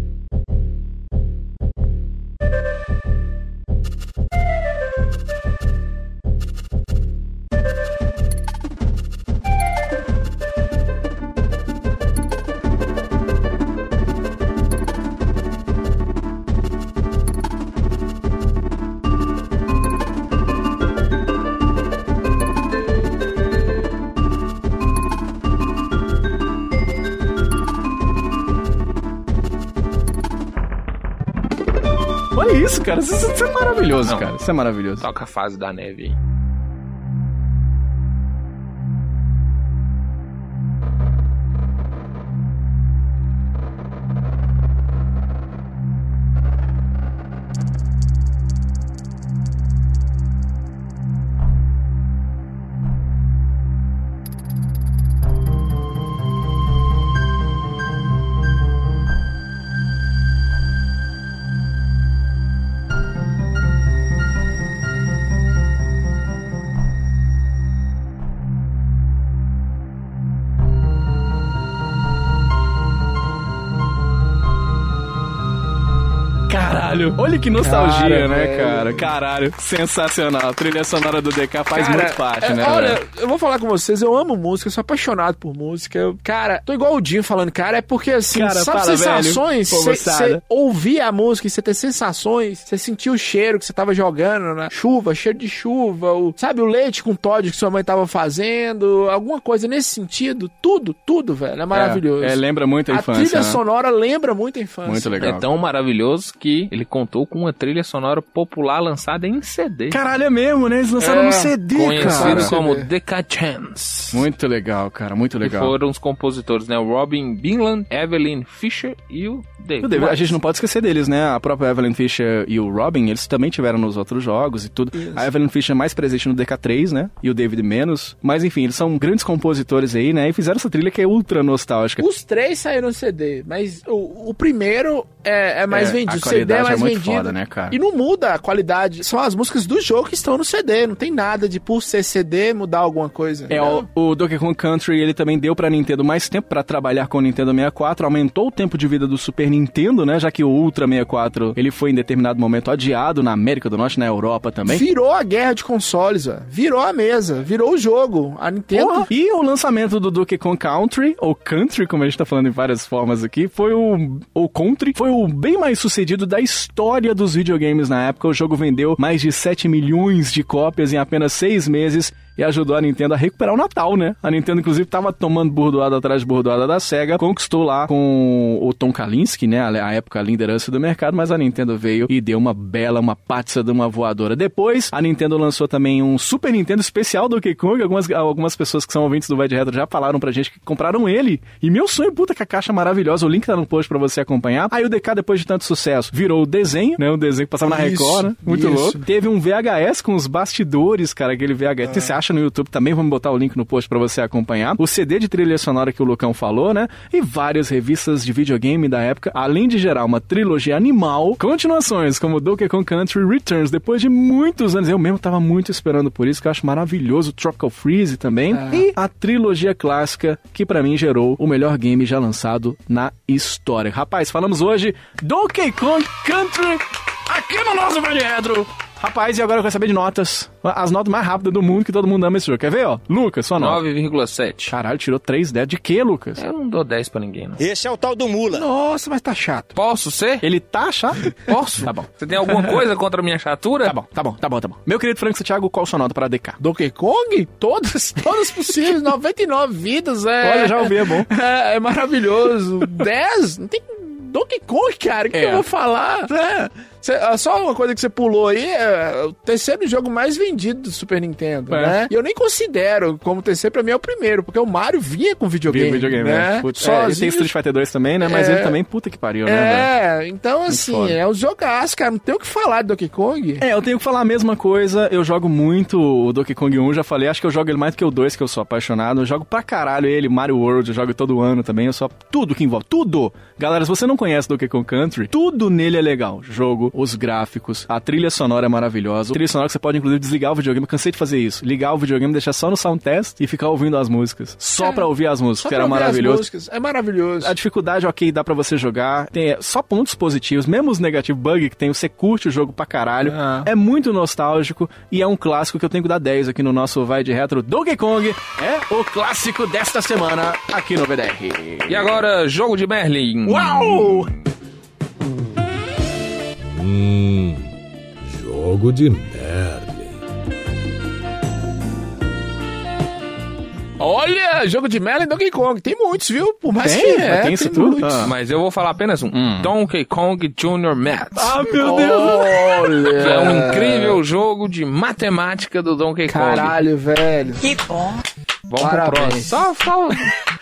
S4: Olha isso, cara. Isso, isso é maravilhoso,
S6: Não.
S4: cara. Isso é maravilhoso.
S6: Toca a fase da neve aí.
S4: Caralho. Olha que nostalgia,
S5: Cara,
S4: né,
S5: velho.
S4: cara? Caralho. Sensacional. A trilha sonora do DK faz
S5: Cara,
S4: muito parte,
S5: é-
S4: né?
S5: Olha,
S4: velho?
S5: eu vou falar com vocês, eu amo música, eu sou apaixonado por música. Eu- cara, tô igual o Dinho falando, cara, é porque assim,
S4: Cara,
S5: sabe
S4: fala,
S5: sensações?
S4: velho, pô,
S5: Você-
S4: moçada.
S5: Você ouvir a música e você ter sensações, você sentir o cheiro que você tava jogando na chuva, cheiro de chuva, o, sabe, o leite com Todd que sua mãe tava fazendo, alguma coisa nesse sentido, tudo, tudo, velho, é maravilhoso.
S4: É, é, lembra muito a,
S5: a
S4: infância.
S5: trilha
S4: né?
S5: sonora lembra muito a infância.
S4: Muito legal.
S6: É tão maravilhoso que ele contou com uma trilha sonora popular lançada em CD.
S4: Caralho, é mesmo, né? Eles lançaram
S5: É,
S4: um CD, cara.
S6: Conhecido
S5: cara.
S6: como
S5: CD.
S6: Decadence.
S4: Muito legal, cara. Muito
S6: Que
S4: legal.
S6: foram os compositores, né? O Robin Binland, Evelyn Fisher e o David.
S4: Eu devo- a
S6: Wise.
S4: gente não pode esquecer deles, né? A própria Evelyn Fischer e o Robin, eles também tiveram nos outros jogos e tudo. A Evelyn Fischer é mais presente no DK3, né? E o David menos. Mas enfim, eles são grandes compositores aí, né? E fizeram essa trilha que é ultra nostálgica.
S5: Os três saíram no CD, mas o, o primeiro é, é mais
S4: É,
S5: vendido.
S4: a
S5: O CD é
S4: qualidade é
S5: mais
S4: muito
S5: vendido.
S4: foda, né, cara?
S5: E não muda a qualidade. São as músicas do jogo que estão no CD. Não tem nada de por ser CD mudar alguma coisa.
S4: É, o, o Donkey Kong Country, ele também deu pra Nintendo mais tempo pra trabalhar com o Nintendo 64, aumentou o tempo de vida do Super Nintendo, né? Já que o Ultra 64, ele foi em determinado momento adiado na América do Norte, na Europa também.
S5: Virou a guerra de consoles, ó. virou a mesa, virou o jogo. A Nintendo.
S4: Porra. E o lançamento do Donkey Kong Country, ou Country, como a gente tá falando em várias formas aqui, foi o. Ou Country, foi o bem mais sucedido da história dos videogames na época. O jogo vendeu mais de 7 milhões de cópias em apenas 6 meses. e ajudou a Nintendo a recuperar o Natal, né? A Nintendo, inclusive, tava tomando bordoada atrás de bordoada da SEGA, conquistou lá com o Tom Kalinske, né? A época a liderança do mercado, mas a Nintendo veio e deu uma bela, uma patça de uma voadora. Depois, a Nintendo lançou também um Super Nintendo especial do Donkey Kong. Algumas, algumas pessoas que são ouvintes do Vai de Retro já falaram pra gente que compraram ele. E meu sonho, puta, que a caixa é maravilhosa. O link tá no post pra você acompanhar. Aí o DK, depois de tanto sucesso, virou o desenho, né? Um desenho que passava na
S5: Isso,
S4: Record, né? Muito
S5: isso.
S4: louco. Teve um VHS com os bastidores, cara, aquele VHS. Você acha no YouTube também, vamos botar o link no post pra você acompanhar. O CD de trilha sonora que o Lucão falou, né? E várias revistas de videogame da época, além de gerar uma trilogia animal, continuações como Donkey Kong Country Returns, depois de muitos anos. Eu mesmo tava muito esperando por isso, que eu acho maravilhoso. Tropical Freeze também. E a trilogia clássica, que pra mim gerou o melhor game já lançado na história. Rapaz, falamos hoje Donkey Kong Country aqui no nosso Vai de Retro. Rapaz, e agora eu quero saber de notas. As notas mais rápidas do mundo que todo mundo ama esse jogo. Quer ver, ó? Lucas, sua nota.
S6: 9,7.
S4: Caralho, tirou 3 10 de quê, Lucas?
S6: Eu não dou 10 pra ninguém, não.
S4: Esse é o tal do Mula. Nossa, mas tá chato.
S6: Posso ser?
S4: Ele tá chato?
S6: Posso?
S4: tá bom.
S6: Você tem alguma coisa contra a minha chatura?
S4: Tá bom, tá bom, tá bom, tá bom. Meu querido Frank Santiago, qual sua nota para a DK?
S5: Donkey Kong? Todas, todas possíveis, 99 vidas, é.
S4: Olha, já ouvi, é bom.
S5: É, é maravilhoso. 10? Não tem Donkey Kong, cara, o que
S4: É.
S5: eu vou falar? É. Cê- ah, só uma coisa que você pulou aí, é o terceiro jogo mais vendido do Super Nintendo,
S4: É.
S5: né? E eu nem considero como terceiro, pra mim é o primeiro, porque o Mario vinha com videogame,
S4: Vira videogame, né?
S5: né?
S4: Putz, é, ele tem
S5: Sozinho,
S4: Street Fighter 2 também, né? Mas
S5: É.
S4: ele também, puta que pariu, né? velho?
S5: É, então assim,
S4: foda.
S5: é um jogaço, cara, não tem o que falar de Donkey Kong.
S4: É, eu tenho que falar a mesma coisa. Eu jogo muito o Donkey Kong 1, já falei. Acho que eu jogo ele mais do que o 2, que eu sou apaixonado. Eu jogo pra caralho ele, Mario World, eu jogo todo ano também. Eu sou tudo que envolve, tudo. Galera, se você não conhece Donkey Kong Country, tudo nele é legal. Jogo, os gráficos, a trilha sonora é maravilhosa. A trilha sonora que você pode, inclusive, desligar o videogame. Eu cansei de fazer isso. Ligar o videogame, deixar só no sound test e ficar ouvindo as músicas. Só pra ouvir as músicas,
S5: Só
S4: que
S5: pra
S4: era
S5: ouvir as
S4: maravilhoso.
S5: músicas, É maravilhoso.
S4: A dificuldade, ok, dá pra você jogar. Tem é, só pontos positivos, mesmo os negativos bug que tem, você curte o jogo pra caralho. É muito nostálgico e é um clássico que eu tenho que dar 10 aqui no nosso Vai de Retro. Donkey Kong é o clássico desta semana aqui no VDR.
S6: E agora, jogo de Berlim.
S4: Uau!
S3: Hum, jogo de merda.
S5: Olha, jogo de Merlin e Donkey Kong. Tem muitos, viu? Por mais
S6: Tem?
S5: que é,
S6: Mas tem isso
S4: tudo?
S5: muitos.
S4: Ah.
S6: Mas eu vou falar apenas um. Donkey Kong Jr. Math.
S4: Hum. Ah, meu
S5: Olha.
S6: É um incrível jogo de matemática do Donkey Kong.
S5: Caralho, velho.
S6: Que bom. Vamos pro
S5: Parabéns.
S6: próximo. Só, só...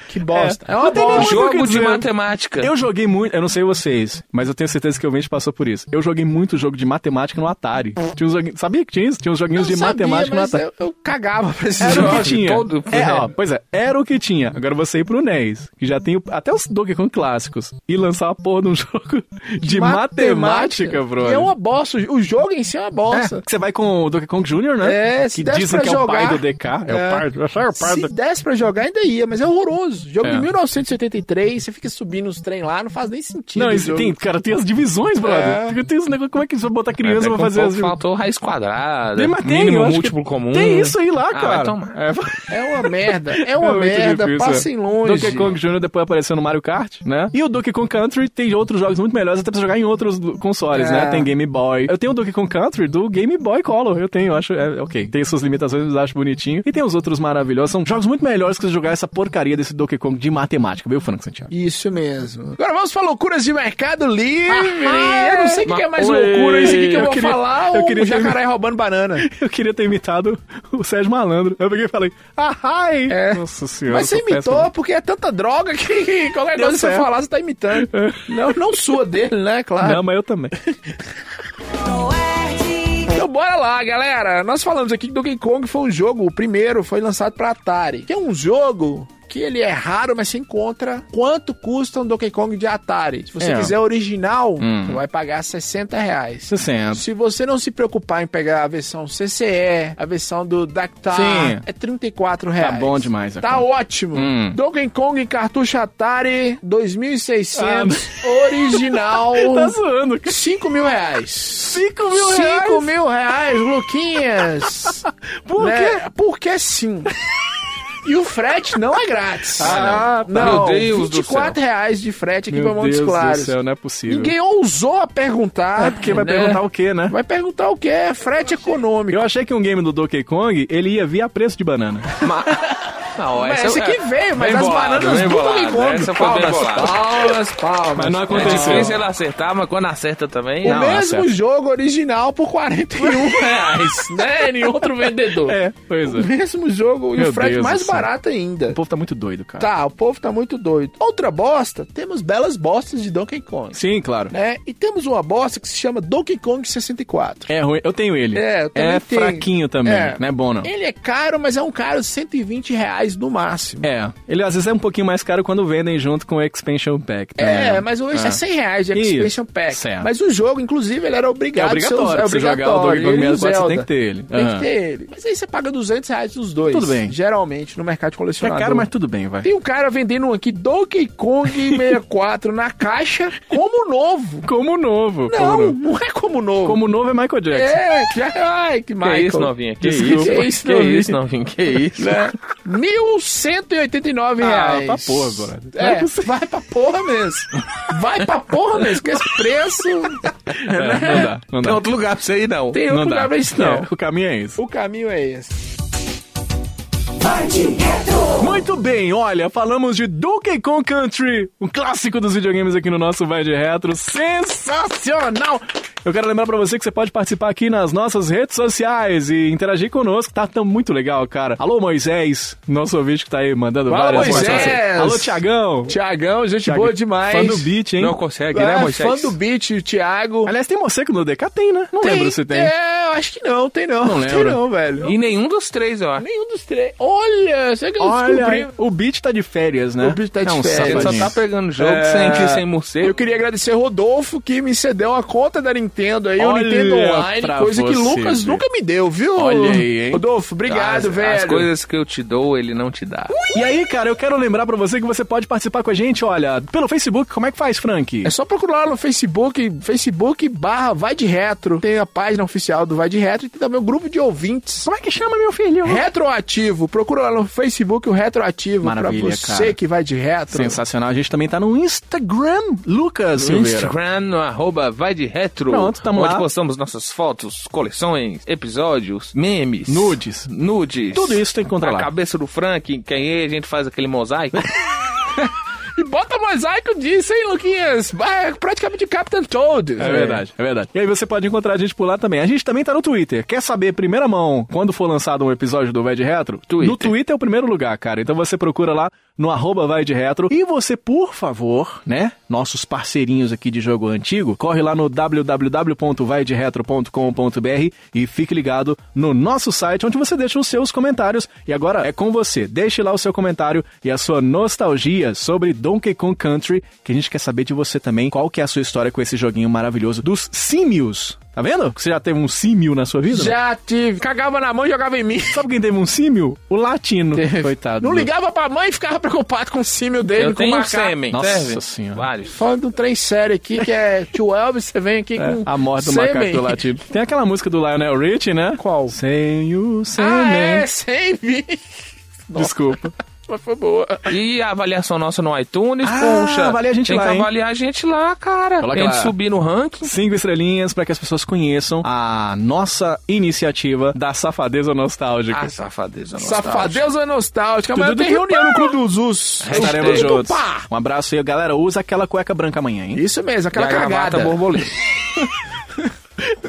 S5: Que bosta. É,
S4: Não
S5: uma
S4: tem nem
S5: bosta.
S4: muito o que
S6: Jogo de
S4: dizer.
S6: matemática.
S4: Eu joguei muito, eu não sei vocês, mas eu tenho certeza que o ouvinte passou por isso. Eu joguei muito jogo de matemática no Atari. Tinha uns joguinhos, sabia que tinha isso? Tinha uns joguinhos de
S5: sabia,
S4: matemática no
S5: mas
S4: Atari.
S5: Eu, eu cagava pra esses
S4: Era o que
S5: jogos.
S4: tinha.
S5: Todo-
S4: É, ó, pois é, era o que tinha. Agora você ir pro NES, que já tem o- até os Donkey Kong clássicos, e lançar a porra de um jogo de matemática, bro.
S5: E É uma bosta. O jogo em si é uma bosta.
S4: que você vai com o Donkey Kong Jr., né?
S5: É,
S4: que
S5: se desse
S4: dizem
S5: pra
S4: que é o pai do
S5: jogar-
S4: DK. É, o pai, do- só é o pai
S5: Se
S4: do
S5: desse pra jogar, ainda ia, mas é horroroso. Jogo
S4: É.
S5: de 1983, você fica subindo os trem lá, não faz nem sentido.
S4: Não,
S5: o
S4: isso
S5: jogo.
S4: tem, cara, tem as divisões, brother. Tem os negócios, como é que você vai botar criança pra
S6: Até com
S4: fazer
S6: pouco
S4: as
S6: Faltou raiz quadrada,
S4: Tem, mas tem, eu
S6: mínimo
S4: acho que
S6: múltiplo comum.
S4: Tem isso aí lá,
S6: Ah,
S4: cara.
S6: vai tomar.
S5: É uma merda, é
S4: É
S5: uma
S4: muito
S5: merda,
S4: difícil,
S5: passem
S4: é.
S5: longe.
S4: Donkey Kong Jr. depois apareceu no Mario Kart, né? E o Donkey Kong Country tem outros jogos muito melhores até pra jogar em outros do- consoles,
S5: É.
S4: né? Tem Game Boy. Eu tenho o Donkey Kong Country do Game Boy Color. Eu tenho, eu acho. É, ok. Tem suas limitações, mas acho bonitinho. E tem os outros maravilhosos. São jogos muito melhores que você jogar essa porcaria desse Donkey Kong de matemática, viu, Frank Santiago?
S5: Isso mesmo. Agora vamos pra loucuras de mercado livre.
S4: Ah,
S5: eu não sei o que, que é mais loucura isso aqui que eu, vou falar ou o
S4: ter-
S5: jacaré roubando banana.
S4: Eu queria ter imitado o Sérgio Malandro. Eu peguei e falei, ah, ai! Nossa senhora.
S5: É. Mas você
S4: eu sou
S5: imitou
S4: péssimo.
S5: porque é tanta droga que qualquer
S4: Deu
S5: coisa que você
S4: certo.
S5: falar, você tá imitando. não, não sua dele, né? Claro.
S4: Não, mas eu também.
S5: Tá Então bora lá, galera. Nós falamos aqui que Donkey Kong foi um jogo, o primeiro foi lançado pra Atari, que é um jogo que ele é raro, mas se encontra quanto custa um Donkey Kong de Atari. Se você
S4: É.
S5: quiser original,
S4: Hum.
S5: você vai pagar 60 reais.
S4: 60.
S5: Se você não se preocupar em pegar a versão CCE, a versão do Dactar,
S4: Sim.
S5: é 34 reais.
S4: Tá bom demais, a
S5: Tá
S4: conta.
S5: ótimo.
S4: Hum.
S5: Donkey Kong cartucho Atari 2600 original.
S4: Ah, Tá zoando, cara.
S5: 5 mil reais.
S4: 5 mil reais?
S5: 5 mil reais, Luquinhas.
S4: Por
S5: Né? Porque sim. E o frete não é grátis.
S4: Ah, não. Meu
S5: não.
S4: Deus do
S5: 24
S4: céu.
S5: reais de frete aqui
S4: Meu
S5: pra Montes
S4: Deus do
S5: Claros.
S4: céu, não é possível.
S5: Ninguém ousou a perguntar.
S4: É, porque vai perguntar o quê, né?
S5: Vai perguntar o quê? É Frete econômico.
S4: Eu achei que um game do Donkey Kong, ele ia vir a preço de banana.
S6: Não,
S5: Mas esse aqui veio, mas
S6: bem
S5: as
S6: bolado,
S5: bananas
S6: bem
S5: do
S6: bolado.
S5: Donkey Kong.
S6: Essa foi bem
S5: Palmas,
S6: bolada.
S5: palmas, palmas.
S6: Mas não
S5: aconteceu.
S6: É difícil ele acertar, mas quando acerta também...
S5: O
S6: não,
S4: é
S5: mesmo
S6: acerta.
S5: jogo original por 41
S6: reais, né? Em outro vendedor.
S4: É, pois
S5: O mesmo jogo e o frete mais barato ainda.
S4: O povo tá muito doido, cara.
S5: Tá, o povo tá muito doido. Outra bosta, temos belas bostas de Donkey Kong.
S4: Sim, claro.
S5: Né? E temos uma bosta que se chama Donkey Kong 64.
S4: É ruim. Eu tenho ele.
S5: É, eu também
S4: É
S5: tenho.
S4: fraquinho também.
S5: É.
S4: Não é bom, não.
S5: Ele é caro, mas é um caro de 120 reais no máximo.
S4: É. Ele às vezes é um pouquinho mais caro quando vendem junto com o Expansion Pack. né?
S5: É, mas hoje é. 100 reais de Expansion Pack.
S4: Certo.
S5: Mas o jogo, inclusive, ele era obrigado.
S4: É obrigatório.
S5: a ser us-
S4: Pra você jogar o Donkey Kong
S5: ele
S4: 64,
S5: e
S4: você tem
S5: Zelda.
S4: que ter ele.
S5: Tem
S4: Ah.
S5: que ter ele. Mas aí você paga 200 reais nos dois.
S4: Tudo bem.
S5: Geralmente, no mercado
S4: É
S5: de colecionador.
S4: caro, mas tudo bem, vai.
S5: Tem um cara vendendo um aqui Donkey Kong 64 na caixa como novo.
S4: Como novo.
S5: Não,
S4: como novo.
S5: não é como novo.
S4: Como novo é Michael Jackson.
S5: É, já, ai, que
S6: Que
S5: Michael.
S6: isso, novinha? Que
S5: Desculpa.
S6: isso?
S5: Que isso, novinha?
S6: novinha? Que isso?
S5: Né? 1.189
S6: Ah,
S5: reais.
S6: pra porra, brother.
S5: É, vai pra porra mesmo. Vai pra porra mesmo, que esse preço...
S4: É, não dá, não dá.
S6: Tem outro lugar pra você ir, não.
S5: Tem outro
S4: dá.
S5: lugar pra isso, não.
S4: É, o caminho é esse.
S5: O caminho é esse.
S4: Muito bem, olha, falamos de Donkey Kong Country, um clássico dos videogames aqui no nosso Vai de Retro. Sensacional! Eu quero lembrar pra você que você pode participar aqui nas nossas redes sociais e interagir conosco, tá tão muito legal, cara. Alô, Moisés, nosso ouvinte que tá aí mandando
S5: Fala,
S4: várias
S5: Moisés!
S4: mensagens. Alô, Tiagão!
S5: Tiagão, gente
S4: Thiago-
S5: boa demais.
S4: Fã do beat, hein?
S6: Não consegue,
S5: É,
S6: né, Moisés?
S5: Fã do beat, o Thiago.
S4: Aliás, tem você que no DK tem, né? Não lembro se tem.
S5: É, eu acho que não, tem não.
S4: Não
S5: tem
S4: lembro.
S5: não, velho.
S6: E nenhum dos três, ó.
S5: Nenhum dos três. Olha, será que eu
S4: Olha,
S5: descobri?
S4: o beat tá de férias, né?
S5: O beat tá de
S4: é um
S5: férias.
S6: Ele só
S4: safadinho.
S6: tá pegando jogo sem que sem morcego.
S5: Eu queria agradecer ao Rodolfo que me cedeu a conta da Nintendo aí, o
S4: Olha
S5: Nintendo Online,
S4: pra
S5: coisa que
S4: você,
S5: Lucas
S4: velho.
S5: nunca me deu, viu?
S4: Olha aí, hein?
S5: Rodolfo, obrigado,
S6: as,
S5: velho.
S6: As coisas que eu te dou, ele não te dá.
S4: E aí, cara, eu quero lembrar pra você que você pode participar com a gente, olha, pelo Facebook, como é que faz, Frank?
S5: É só procurar lá no Facebook, Facebook barra Vai de Retro. Tem a página oficial do Vai de Retro e tem também o grupo de ouvintes.
S4: Como é que chama, meu filho?
S5: Retroativo. Procura lá no Facebook o Retroativo
S4: Maravilha,
S5: pra você
S4: cara.
S5: que vai de retro.
S4: Sensacional. A gente também tá no Instagram, Lucas
S6: No
S4: Silveira.
S6: Instagram, no arroba vai de retro.
S4: Pronto, tamo
S6: onde
S4: lá.
S6: postamos nossas fotos, coleções, episódios, memes.
S4: Nudes.
S6: Nudes.
S4: Tudo isso tem que encontrar
S6: A
S4: lá.
S6: cabeça do Frank, quem é, a gente faz aquele mosaico.
S5: E bota mosaico disso, hein, Luquinhas? É praticamente Captain Toad.
S4: É verdade, é verdade. E aí você pode encontrar a gente por lá também. A gente também tá no Twitter. Quer saber, primeira mão, quando for lançado um episódio do Vai de Retro?
S6: Twitter.
S4: No Twitter é o primeiro lugar, cara. Então você procura lá no arroba Vai de Retro. E você, por favor, né? Nossos parceirinhos aqui de jogo antigo, corre lá no www.vaideretro.com.br e fique ligado no nosso site, onde você deixa os seus comentários. E agora é com você. Deixe lá o seu comentário e a sua nostalgia sobre Donkey Kong Country, que a gente quer saber de você também. Qual que é a sua história com esse joguinho maravilhoso dos símios? Tá vendo? Você já teve um símio na sua vida?
S5: Já tive. Cagava na mão e jogava em mim.
S4: Sabe quem teve um símio? O latino. Coitado.
S5: Não
S4: do- um
S5: ligava pra mãe e ficava preocupado com o símio dele,
S6: eu
S5: com o
S6: tenho
S5: macaco.
S6: sêmen.
S4: Nossa
S6: serve?
S4: Senhora.
S6: Vários.
S5: Falando de um trem sério aqui, que é Tio Elvis, você vem aqui com
S4: É, A morte do macaco do latino. Tem aquela música do Lionel Richie, né?
S5: Qual?
S4: Sem o sêmen.
S5: Ah,
S4: né?
S5: é, sêmen.
S4: Desculpa.
S5: Mas foi boa.
S6: E a avaliação nossa no iTunes,
S4: Ah,
S6: poxa.
S4: avalia a gente
S6: tem
S4: lá,
S6: que
S4: hein?
S6: avaliar a gente lá, cara.
S4: Coloca
S6: tem que
S4: lá.
S6: subir no ranking.
S4: Cinco estrelinhas para que as pessoas conheçam a nossa iniciativa da safadeza nostálgica.
S6: Ah, safadeza nossa.
S5: Safadeza nostálgica. é Amanhã
S4: Tudo
S5: tem
S4: que
S5: reunião
S4: pá.
S5: no Clube dos Us.
S4: Estaremos
S5: Tudo
S4: juntos.
S5: pá.
S4: Um abraço aí, galera. Usa aquela cueca branca amanhã, hein?
S5: Isso mesmo,
S6: E
S5: aquela
S6: a gravata
S5: cagada.
S6: borboleta.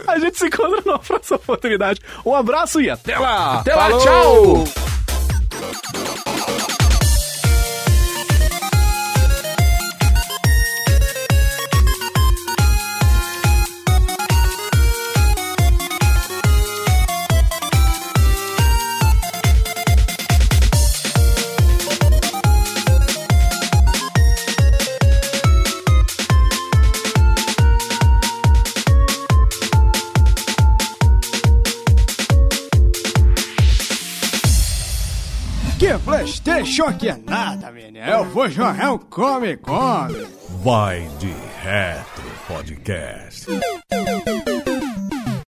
S4: A gente se encontra numa próxima oportunidade. Um abraço e até lá!
S5: Até lá,
S4: Falou!
S5: tchau.
S13: Que Playstation que é nada, menino. Eu vou jogar um Come Come.
S3: Vai de Retro Podcast.